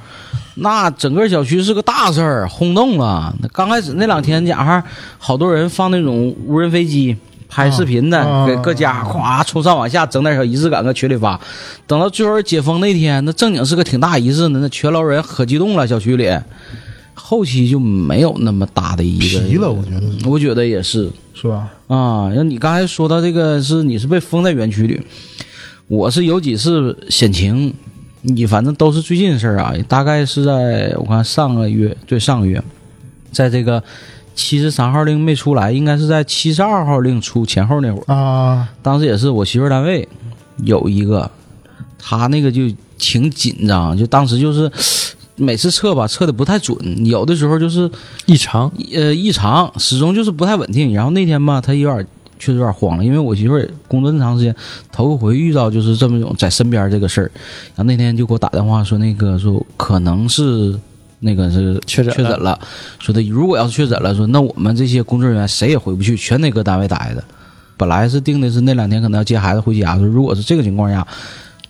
S2: 那整个小区是个大事儿，轰动了。那刚开始那两天，家伙好多人放那种无人飞机。拍视频的，
S3: 啊
S2: 给各家咵从上往下整点小仪式感，搁群里发。等到最后解封那天，那正经是个挺大仪式呢，那全楼人可激动了，小区里。后期就没有那么大的一个
S3: 皮了，我觉得
S2: 我觉得也是
S3: 是吧？
S2: 啊。那你刚才说到这个是你是被封在园区里，我是有几次险情，你反正都是最近的事儿啊，大概是在我看上个月，对上个月，在这个七十三号令没出来，应该是在七十二号令出前后那会儿，
S3: 啊，
S2: 当时也是我媳妇儿单位有一个，她那个就挺紧张，就当时就是。每次测吧，测的不太准，有的时候就是
S1: 异常
S2: 呃异常，始终就是不太稳定。然后那天吧，他有点确实有点慌了，因为我媳妇儿也工作那么长时间，头一回遇到就是这么一种在身边这个事儿。然后那天就给我打电话说，那个说可能是那个是
S1: 确诊
S2: 确诊了，说的如果要是确诊了，说那我们这些工作人员谁也回不去，全得搁单位待着。本来是定的是那两天可能要接孩子回家，说如果是这个情况下，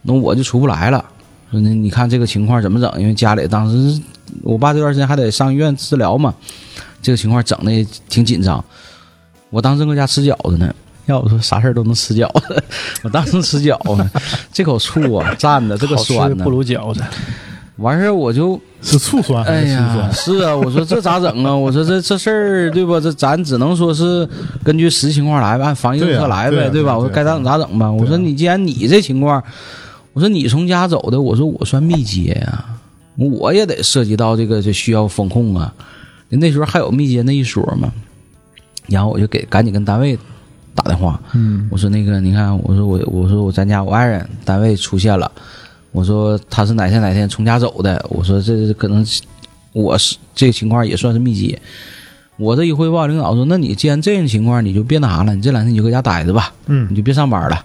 S2: 那我就出不来了。说那你看这个情况怎么整？因为家里当时我爸这段时间还得上医院治疗嘛，这个情况整的挺紧张。我当时正搁家吃饺子呢，要我说啥事儿都能吃饺子， [LAUGHS] 我当时吃饺子呢，这口醋啊蘸的这个
S1: 好吃
S2: 酸呢
S1: 不，如饺子，
S2: 完事儿我就是
S3: 醋酸还
S2: 哎
S3: 是醋
S2: 呀，
S3: 酸？ [LAUGHS]
S2: 是啊，我说这咋整啊？我 [LAUGHS] 说这这事儿对吧？这咱只能说是根据实情况来吧，按防疫政策来
S3: 对啊对
S2: 呗，吧？
S3: 啊对啊
S2: 我说该咋整咋整吧。我
S3: 对
S2: 说
S3: 啊
S2: 你既然你这情况，我说你从家走的，我说我算密接呀、我也得涉及到这个这需要风控啊。那时候还有密接那一说嘛，然后我就给赶紧跟单位打电话，
S3: 嗯
S2: 我说那个，你看，我说我我说我咱家我爱人单位出现了，我说他是哪天哪天从家走的，我说这这可能是我是这个情况也算是密集。我这一汇报，领导说，那你既然这种情况，你就别那啥了，你这两天你就搁家待着吧，你
S3: 嗯，
S2: 就别上班了。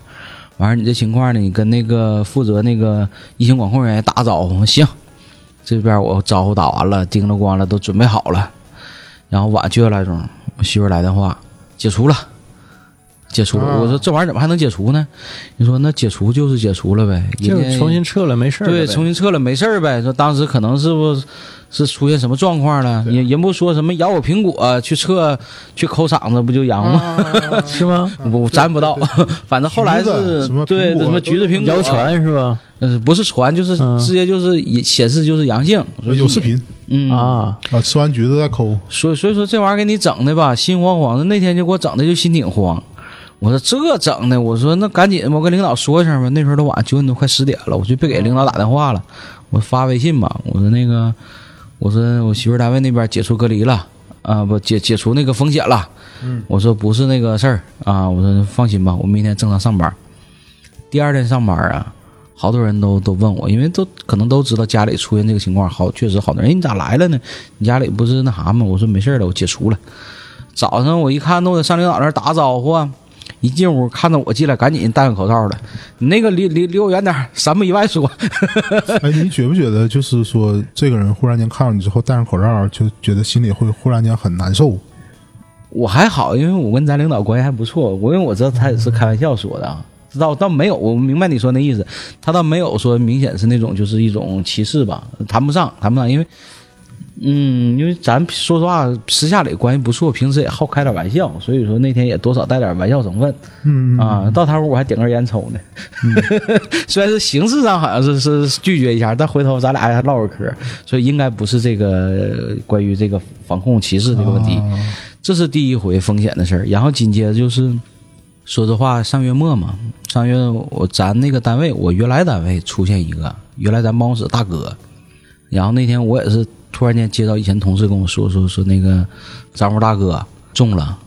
S2: 完事儿你这情况呢，你跟那个负责那个疫情管控人员打招呼，行，这边我招呼打完了，叮了咣了都准备好了，然后晚就要来钟，我媳妇儿来电话，解除了。解除了，
S3: 啊
S2: 我说这玩意儿怎么还能解除呢？你说那解除就是解除了呗，也
S1: 就重新撤了，没事儿了呗。
S2: 对，重新撤了没事儿呗。说当时可能是不是是出现什么状况了？
S3: 对
S2: 人人不说什么咬我苹果、去测去抠嗓子不就阳吗？
S1: [LAUGHS] 是吗？
S2: 我咱不知道，反正后来
S3: 橘子
S2: 是
S3: 什么苹
S2: 对
S3: 果
S2: 什么橘子苹果
S1: 谣，传是吧？
S2: 呃不是传就是
S1: 嗯
S2: 直接就是也显示就是阳性，
S3: 有视频
S2: 嗯
S1: 啊，
S3: 啊，吃完橘子
S2: [LAUGHS]
S3: 再抠，
S2: 所以所以说这玩意儿给你整的吧，心慌慌的。那天就给我整的就心挺慌。我说这整的，我说那赶紧吧我跟领导说一声吧。那时候都晚上九点多快十点了，我就别给领导打电话了，我发微信吧。我说那个，我说我媳妇儿单位那边解除隔离了，啊、不解解除那个风险了。
S3: 嗯，
S2: 我说不是那个事儿啊，我说放心吧，我明天正常上班。第二天上班啊，好多人都都问我，因为都可能都知道家里出现这个情况，好确实好多人，哎你咋来了呢？你家里不是那啥吗？我说没事儿了，我解除了。早上我一看，都得上领导那儿打招呼啊。一进屋看到我进来，赶紧戴上口罩了。你那个离离离我远点儿，三步以外说。
S3: 哎，你觉不觉得就是说，这个人忽然间看到你之后戴上口罩，就觉得心里会忽然间很难受？
S2: 我还好，因为我跟咱领导关系还不错，我因为我知道他也是开玩笑说的啊，知道倒没有，我明白你说那意思，他倒没有说明显是那种就是一种歧视吧，谈不上，谈不上，因为，嗯，因为咱说实话，私下里关系不错，平时也好开点玩笑，所以说那天也多少带点玩笑成分
S3: 嗯，
S2: 啊。到他屋我还点根烟抽呢， [LAUGHS] 虽然是形式上好像是是是拒绝一下，但回头咱俩还唠会儿嗑，所以应该不是这个呃关于这个防控歧视这个问题。
S3: 啊
S2: 这是第一回风险的事儿。然后紧接着就是，说实话，上月末嘛，上月我咱那个单位，我原来单位出现一个，原来咱办公室大哥，然后那天我也是突然间接到以前同事跟我说说说那个张福大哥中了，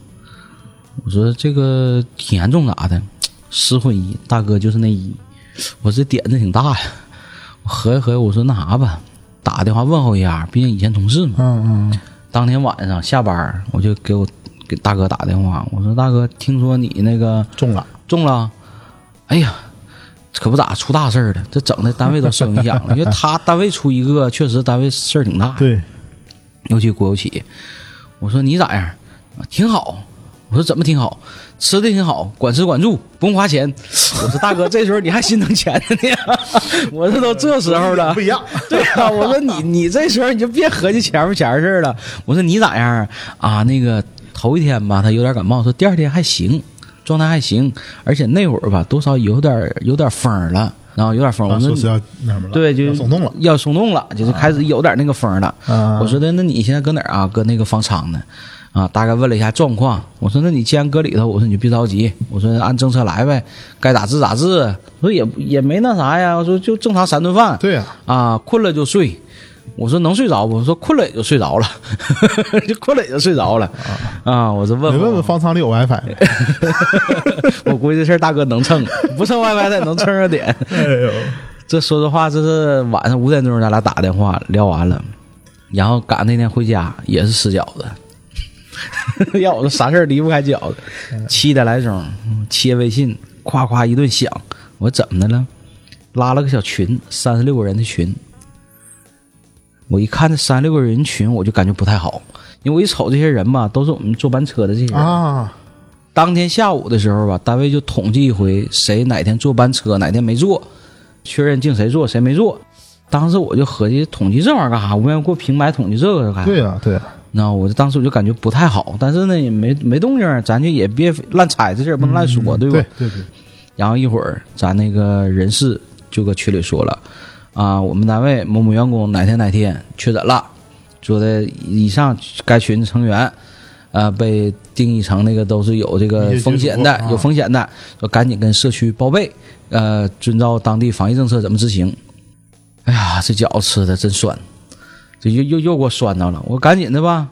S2: 我说这个挺严重咋的？啊十混一，大哥就是那一，我这点子挺大呀。我合计合计，我说那啥吧，打个电话问候一下，毕竟以前同事嘛。
S3: 嗯嗯，
S2: 当天晚上下班儿，我就给我给大哥打电话，我说大哥，听说你那个
S3: 中了，
S2: 中了，哎呀，可不咋出大事儿了，这整的单位都受影响了，因为他单位出一个，确实单位事儿挺大，
S3: 对，
S2: 尤其国有企业。我说你咋样？挺好。我说怎么挺好？吃的挺好，管吃管住，不用花钱。我说大哥，这时候你还心疼钱呢？ [LAUGHS] 我这都这时候了
S3: 不，一样，
S2: 对啊，我说你你这时候你就别合计前面钱事儿了。我说你咋样啊啊？那个头一天吧，他有点感冒，说第二天还行，状态还行，而且那会儿吧，多少有点儿有点风儿了，然后有点风儿。
S3: 啊
S2: 我说
S3: 说
S2: 你
S3: 是要那什么了，
S2: 对，就
S3: 要松动了，
S2: 要松动了，就是开始有点那个风儿了。
S3: 啊
S2: 我说的，那你现在搁哪儿啊？搁那个方舱呢？啊，大概问了一下状况。我说，那你既然搁里头，我说你就别着急，我说按政策来呗，该咋治咋治。我说也也没那啥呀，我说就正常三顿饭。
S3: 对呀，
S2: 啊，困了就睡。我说能睡着不？我说困了也就睡着了， [LAUGHS] 就困了也就睡着了。啊，我就问
S3: 你问问
S2: 我，
S3: 方舱里有 WiFi 没？
S2: [LAUGHS] 我估计这事儿大哥能蹭，不蹭 WiFi 他也能蹭上点。
S3: 哎呦，
S2: 这说实话，这是晚上五点钟咱俩打电话聊完了，然后赶那天回家也是吃饺子， [LAUGHS] 要我说啥事儿离不开饺子。七点来钟嗯切微信，夸夸一顿响，我怎么的了？拉了个小群，三十六个人的群。我一看这三十六个人群，我就感觉不太好，因为我一瞅这些人吧，都是我们坐班车的这些人。
S3: 啊，
S2: 当天下午的时候吧，单位就统计一回谁哪天坐班车，哪天没坐，确认净谁坐谁没坐。当时我就合计统计这玩意儿啊干啥？无缘无故平白统计这个干啥？
S3: 对呀，对呀，
S2: 那我就当时我就感觉不太好，但是呢也没没动静儿，咱就也别乱猜这事儿，不能乱说，对
S3: 嗯对
S2: 吧？
S3: 对对，
S2: 然后一会儿咱那个人事就搁群里说了，啊，我们单位某某员工哪天哪天确诊了，说的以上该群成员，呃，被定义成那个都是有这
S3: 密切
S2: 个
S3: 接触
S2: 风险的
S3: 啊，
S2: 有风险的，说赶紧跟社区报备，呃，遵照当地防疫政策怎么执行。哎呀，这饺子吃的真酸，这又又又给我酸着了，我赶紧的吧，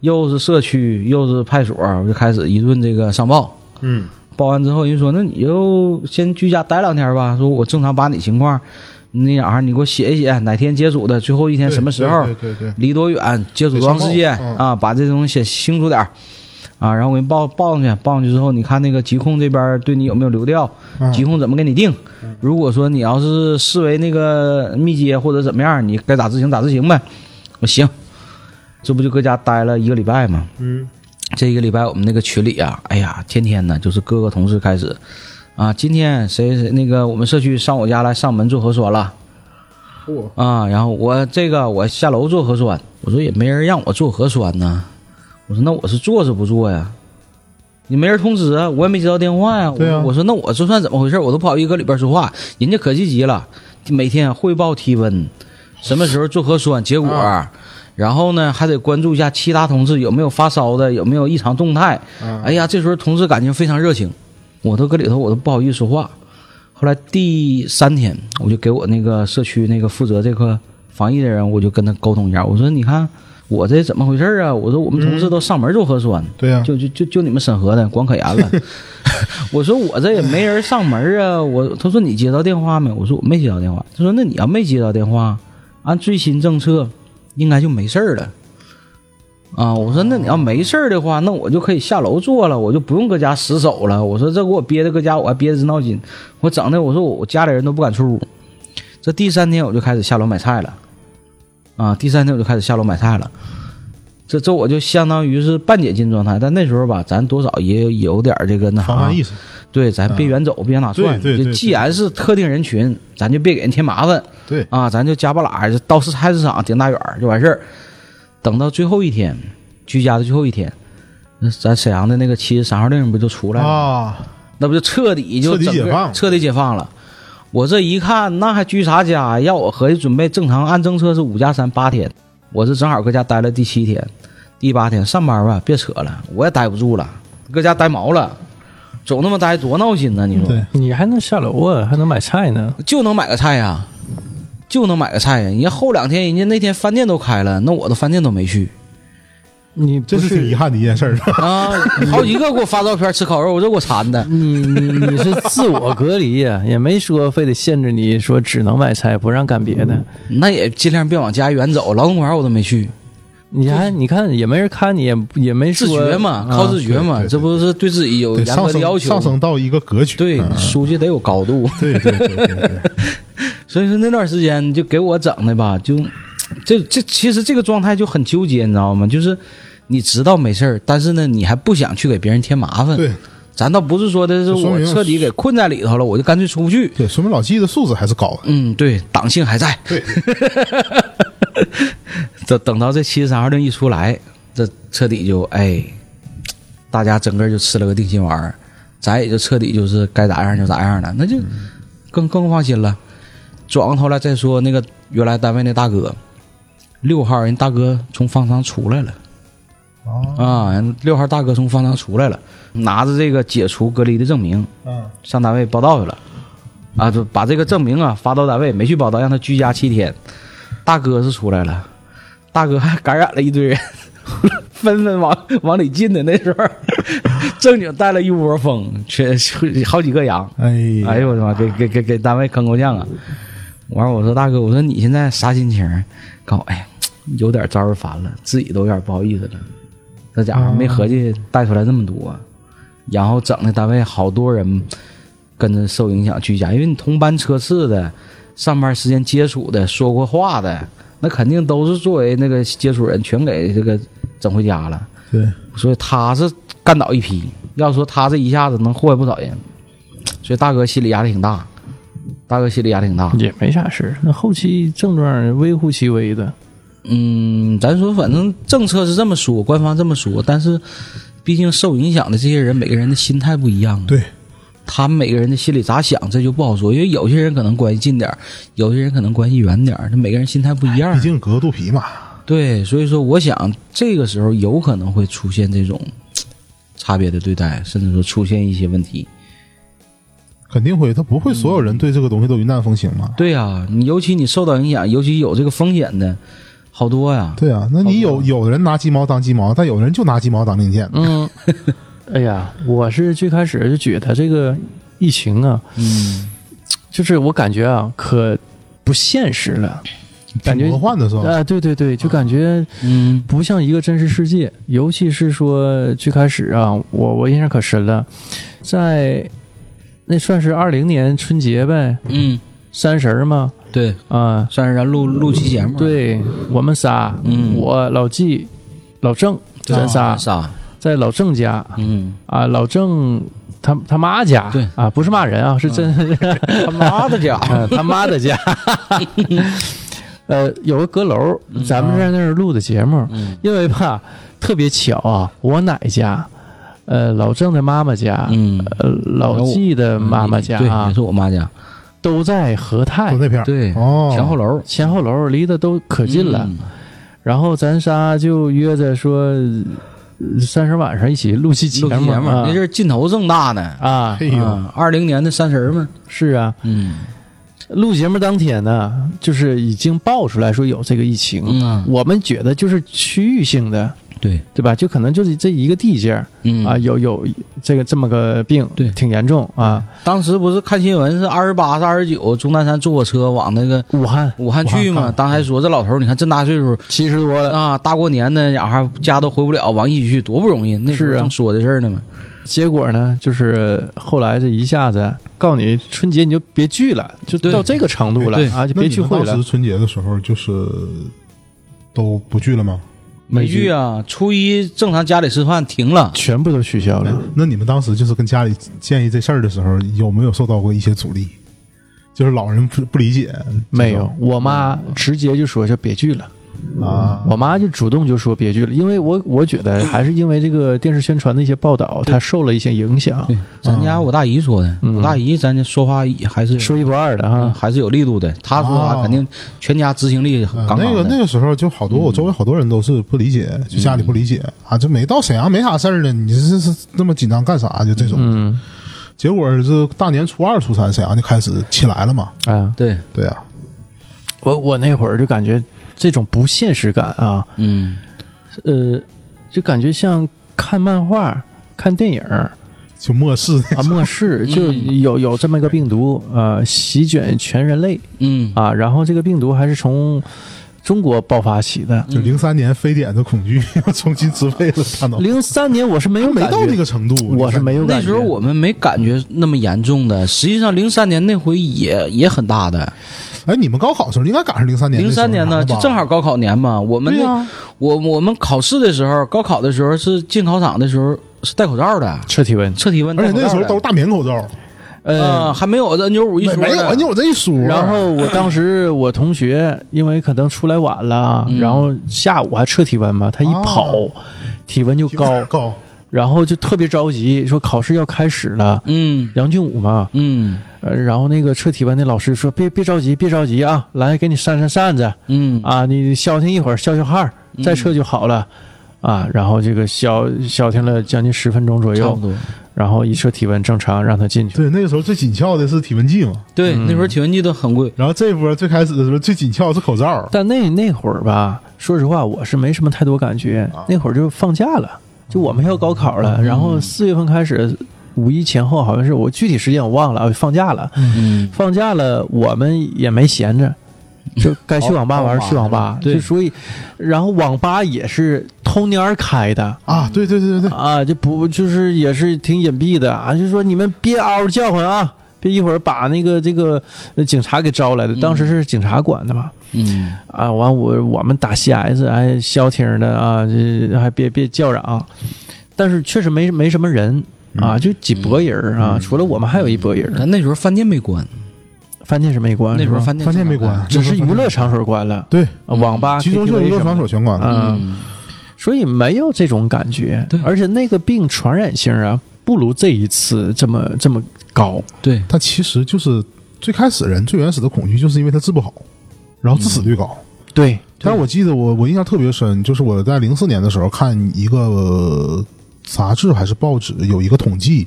S2: 又是社区又是派出所，我就开始一顿这个上报。
S3: 嗯，
S2: 报完之后，人说那你就先居家待两天吧。说我正常把你情况，那啥、你给我写一写，哪天接触的，最后一天
S3: 对
S2: 什么时候，
S3: 对对对对，
S2: 离多远，接触多长时间、
S3: 对上报
S2: 啊？把这东西写清楚点儿啊。然后我给你报报上去，报上去之后，你看那个疾控这边对你有没有流调，
S3: 嗯
S2: 疾控怎么给你定。如果说你要是视为那个密接或者怎么样，你该咋执行咋执行呗。我说行，这不就搁家待了一个礼拜吗？
S3: 嗯，
S2: 这一个礼拜我们那个群里啊，哎呀，天天呢就是各个同事开始啊，今天谁谁那个我们社区上我家来上门做核酸了
S3: 嚯，
S2: 啊，然后我这个我下楼做核酸，我说也没人让我做核酸呢，我说那我是做是不做呀？你没人通知啊，我也没接到电话呀、我
S3: 对啊
S2: 我说那我这算怎么回事？我都不好意思搁里边说话，人家可积极了，每天汇报体温，什么时候做核酸结果，
S3: 啊
S2: 然后呢还得关注一下其他同事有没有发烧的，有没有异常动态。
S3: 啊
S2: 哎呀，这时候同事感情非常热情，我都搁里头我都不好意思说话。后来第三天，我就给我那个社区那个负责这块防疫的人，我就跟他沟通一下，我说你看我这怎么回事儿啊？我说我们同事都上门做核酸，
S3: 对呀，
S2: 就就就就你们审核的，管可严
S3: [LAUGHS]
S2: 了。我说我这也没人上门啊，我他说你接到电话没？我说我没接到电话。他说那你要没接到电话，按最新政策应该就没事儿了。啊，我说那你要没事儿的话，那我就可以下楼做了，我就不用搁家死守了。我说这给我憋的搁家，我还憋得直闹心，我整的我说我家里人都不敢出屋。这第三天我就开始下楼买菜了，啊，第三天我就开始下楼买菜了。这这我就相当于是半解禁状态，但那时候吧，咱多少也有点儿这个那啥
S3: 防范意识，啊
S2: 对，咱别远走，别往哪窜。
S3: 对对
S2: 就
S3: 对
S2: 既然是特定人群，咱就别给人添麻烦
S3: 对，
S2: 啊，咱就加巴拉，就到市菜市场顶大远儿就完事儿。等到最后一天，居家的最后一天，那咱沈阳的那个七十三号令不就出来了？
S3: 啊，
S2: 那不就彻底就
S3: 彻底
S2: 整个
S3: 解放
S2: 彻底解放了。我这一看，那还居啥家？要我合计，准备正常按政策是五加三八天，我是正好搁家待了第七天，第八天上班吧，别扯了，我也待不住了，搁家待毛了，总那么待多闹心呢？你说
S3: 对，
S1: 你还能下楼啊，还能买菜呢。
S2: 就能买个菜呀、就能买个菜呀、人家后两天，人家那天饭店都开了，那我的饭店都没去
S1: 你
S3: 这
S1: 不
S3: 是挺遗憾的一件事儿，
S2: [LAUGHS] 啊，好几个给我发照片吃烤肉，我这给我馋的。
S1: 你你你是自我隔离呀、也没说非得限制你
S2: 嗯
S1: 说只能买菜不让干别的。
S2: 那也尽量别往家远走。劳动馆我都没去，
S1: 你还你看也没人看你，也也没
S2: 自
S1: 说
S2: 觉嘛，
S1: 啊
S2: 靠自觉嘛，
S3: 对对
S2: 这不是对自己有
S3: 对，
S2: 严
S3: 上
S2: 格的要
S3: 升
S2: 求
S3: 上
S2: 吗。
S3: 升到一个格局，
S2: 对，
S3: 嗯
S2: 书记得有高 [LAUGHS] 度，
S3: 对对对对对，
S2: 所以说那段时间就给我整的吧，就这这其实这个状态就很纠结，你知道吗？就是你知道没事儿，但是呢，你还不想去给别人添麻烦。
S3: 对，
S2: 咱倒不是说的是
S3: 说
S2: 我
S3: 明
S2: 彻底给困在里头了，我就干脆出不去。
S3: 对，说明老纪的素质还是高的。
S2: 嗯，对，党性还在。 [LAUGHS]
S3: 对，
S2: 等等到这七十三号令一出来，这彻底就哎，大家整个就吃了个定心丸儿，咱也就彻底就是该咋样就咋样了，那就
S3: 嗯
S2: 更更放心了。转过头来再说那个原来单位那大哥，六号人大哥从方舱出来了。
S3: 啊，
S2: 啊，人六号大哥从方舱出来了，拿着这个解除隔离的证明，
S3: 嗯，
S2: 上单位报道去了，啊，就把这个证明啊发到单位，没去报道，让他居家七天。大哥是出来了，大哥还感染了一堆人，纷纷往往里进的。那时候正经带了一窝蜂，全好几个羊。
S3: 哎，
S2: 哎呦我的妈，给给给给单位坑够呛啊！完了，我说大哥，我说你现在啥心情儿？告诉我，哎呀，有点招人烦了，自己都有点不好意思了。这家伙没合计带出来那么多，啊然后整的单位好多人跟着受影响居家，因为你同班车次的、上班时间接触的、说过话的，那肯定都是作为那个接触人，全给这个整回家了。
S3: 对，
S2: 所以他是干倒一批。要说他这一下子能祸害不少人，所以大哥心理压力挺大，大哥心理压力挺
S3: 嗯
S2: 大。
S1: 也没啥事儿。那后期症状微乎其微的，
S2: 嗯，咱说反正政策是这么说，官方这么说，但是毕竟受影响的这些人，每个人的心态不一样啊。
S3: 对，
S2: 他们每个人的心里咋想，这就不好说，因为有些人可能关系近点儿，有些人可能关系远点儿，这每个人心态不一样啊
S3: 毕。竟隔肚皮嘛，
S2: 对，所以说我想这个时候有可能会出现这种差别的对待，甚至说出现一些问题。
S3: 肯定会，他不会所有人对这个东西都云淡风轻嘛。
S2: 对呀、你尤其你受到影响，尤其有这个风险的，好多呀、
S3: 对啊，那你有有的人拿鸡毛当鸡毛，但有的人就拿鸡毛当令箭。
S1: 嗯， [LAUGHS] 哎呀，我是最开始就觉得这个疫情啊，
S2: 嗯，
S1: 就是我感觉啊，可不现实了。感觉
S3: 挺魔幻的是吧？
S1: 啊，对对对，就感觉
S2: 嗯
S1: 不像一个真实世界，尤其是说最开始啊，我我印象可深了，在那算是二零年春节呗，
S2: 嗯，
S1: 三十儿嘛，
S2: 对，
S1: 啊，
S2: 算是咱录录期节目，，
S1: 对我们仨，
S2: 嗯
S1: 我老纪、老郑，咱仨
S2: 啊仨，
S1: 在老郑家
S2: 嗯，
S1: 啊，老郑他他妈家，
S2: 对
S1: 啊，不是骂人啊，是真、
S2: 他妈的家伙，
S1: 呃他妈的
S2: [LAUGHS]
S1: 家，呃，有个阁楼，咱们在那儿录的节目，
S2: 嗯
S1: 因为吧，特别巧啊，我奶家，呃，老郑的妈妈家，
S2: [LAUGHS] 嗯，哎
S1: 呃，老纪的妈妈家
S2: 对，
S1: 啊
S2: 也，是我妈家，
S1: 都在和泰
S3: 就那片儿
S2: 哎对，
S3: 哦，
S2: 前后楼嗯
S1: 前后楼，离得都可近了。，然后咱仨就约着说，呃三十晚上一起录期节
S2: 录期
S1: 目
S2: 节目，
S1: 啊
S2: 那阵儿劲头正大呢，
S1: 啊
S3: 哎，呦，
S2: 啊，二零年的三十儿嘛，
S1: 是啊，
S2: 嗯
S1: 录节目当天呢，就是已经爆出来说有这个疫情，
S2: 嗯啊，
S1: 我们觉得就是区域性的，
S2: 对，
S1: 对吧？就可能就是这一个地界儿
S2: 嗯
S1: 啊，，有有这个这么个病，
S2: 对
S1: 挺严重啊。
S2: 当时不是看新闻是二十八、是二十九，钟南山坐火车往那个。
S1: 武汉
S2: 武汉去
S3: 武汉
S2: 嘛？
S3: 看
S2: 当时还说这老头儿，你看这么大岁数，
S1: 七十多了，
S2: 啊，大过年的，然后家都回不了，往一起去多不容易。那时
S1: 是
S2: 候
S1: 啊
S2: 正说这事儿呢嘛。
S1: 结果呢，就是后来这一下子告诉你春节你就别聚了，就
S2: 对
S1: 到这个程度了
S2: 对
S1: 啊，就
S3: 那
S1: 别
S3: 你
S1: 聚
S3: 们
S1: 会
S3: 当
S1: 了
S3: 时。春节的时候就是都不聚了吗？
S1: 没
S2: 聚
S1: 聚
S2: 啊，初一正常家里吃饭停了，
S1: 全部都取消了，
S3: 那你们当时就是跟家里建议这事儿的时候，有没有受到过一些阻力？就是老人不不理解，
S1: 没有。我妈直接就说就别聚了，
S3: 啊，
S1: 我妈就主动就说别聚了，因为我我觉得还是因为这个电视宣传的一些报道，她受了一些影响，
S2: 对，咱家我大姨说的，
S1: 嗯啊
S2: 我大姨咱家说话还是
S1: 说一不二的
S2: 嗯
S1: 哈。
S2: 还是有力度的，她说话
S3: 哦
S2: 肯定全家执行力
S3: 啊
S2: 杠杠
S3: 那个
S2: 的。
S3: 那个时候就好
S1: 嗯
S3: 多，我周围好多人都是不理解，就家里不理解啊，这没到沈阳没啥事儿呢，你这是那么紧张干啥？啊就这种，
S1: 嗯
S3: 结果是大年初二、初三，沈阳就开始起来了嘛。
S1: 啊，
S2: 对，
S3: 对啊，
S1: 我我那会儿就感觉这种不现实感啊，
S2: 嗯，
S1: 呃，就感觉像看漫画、看电影儿
S3: 就末世
S1: 啊，末世就有有这么一个病毒，呃，席卷全人类
S2: 嗯，
S1: 啊，然后这个病毒还是从中国爆发起的。
S3: 就零三年非典的恐惧 [LAUGHS] 又重新植被了大脑，
S1: 零三年我是没有
S3: 嗯没
S1: 感
S3: 到
S1: 觉
S3: 那个程度，
S1: 我是没有
S2: 那
S1: 感觉。
S2: 时候我们没感觉那么严重的，实际上零三年那回也也很大的。
S3: 哎，你们高考的时候应该赶上零三年，
S2: 零三年呢，就正好高考年嘛。我们
S3: 对
S2: 那、
S3: 呀，
S2: 我我们考试的时候，高考的时候是进考场的时候是戴口罩的，
S4: 彻体温，
S2: 测体温
S3: 而
S2: 戴
S3: 且
S2: 口罩的。
S3: 那时候都是大棉口罩，
S2: 呃还没有 N 九五一
S3: 没
S2: 说
S3: 没有啊
S2: 呢
S3: 人有这一说，
S1: 然后我当时我同学因为可能出来晚了，
S2: 嗯
S1: 然后下午还测体温嘛，他一跑，体温就高，
S3: 高，
S1: 然后就特别着急，说考试要开始了。
S2: 嗯
S1: 杨俊武嘛，
S2: 嗯
S1: 呃，然后那个测体温的老师说：“别别着急，别着急啊，来给你扇扇扇子
S2: 嗯
S1: 啊，你消停一会儿，消消汗儿，再测就好了。啊，然后这个消消停了将近十分钟左
S2: 差不
S1: 右，
S2: 多。
S1: 然后一测体温正常，让他进去。
S3: 对，那个时候最紧俏的是体温计嘛，
S2: 对，那时候体温计都很贵。
S3: 然后这波最开始的时候最紧俏是口罩，
S1: 但那那会儿吧，说实话，我是没什么太多感觉。
S2: 啊
S1: 那会儿就放假了，就我们要高考
S2: 嗯
S1: 了，然后四月份开始，五一前后好像是我具体时间我忘了，啊放假了，
S2: 嗯
S1: 放假了，我们也没闲着。
S2: [LAUGHS]
S1: 就该去网
S2: 哦
S1: 吧玩儿去网吧，
S2: 对
S1: 就所以，然后网吧也是偷蔫儿开的
S3: 啊，对对对对对，
S1: 啊，就不就是也是挺隐蔽的啊，就说你们别嗷嗷叫唤啊，别一会儿把那个这个呃警察给招来的，当时是警察管的嘛，
S2: 嗯
S1: 啊，完我我们打 CS 还消停的啊，这还别别叫嚷，但是确实没没什么人
S2: 嗯
S1: 啊，就几拨人儿啊，除了我们还有一拨人儿，
S2: 但那时候饭店没关，
S1: 饭店是没关，
S2: 嗯那时候
S1: 是吧
S2: 饭店
S3: 饭店没关
S1: 只
S2: 正常
S1: 是娱乐场所关了，
S3: 对，
S1: 啊网吧、
S3: 集中性
S1: KTV
S3: 娱
S1: 什
S3: 乐
S1: 么
S3: 场所全关了，
S1: 啊
S2: 办。，嗯
S1: 所以没有这种感觉
S2: 对，
S1: 而且那个病传染性啊，不如这一次这么这么高，
S2: 对，
S3: 它其实就是最开始人最原始的恐惧，就是因为它治不好，然后致死率高。
S1: 对，
S3: 但是我记得我我印象特别深，就是我在零四年的时候看一个呃杂志还是报纸有一个统计，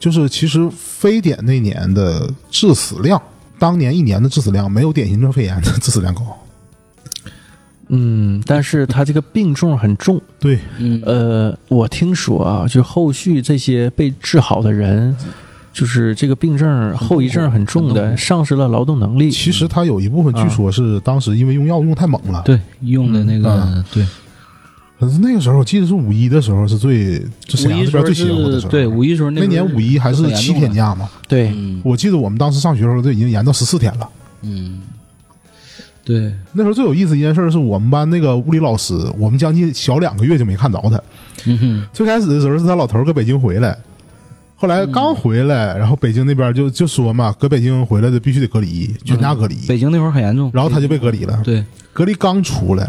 S3: 就是其实非典那年的致死量，当年一年的致死量没有典型性肺炎的致死量高。
S1: 嗯，但是他这个病重很重，
S3: 对，
S2: 嗯
S1: 呃，我听说啊，就后续这些被治好的人，就是这个病症后遗症很重的，丧失了劳动能力。
S3: 其实它有一部分据说是当时因为用药用太猛了，
S2: 嗯对，用的那个
S3: 嗯
S2: 对，
S3: 可是那个时候我记得是五一的时候是最就沈
S2: 五
S3: 阳
S2: 一
S3: 这
S2: 时候
S3: 边最邪乎的时
S2: 是
S3: 候，
S2: 对，五一时候
S3: 那年五一还是七天
S2: 假，
S3: 假嘛，
S1: 对，
S2: 嗯
S3: 我记得我们当时上学的时候都已经延到十四天了。
S2: 嗯，对，
S3: 那时候最有意思一件事儿是我们班那个物理老师，我们将近小两个月就没看着他。
S2: 嗯哼，
S3: 最开始的时候是他老头儿搁北京回来，后来刚回来，然后北京那边就就说嘛，搁北京回来的必须得隔离，全家隔离。
S2: 北京那会儿很严重，
S3: 然后他就被隔离了，
S2: 对，
S3: 隔离刚出来，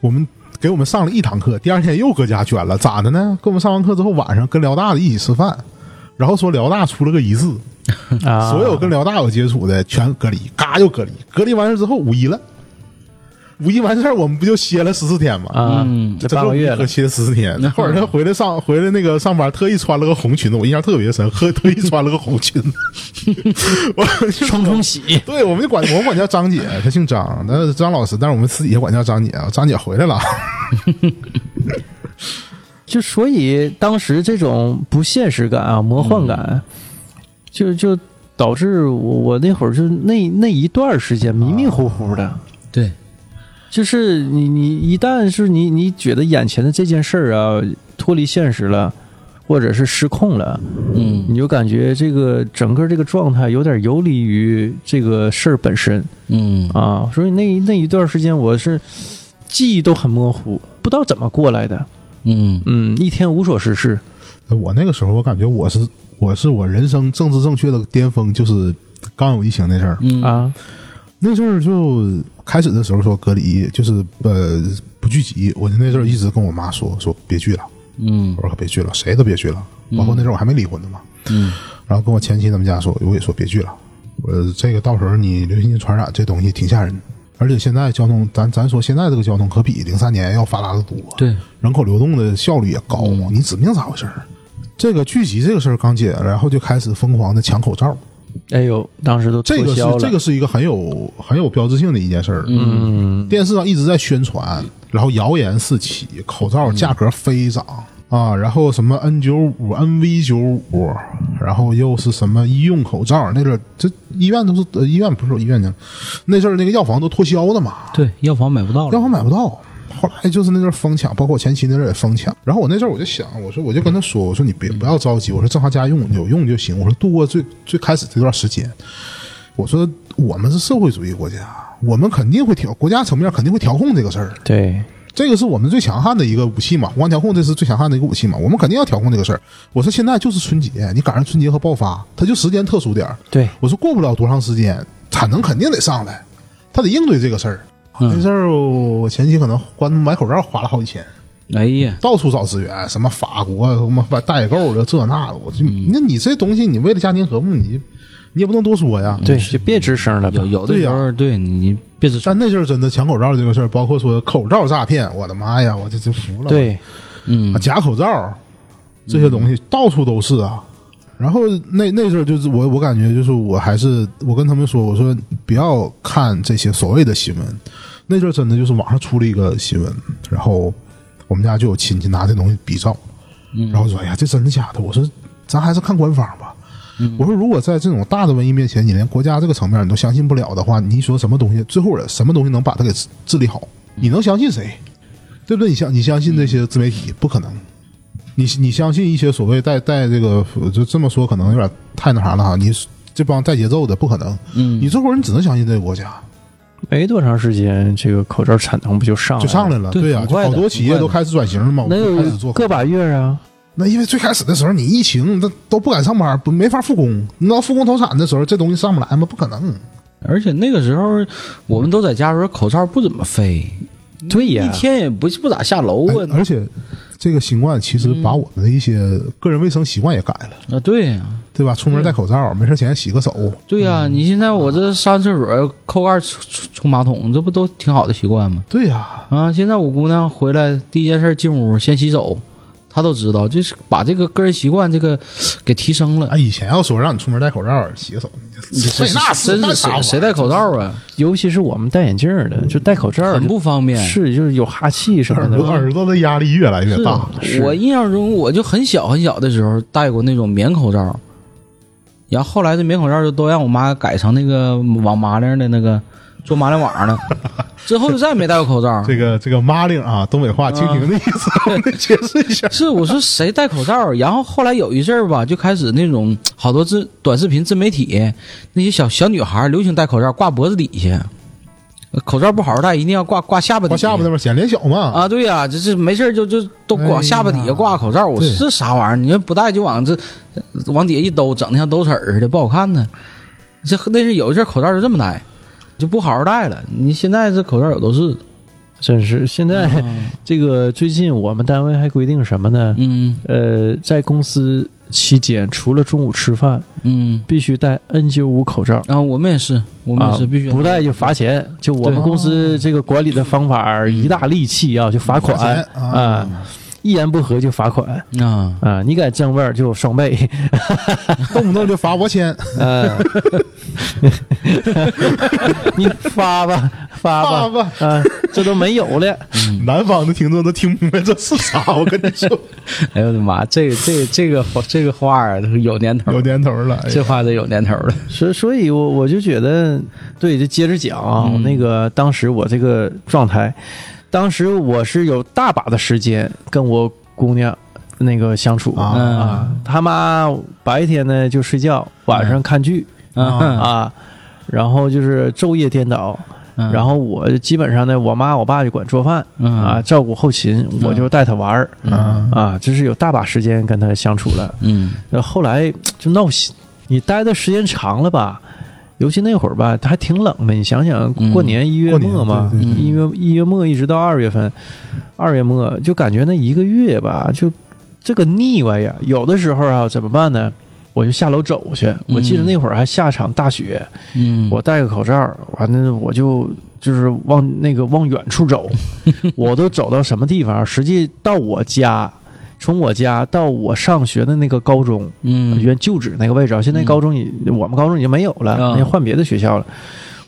S3: 我们给我们上了一堂课，第二天又搁家卷了，咋的呢？跟我们上完课之后，晚上跟辽大的一起吃饭，然后说辽大出了个疑似，
S1: 啊，
S3: 嗯所有跟辽大有接触的全隔离，嘎就隔离。隔离完事之后，五一了，五一完事儿我们不就歇了十四天吗？
S1: 啊
S2: 嗯，
S1: 这半个月了
S3: 可，歇十四天。那会儿他回来上回来那个上班，特意穿了个红裙子，我印象特 [LAUGHS] 别深，特特意穿了个红裙子。 [LAUGHS] 我就
S1: 冲冲喜，
S3: 对，我们就管我们管叫张姐，她姓张，但是张老师，但是我们私底下管叫张姐啊。张姐回来了， [LAUGHS]
S1: 就所以当时这种不现实感啊，魔幻感，就就导致我我那会儿就那那一段时间迷迷糊糊的。
S2: 对，
S1: 就是你你一旦是你你觉得眼前的这件事儿啊脱离现实了，或者是失控了，
S2: 嗯
S1: 你就感觉这个整个这个状态有点游离于这个事儿本身
S2: 嗯
S1: 啊，所以那那一段时间我是记忆都很模糊，不知道怎么过来的，
S2: 嗯
S1: 嗯，一天无所事事，
S3: 我那个时候我感觉我是我是我人生政治正确的巅峰，就是刚有疫情那阵儿。
S2: 嗯，
S1: 啊，
S3: 那阵儿就开始的时候说隔离，就是呃不聚集。我那阵儿一直跟我妈说说别聚了，
S2: 嗯
S3: 我说可别聚了，谁都别聚了。包括那阵儿我还没离婚呢嘛，
S2: 嗯
S3: 然后跟我前妻他们家说，我也说别聚了。我这个到时候你流行性传染这东西挺吓人的，而且现在交通，咱咱说现在这个交通可比零三年要发达的多，
S2: 对，
S3: 人口流动的效率也高嘛，你指不定咋回事儿。这个聚集这个事儿刚解了，然后就开始疯狂的抢口罩，
S1: 哎呦，当时都
S3: 这
S1: 脱
S3: 个是
S1: 销了，
S3: 这个是一个很有很有标志性的一件事儿。嗯，
S1: 嗯，
S3: 电视上一直在宣传，然后谣言四起，口罩价格飞涨、啊，然后什么 N 九五、NV 九五，然后又是什么医用口罩，那阵儿这医院都是、呃医院不是有医院呢，那阵儿那个药房都脱销的嘛，
S2: 对，药房买不到
S3: 药
S2: 了，
S3: 房买不到。后来就是那阵儿疯抢，包括我前期那阵儿也疯抢。然后我那阵儿我就想，我说我就跟他说，我说你别不要着急，我说正好家用有用就行，我说度过最最开始这段时间，我说我们是社会主义国家，我们肯定会调，国家层面肯定会调控这个事儿。
S1: 对，
S3: 这个是我们最强悍的一个武器嘛，宏观调控这是最强悍的一个武器嘛，我们肯定要调控这个事儿。我说现在就是春节，你赶上春节和爆发，它就时间特殊点儿。
S1: 对，
S3: 我说过不了多长时间，产能肯定得上来，他得应对这个事儿。
S2: 嗯
S3: 这事儿我前期可能光买口罩花了好几千，
S2: 哎呀，
S3: 到处找资源，什么法国什么代购的这那的，我就
S1: 嗯
S3: 那你这东西，你为了家庭和睦，你你也不能多说呀。
S1: 对，就别吱声了吧
S2: 有。有的
S3: 对
S2: 时
S3: 呀
S2: 候，对你你别只
S3: 但那阵儿真的抢口罩这个事儿，包括说口罩诈骗，我的妈呀，我这就服了。
S1: 对，
S2: 嗯
S3: 啊，假口罩这些东西到处都是啊。然后那那阵儿就是我，我感觉就是我还是我跟他们说，我说不要看这些所谓的新闻。那阵儿真的就是网上出了一个新闻，然后我们家就有亲戚拿这东西比照，然后说：“哎呀，这真的假的？”我说：“咱还是看官方吧。”我说：“如果在这种大的瘟疫面前，你连国家这个层面你都相信不了的话，你说什么东西？最后人什么东西能把它给治治理好？你能相信谁？对不对？你相你相信这
S2: 嗯
S3: 些自媒体？不可能。你你相信一些所谓带带这个，就这么说可能有点太那啥了哈。你这帮带节奏的不可能，
S2: 嗯啊
S3: 你最后你只能相信这个国家，
S1: 没多长时间，这个口罩产能不就上来
S3: 就
S1: 了？
S3: 上来了。
S2: 对
S3: 对呀、
S2: 很
S3: 就
S2: 快的
S3: 好多企业都开始转型了嘛，我
S1: 能
S3: 就开始
S1: 有
S3: 做
S1: 个把月啊？
S3: 那因为最开始的时候，你疫情那都不敢上班，不没法复工。你到复工投产的时候，这东西上不来吗？不可能。
S2: 而且那个时候我们都在家的时候，口罩不怎么飞，
S3: 嗯
S1: 对呀
S2: 一，天也不不嗯咋下楼
S3: 而
S2: 啊。
S3: 而且，这个新冠其实把我们的一些个人卫生习惯也改了，
S2: 啊，对呀、
S3: 对吧？出门戴口
S2: 嗯
S3: 罩，没事前洗个手。
S2: 对呀、
S3: 嗯
S2: 你现在我这上厕所扣盖冲冲冲马桶，这不都挺好的习惯吗？
S3: 对呀、
S2: 啊，现在我姑娘回来第一件事进屋先洗手，她都知道，就是把这个个人习惯这个给提升了。哎
S3: 啊，以前要说让你出门戴口罩、洗个手，你这费那事
S2: 真
S3: 干
S2: 是
S3: 啥玩意
S2: 谁谁
S3: 儿
S2: 戴口罩啊？
S1: 尤其是我们戴眼镜儿
S3: 嗯
S1: 的，就戴口罩儿
S2: 很
S1: 就，
S2: 不方便。
S1: 是就是有哈气什么
S3: 耳朵
S1: 的。
S3: 耳朵的压力越来越大。
S2: 啊
S1: 是
S2: 我印象中，我就很小很小的时候戴过那种棉口罩，然后后来这棉口罩就都让我妈改成那个网麻铃的那个做麻铃网的，之后就再也没戴过
S3: [LAUGHS]
S2: 口罩。
S3: 这个这个妈令啊，东北话蜻蜓的意思，我们解释一
S2: [LAUGHS]
S3: 下。
S2: 是，我说谁戴口罩？然后后来有一阵儿吧，就开始那种好多自短视频自媒体那些小小女孩儿流行戴口罩，挂脖子底下，口罩不好好戴，一定要挂挂下巴底
S3: 往
S2: 下。
S3: 下巴那边显脸小嘛，
S2: 啊，对呀、这这没事儿就就都
S3: 哎
S2: 往下巴底下挂口罩，我
S3: 对
S2: 说这啥玩意儿？你要不戴就往这往底下一兜，整的像兜齿儿似的，不好看呢。这那是有一阵儿口罩就这么戴，就不好好戴了。你现在这口罩有都是，
S1: 真是现在
S3: 嗯
S1: 这个最近我们单位还规定什么呢？
S2: 嗯
S1: 呃，在公司期间，除了中午吃饭，
S2: 嗯。
S1: 必须戴 N95 口罩。
S2: 然后我们也是，我们也
S1: 啊
S2: 是必须，
S1: 不戴就罚钱，就我们
S2: 对
S1: 公司这个管理的方法儿一大利器啊，就罚款
S3: 罚钱啊
S1: 啊，一言不合就罚款
S2: 啊。
S1: 啊，你敢正味儿就双倍， [LAUGHS]
S3: 动不动就罚我钱，
S1: 啊，你发吧发吧
S3: 爸爸。
S1: 啊，这都没有了，
S3: 南方的听众都听不明白这是啥，我跟你说，
S2: [LAUGHS] 哎呦我的妈，这个这个这个话这个话儿有年头儿，
S3: 有年头了。哎
S2: 这话得有年头儿了。
S1: 所所以，我我就觉得，对，就接着讲啊，
S2: 嗯
S1: 那个当时我这个状态，当时我是有大把的时间跟我姑娘那个相处
S3: 啊
S1: 他妈白天呢就睡觉，晚上看剧、
S2: 嗯
S1: 啊，然后就是昼夜颠倒，
S2: 嗯
S1: 然后我基本上呢，我妈我爸就管做饭、
S2: 嗯
S1: 啊，照顾后勤，我就带她玩儿、
S3: 啊，
S1: 啊，就是有大把时间跟她相处了。
S2: 嗯
S1: 那后来就闹心，你待的时间长了吧，尤其那会儿吧，它还挺冷的。你想想，
S2: 嗯
S1: 过年一月
S3: 过年
S1: 末嘛，
S3: 对
S2: 对对
S1: 一月一月末一直到二月份，二月末就感觉那一个月吧，就这个腻歪呀。有的时候啊，怎么办呢？我就下楼走去。我记得那会儿还下场大雪，
S2: 嗯，
S1: 我戴个口罩，完了我就就是往那个往远处
S2: [LAUGHS]
S1: 走，我都走到什么地方？实际到我家，从我家到我上学的那个高中，
S2: 嗯
S1: 原旧址那个位置啊，现在高中已、我们高中已经没有了，
S2: 啊
S1: 那换别的学校了。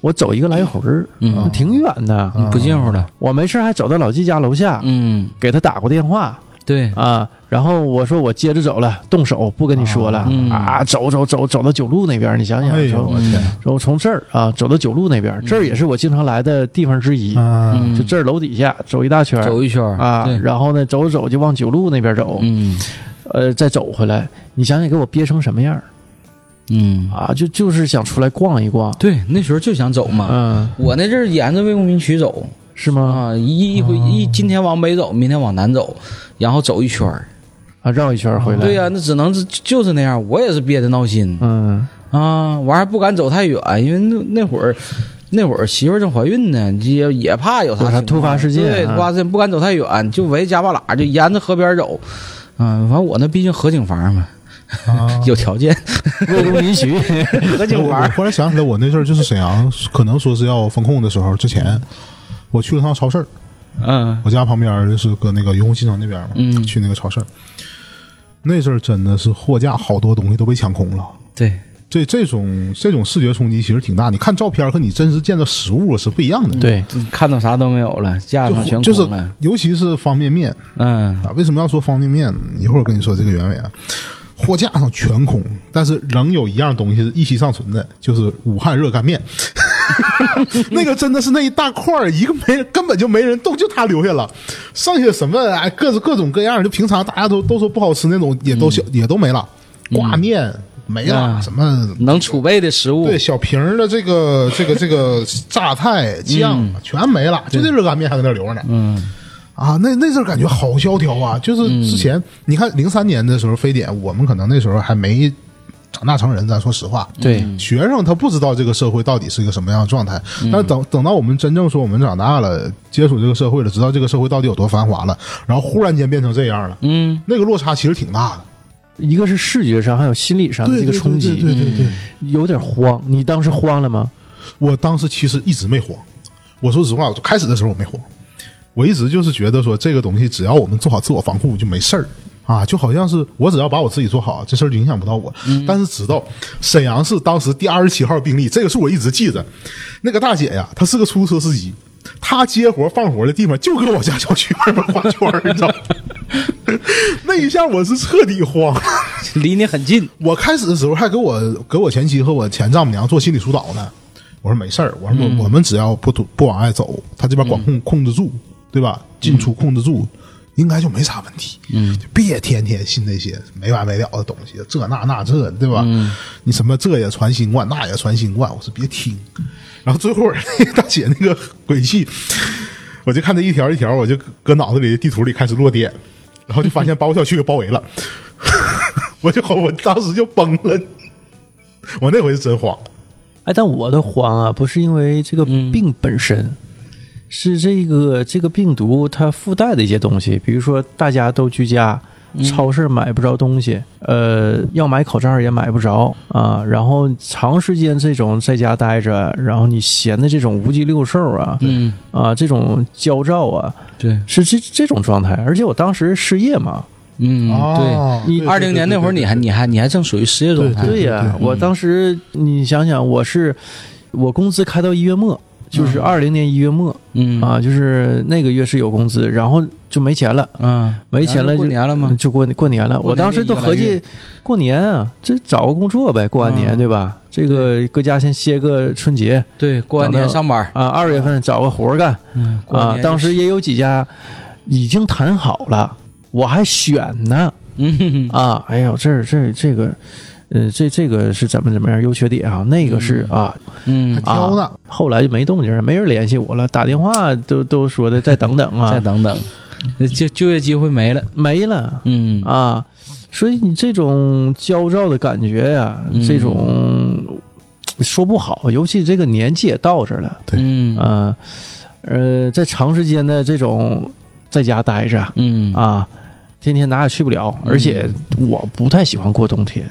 S1: 我走一个来回儿，
S2: 嗯
S1: 挺远的。
S2: 不近乎了，
S1: 我没事还走到老季家楼下，
S2: 嗯
S1: 给他打过电话，
S2: 对，
S1: 啊，然后我说我接着走了，动手不跟你说了、
S2: 嗯
S1: 啊，走走走走到九路那边，你想想，
S3: 哎呦
S1: 从
S3: 我天
S1: 从从这儿啊走到九路那边，这儿也是我经常来的地方之一，
S3: 啊！
S2: 嗯
S1: 就这儿楼底下走一大圈儿
S2: 走一圈儿
S1: 啊
S2: 对，
S1: 然后呢走着走就往九路那边走，
S2: 嗯
S1: 呃，再走回来，你想想给我憋成什么样儿
S2: 嗯，
S1: 啊？就就是想出来逛一逛，
S2: 对，那时候就想走嘛。
S1: 嗯，
S2: 我那阵儿沿着魏公民渠走
S1: 是吗？
S2: 啊，一一回一今天往北走，明天往南走，然后走一圈儿。
S1: 啊，绕一圈儿回来，
S2: 嗯对呀、那只能是就是那样。我也是憋得闹心 [LAUGHS]
S1: 嗯
S2: 啊，我还不敢走太远，因为那那会儿那会儿媳妇儿正怀孕呢，也也怕有啥
S1: 有啥
S2: 情况
S1: 突发事件
S2: 对，
S1: 啊
S2: 突发事件不敢走太远，就围家巴喇就沿着河边走。嗯，完我那毕竟河景房嘛，
S3: 啊
S2: [LAUGHS] 有条件，
S1: 魏公民渠，
S2: 河景
S3: 我我
S2: 房。
S3: 忽然想起来，我那阵儿就是沈阳，可能说是要封控的时候之前，我去了趟超市儿
S2: 嗯
S1: 啊
S3: 我家旁边儿就是搁那个永红新城那边儿嘛，
S2: 嗯
S3: 去那个超市儿那阵儿真的是货架好多东西都被抢空了。
S2: 对，
S3: 这这种这种视觉冲击其实挺大，你看照片儿和你真实见到实物是不一样
S1: [LAUGHS]
S3: 的。，
S1: 对，
S2: 看到啥都没有了，架子上全
S3: 就就是
S2: 空了。
S3: 尤其是方便面
S2: 嗯，
S3: 啊，为什么要说方便面？一会儿跟你说这个原委啊，货架上全空，但是仍有一样东西是一息尚存的，就是武汉热干面。那个真的是那一大块儿，一个没人根本就没人动，就他留下了，剩下什么哎各种各种各样儿，就平常大家都都说不好吃那种，也都消、也都没了，挂面没了，
S2: 啊
S3: 什么
S2: 能储备的食物
S3: 对，，小瓶儿的这个这个这个榨菜
S1: 嗯
S3: 酱、全没了，就这热干面还搁那留着呢。嗯，啊，那那阵儿感觉好萧条啊！就是
S1: 嗯
S3: 之前、你看零三年的时候非典，我们可能那时候还没长大成人，咱说实话，
S1: 对，嗯
S3: 学生他不知道这个社会到底是一个什么样的状态。但是等等到我们真正说我们长大了，接触这个社会了，知道这个社会到底有多繁华了，然后忽然间变成这样了，
S2: 嗯，
S3: 那个落差其实挺大的。
S1: 一个是视觉上，还有心理上的这个冲击，嗯
S3: 对对对。
S1: 有点慌。你当时慌了吗？
S3: 我当时其实一直没慌。我说实话，我开始的时候我没慌，我一直就是觉得说这个东西，只要我们做好自我防护就没事儿啊，就好像是我只要把我自己做好，这事儿就影响不到我。但是直到沈阳市当时第二十七号病例，这个是我一直记着，那个大姐呀，她是个出租车司机。她接活放活的地方就搁我家小区外面画圈儿，你知道吗？ [LAUGHS] 那一下我是彻底慌。
S2: 离你很近。
S3: 我开始的时候还给我给我前妻和我前丈母娘做心理疏导呢。我说没事儿，我说我、我们只要不堵不往外走，他这边管控控制住，对吧？进出控制住，应该就没啥问题。嗯，别天天信那些没完没了的东西，这那那这，对吧？你什么这也传新冠，那也传新冠，我说别听。然后最后大姐那个鬼气，我就看她一条一条，我就搁脑子里地图里开始落点，然后就发现把我小区给包围了。我就好，我当时就崩了， [LAUGHS] 我那回是真慌。
S1: 哎，但我的慌啊，不是因为这个病本身，是这个这个病毒它附带的一些东西，比如说大家都居家，超市买不着东西，呃，要买口罩也买不着啊，然后长时间这种在家待着，然后你闲的这种无鸡六兽啊，
S2: 嗯，
S1: 啊，这种焦躁啊，
S2: 对，
S1: 是这这种状态，而且我当时失业嘛，
S2: 嗯，对。
S1: 啊
S3: 啊
S1: 对对
S2: 二零年那会儿，你还你还你还正属于失业状态，
S1: 对呀、嗯我当时你想想，我是我工资开到一月末，就是二零年一月末、
S2: 嗯
S1: 啊，就是那个月是有工资，然后就没钱了，
S2: 嗯，
S1: 没钱了
S2: 然
S1: 就
S2: 后
S1: 嗯
S2: 过年了吗？
S1: 就啊过过年了。
S2: 过年
S1: 我当时都合
S2: 就一个
S1: 计，过年啊，这找个工作呗，过完年、
S2: 嗯
S1: 对吧？这个搁家先歇个春节
S2: 对，过完年上班，
S1: 啊，二月份找个活儿干
S2: 嗯，过完
S1: 啊。
S2: 年
S1: 当时也有几家已经谈好了，我还选呢。
S2: 嗯哼哼
S1: [LAUGHS] 啊，哎呦，这儿这儿这个，呃，这这个是怎么怎么样优缺点啊？那个是啊，
S2: 嗯，
S1: 啊
S3: 挑呢，
S1: 后来就没动静，没人联系我了，打电话都都说的再等等
S2: [LAUGHS] 再
S1: 啊，
S2: 等等，就就业机会没了，
S1: 没了
S2: 嗯
S1: 啊。所以你这种焦躁的感觉呀、
S2: 嗯
S1: 这种呃说不好，尤其这个年纪也到这儿了，
S2: 嗯
S1: 啊，呃，在长时间的这种在家待着
S2: 嗯
S1: 啊，天天哪也去不了，而且我不太喜欢过冬天。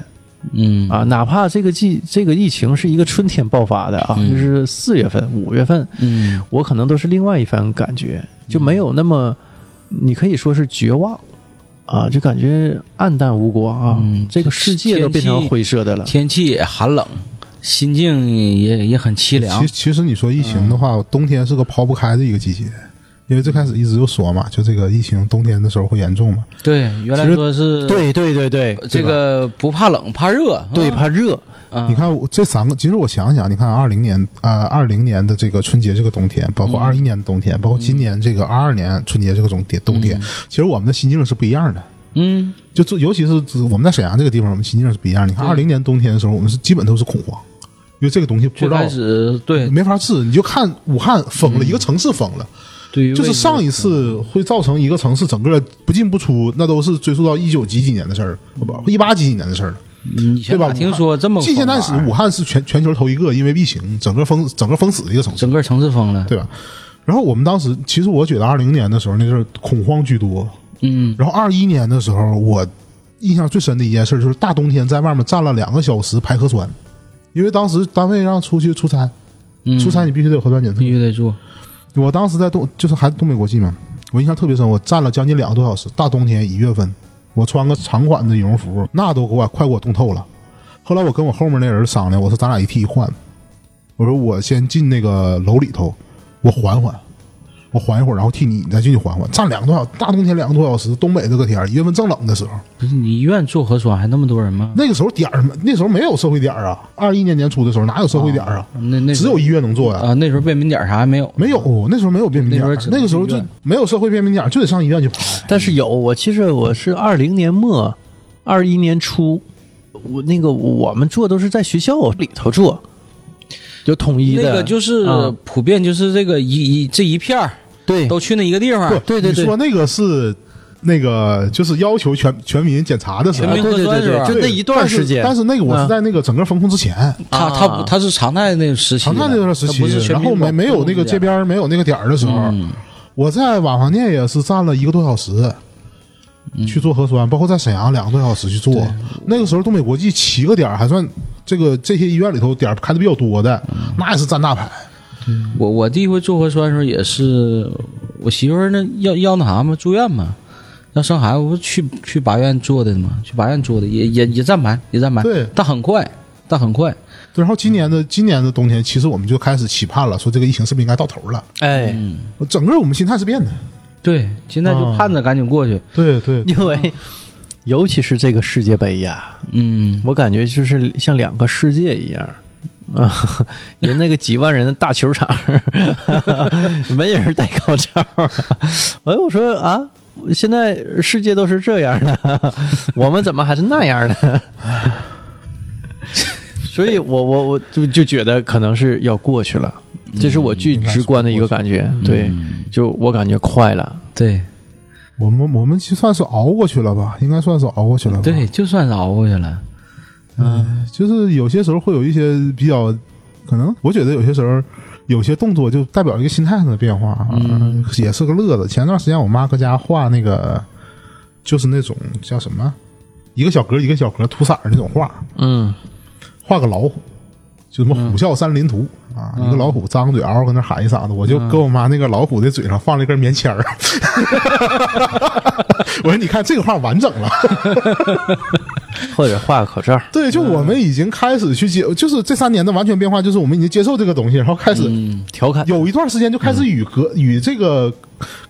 S2: 嗯
S1: 啊，哪怕这个季这个疫情是一个春天爆发的啊，
S2: 嗯
S1: 就是四月份、五月份，
S2: 嗯
S1: 我可能都是另外一番感觉，就没有那么，你可以说是绝望啊，就感觉暗淡无光啊，
S2: 嗯
S1: 这个世界都变成灰色的了。
S2: 天气也寒冷，心境也也很凄凉嗯
S3: 其，其实你说疫情的话，冬天是个抛不开的一个季节。因为最开始一直就说嘛，就这个疫情冬天的时候会严重嘛，
S2: 对，原来说是
S1: 对对对对
S2: 呃这个不怕冷，怕热，
S1: 对，怕热，
S2: 啊
S3: 你，看我这三个，其实我想想，你看二零年啊，二、0零年的这个春节这个冬天，包
S2: 嗯
S3: 括二一年的冬天，包括今年这个二二年春节这个冬天，冬天，其实我们的心境是不一样的。
S2: 嗯，
S3: 就做，尤其是我们在沈阳这个地方，我们心境是不一样的。你看二零年冬天的时候，我们是基本都是恐慌，因为这个东西不
S2: 最
S3: 知道
S2: 开始嗯对
S1: 嗯
S3: 没法治。你就看武汉封了，一个城市封了，
S2: 对于
S3: 就是
S2: 位置
S3: 上一次
S2: 嗯
S3: 会造成一个城市整个不进不出，那都是追溯到一九几几年的事儿了，不一八几几年的事儿了。
S2: 嗯以前
S3: 对吧
S2: 哪听说这么啊个
S3: 近现代
S2: 方
S3: 史
S2: 法，
S3: 武汉是全全球头一个，因为疫情整个封整个封死的一个城市，
S2: 整个城市封了，
S3: 对吧？然后我们当时，其实我觉得二零年的时候那阵儿恐慌居多，
S2: 嗯，
S3: 然后二一年的时候，我印象最深的一件事就是大冬天在外面站了两个小时排核酸，因为当时单位让出去出差，
S2: 嗯
S3: 出差你必须得有核酸检测
S2: 必。须得做，
S3: 我当时在东就是还东北国际嘛，我印象特别深，我站了将近两个多小时，大冬天一月份，我穿个长款的羽绒服，那都给我快给我冻透了。后来我跟我后面那人商量，我说咱俩一替一换，我说我先进那个楼里头，我缓缓，我缓一会儿，然后替你你再进去缓缓，站两个多小大冬天两个多小时，东北这个天儿一月份正冷的时候，
S2: 不是你医院做核酸还那么多人吗？
S3: 那个时候点儿那时候没有社会点儿啊，二一年年初的时候哪有社会点儿啊，
S2: 那嗯那时
S3: 只
S2: 候
S3: 有医院能做呀、
S2: 啊，那时候便民点儿啥也没有，
S3: 没有，那时候没有便民点儿
S2: 那时，候
S3: 那个时候
S2: 只能去医
S3: 就
S2: 院
S3: 没有社会便民点儿，就得上医院去排。
S1: 但是有
S2: 嗯
S1: 我其实我是二零年末，二一年初，我那个我们做都是在学校里头做，有统一的，
S2: 那个就是
S1: 啊
S2: 普遍就是这个一一这一片儿
S1: 对
S2: 都去那一个地方，
S3: 不，
S1: 对对对
S3: 你说那个是那个就是要求全全民检查的时
S2: 全
S3: 候
S2: 民，
S1: 啊对对
S2: 核酸
S1: 对
S2: 是吧
S1: 对，就
S3: 对
S1: 那一段时间，
S3: 但是但是那个我是
S1: 嗯
S3: 在那个整个封控之前，
S2: 他他不他是常态那个时期的，
S3: 常态那段时
S2: 他不是
S3: 期，
S2: 全
S3: 然
S2: 民
S3: 后没
S2: 保
S3: 没有那个
S2: 护的
S3: 街边儿没有那个点儿的时候，
S2: 嗯
S3: 我在瓦房店也是站了一个多小时。
S2: 嗯
S3: 去做核酸，包括在沈阳两个多小时去做。那个时候东北国际七个点儿还算这个这些医院里头点儿开的比较多的，
S2: 嗯
S3: 那也是站大排。
S2: 我我第一回做核酸的时候也是，我媳妇儿那要要那啥嘛，住院嘛，要生孩子，我不去去八院做的嘛，去八院做的也也也站满也站满，
S3: 对
S2: 但很快，但很快，
S3: 对然后今年的今年的冬天，其实我们就开始期盼了，说这个疫情是不是应该到头了？
S1: 哎，
S2: 嗯
S3: 整个我们心态是变的。
S2: 对，现在
S3: 啊
S2: 就盼着赶紧过去，
S3: 对对，
S1: 因为 [LAUGHS] 尤其是这个世界杯呀、
S2: 嗯，
S1: 我感觉就是像两个世界一样。啊，人那个几万人的大球场，没人戴口罩。哎，我说啊，现在世界都是这样的，我们怎么还是那样的？所以我我我就就觉得可能是要过去了，这是我最直观的一个感觉。对，就我感觉快了。
S2: 对
S3: 我们我们就算是熬过去了吧，应该算是熬过去了吧。
S2: 对，，就算是熬过去了，
S3: 嗯，就是有些时候会有一些比较，可能我觉得有些时候有些动作就代表一个心态上的变化，嗯、也是个乐子。前段时间我妈搁家画那个，就是那种叫什么，一个小格一个小格涂色儿那种画，
S1: 嗯，
S3: 画个老虎，就什么虎啸山林图、啊，一个老虎张嘴嗷嗷搁那喊一嗓子，我就跟我妈那个老虎的嘴上放了一根棉签儿， [LAUGHS] 我说你看这个画完整了。
S1: 或者画个口罩。
S3: 对，就
S1: 嗯
S3: 我们已经开始去接，就是这三年的完全变化，就是我们已经接受这个东西，然后开始
S1: 调侃
S3: 有一段时间就
S1: 嗯
S3: 开始与隔、与这个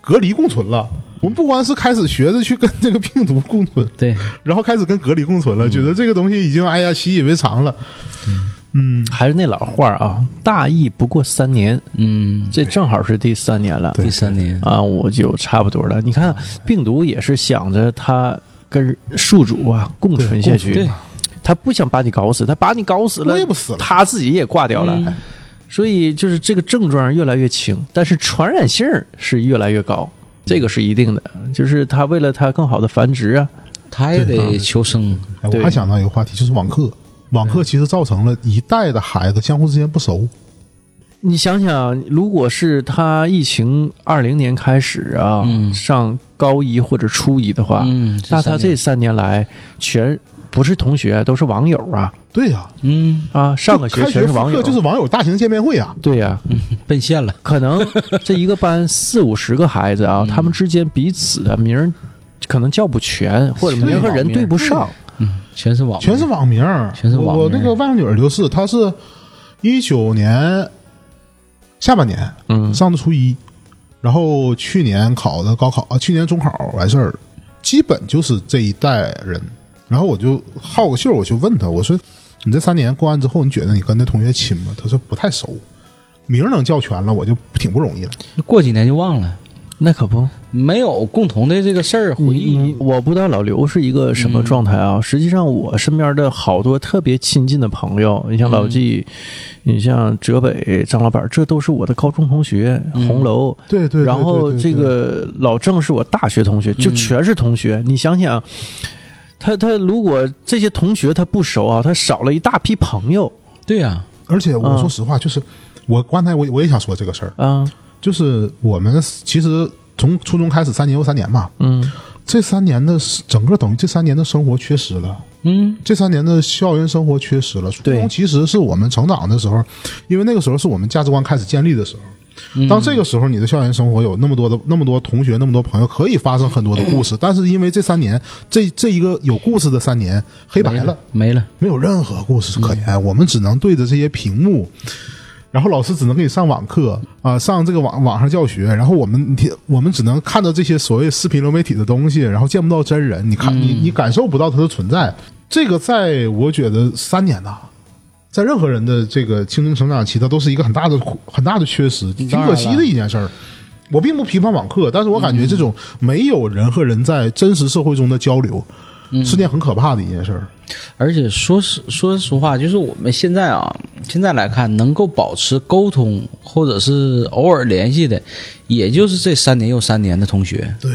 S3: 隔离共存了。我们不光是开始学着去跟这个病毒共存，
S2: 对，
S3: 然后开始跟隔离共存了，
S1: 嗯
S3: 觉得这个东西已经哎呀习以为常了。
S1: 还是那老话儿啊，大疫不过三年，
S2: 嗯，
S1: 这正好是第三年了
S3: 对
S2: 第三年，
S1: 啊，我就差不多了。你看，病毒也是想着它跟宿主啊共存下去
S2: 对，
S1: 它不想把你搞死，它把你搞死了，
S3: 我也不死了
S1: 它自己也挂掉了。
S2: 嗯
S1: 所以就是这个症状越来越轻，但是传染性儿是越来越高，这个是一定的。就是它为了它更好的繁殖啊，
S2: 他也得求生，
S3: 哎，
S1: 对嗯
S3: 我还想到一个话题，就是网课。网课其实造成了一代的孩子相互之间不熟，
S1: 你想想，如果是他疫情二零年开始啊，
S2: 嗯
S1: 上高一或者初一的话，
S2: 嗯
S1: 那
S2: 是三
S1: 他
S2: 年
S1: 这三年来全不是同学，都是网友啊
S3: 对呀、
S2: 嗯，
S1: 啊，上个学
S3: 开
S1: 全
S3: 学
S1: 是
S3: 复
S1: 网友，
S3: 课就是网友大型见面会啊，
S1: 对呀、
S2: 奔现了，
S1: 可能这一个班四五十个孩子
S2: 嗯
S1: 啊，他们之间彼此的名儿可能叫不全，或者名儿和人对不上，
S2: 嗯，全是网，
S3: 全是，网名儿，
S2: 全是网名儿
S3: 我我那个外甥女儿就是，她是一九年下半年
S1: 嗯
S3: 上的初一，然后去年考的高考啊，去年中考完事儿，基本就是这一代人。然后我就好个秀，我就问他，我说：“你这三年过完之后，你觉得你跟那同学亲吗？”他说：“不太熟，名儿能叫全了，我就挺不容易了。
S2: 过几年就忘了，
S1: 那可
S2: 嗯
S1: 不，
S2: 没有共同的这个事儿回
S1: 你
S2: 忆。
S1: 你我不知道老刘是一个什么状态啊。
S2: 嗯
S1: 实际上，我身边的好多特别亲近的朋友，你像
S2: 嗯
S1: 老纪，你像浙北张老板，这都是我的高中同学，
S2: 嗯
S1: 红楼。
S3: 对”对对，
S1: 然后
S3: 对嗯
S1: 这，个老郑是我大学同学，就全是同学。你想想，他他如果这些同学他不熟啊，他少了一大批朋友
S2: 对呀，
S3: 对而且我
S1: 嗯
S3: 说实话，就是我刚才我我也想说这个事儿，
S1: 啊。
S3: 就是我们其实从初中开始三年又三年嘛，
S1: 嗯，
S3: 这三年的整个等于这三年的生活缺失了。
S2: 嗯，
S3: 这三年的校园生活缺失了。初中
S1: 对
S3: 其实是我们成长的时候，因为那个时候是我们价值观开始建立的时候。当这个时候，你的校园生活有那么多的、那么多同学、那么多朋友，可以发生很多的故事。但是因为这三年，这这一个有故事的三年黑白
S2: 没
S3: 了，，
S2: 没了。
S3: 没有任何故事可言，我们只能对着这些屏幕，然后老师只能给你上网课啊、上这个网网上教学，然后我们你我们只能看到这些所谓视频流媒体的东西，然后见不到真人，你看你你感受不到它的存在。这个在我觉得三年呐，在任何人的这个青春成长期，它都是一个很大的很大的缺失，挺可惜的一件事儿。我并不批判网课，但是我感觉这种没有人和人在真实社会中的交流，是件很可怕的一件事儿。
S2: 而且说实说实话，就是我们现在啊，现在来看，能够保持沟通或者是偶尔联系的，也就是这三年又三年的同学。
S3: 对，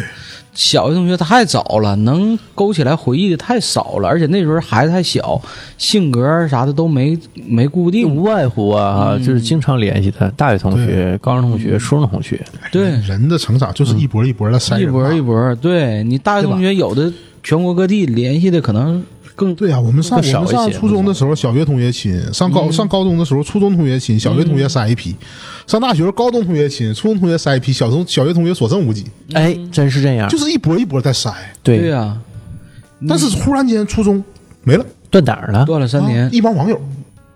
S2: 小学同学太早了，能勾起来回忆的太少了，而且那时候孩子还小，性格啥的都没没固定。
S1: 无外乎啊，
S3: 嗯
S1: 就是经常联系他，大学同学、高中同学、初中同学，
S2: 对，
S3: 人的成长就是一波一波的筛
S2: 一
S3: 人嘛
S2: 波一波，对你大学同学有的全国各地联系的可能更
S3: 对啊，我们上
S1: 更
S3: 我
S1: 少
S3: 们上
S1: 一些
S3: 初中的时候，小学同学亲；上高上高中的时候，初中同学亲，小学同学筛一批；上大学高中同学亲，初中同学筛一批，小中小学同学所剩无几，
S1: 哎，真是这样，
S3: 嗯就是啊一波一波在筛。
S2: 对
S1: 对，
S2: 呀、
S3: 但是忽然间初中没了，
S1: 断档了，
S2: 断了三
S3: 啊
S2: 年，
S3: 一帮网友，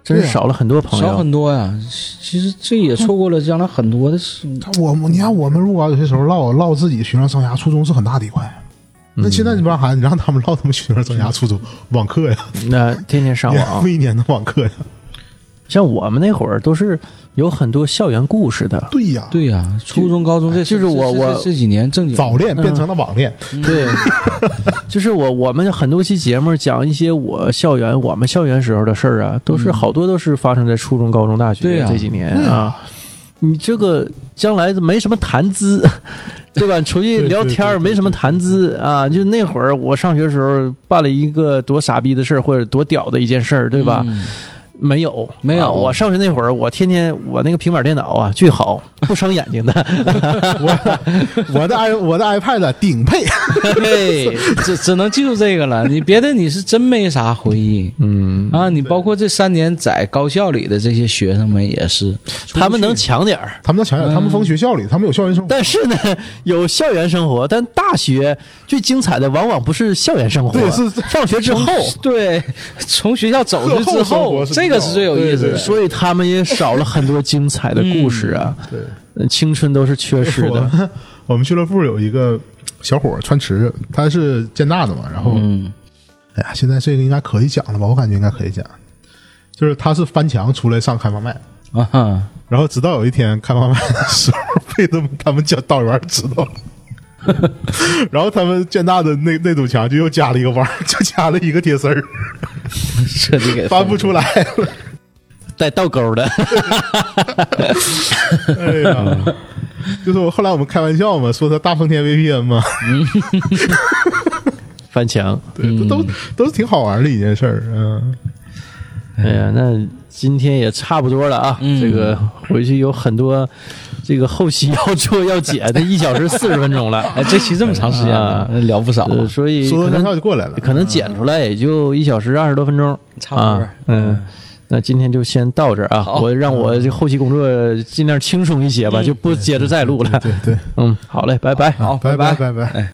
S1: 真是
S3: 对啊
S1: 少了很多朋
S2: 少
S1: 友。
S2: 很多呀。其实这也错过了将来很多的事。
S3: 他我你看我们如果有些时候唠唠自己学生生涯，初中是很大的一块。那现在这帮孩子，你让他们唠他们学生生涯初中网课呀，
S1: 那天天上
S3: 年
S1: 网
S3: [LAUGHS] 复，一年的网课呀，
S1: 像我们那会儿都是有很多校园故事的，
S3: 对呀，
S2: 对呀、初中、高中这
S1: 就是我
S2: 这这
S1: 我
S2: 这这几年正经
S3: 早恋变成了网恋，
S1: 对，就是我我们很多期节目讲一些我校园我们校园时候的事儿啊，都是好多都是发生在初中、高中、大
S2: 对
S1: 学
S2: 呀
S1: 这几年啊。你这个将来没什么谈资， [LAUGHS] 对吧？出去聊天儿没什么谈资啊。就那会儿我上学的时候办了一个多傻逼的事儿，或者多屌的一件事儿，对吧？
S2: 嗯
S1: 没有，
S2: 没有
S1: 啊我上学那会儿，我天天我那个平板电脑啊，巨好，不伤眼睛的。
S3: 我的 i 我的 iPad 顶配，
S2: 对，只只能记住这个了。你别的你是真没啥回忆
S1: 嗯，
S2: 啊！你包括这三年在高校里的这些学生们也是，
S1: 他们能强点儿，
S3: 他们都强点，他们封学校里，他们有校园生活。
S1: 但是
S2: [LAUGHS]
S1: 呢，有校园生活，但大学最精彩的往往不是校园生活，
S3: 对是
S1: 放学
S2: [LAUGHS]
S1: 之后。
S2: 对，从学校走出去之
S3: 课后生活
S2: 后，
S3: 是
S2: 这个是最有意思的。
S1: 所以他们也少了很多精彩的故事啊，
S2: 嗯
S3: 对，
S1: 呃青春都是缺失
S3: 我
S1: 的。
S3: 们我们俱乐部有一个小伙儿川池，他是建大的嘛，然后、
S2: 嗯，
S3: 哎呀，现在这个应该可以讲了吧？我感觉应该可以讲，就是他是翻墙出来上开放麦，
S2: 啊哈，
S3: 然后直到有一天开放麦的时候 [LAUGHS] 被他们他们教导员知道了。 [LAUGHS] 然后他们建大的那那堵墙就又加了一个弯儿，就加了一个铁丝儿，
S2: 彻底给
S3: 翻不出来了。
S1: 带倒钩的，
S3: 哎
S2: 嗯
S3: 呀，就是我后来我们开玩笑嘛，说他大风天 VPN 嘛，
S1: [LAUGHS]
S3: [LAUGHS]
S1: 翻墙。
S3: 对，这
S2: 嗯
S3: 都都是挺好玩的一件事儿。嗯，
S1: 哎呀，那今天也差不多了啊，
S2: 嗯
S1: 这个回去有很多这个后期要做要解的，一小时四十分钟了。
S2: [LAUGHS] 哎，这期这么长时间了，聊不少啊，
S1: 呃，所以
S3: 说
S1: 可
S3: 到
S1: 能
S3: 学校就过来了。
S1: 可能剪出来也就一小时二十多分钟，
S2: 差不多
S1: 啊。嗯，那今天就先到这儿啊，
S2: 好
S1: 我让我这后期工作尽量轻松一些吧，就不接着再录了。
S3: 对对，
S1: 嗯，好嘞，拜拜。
S3: 好，拜
S2: 拜
S3: 拜拜。
S2: 哎。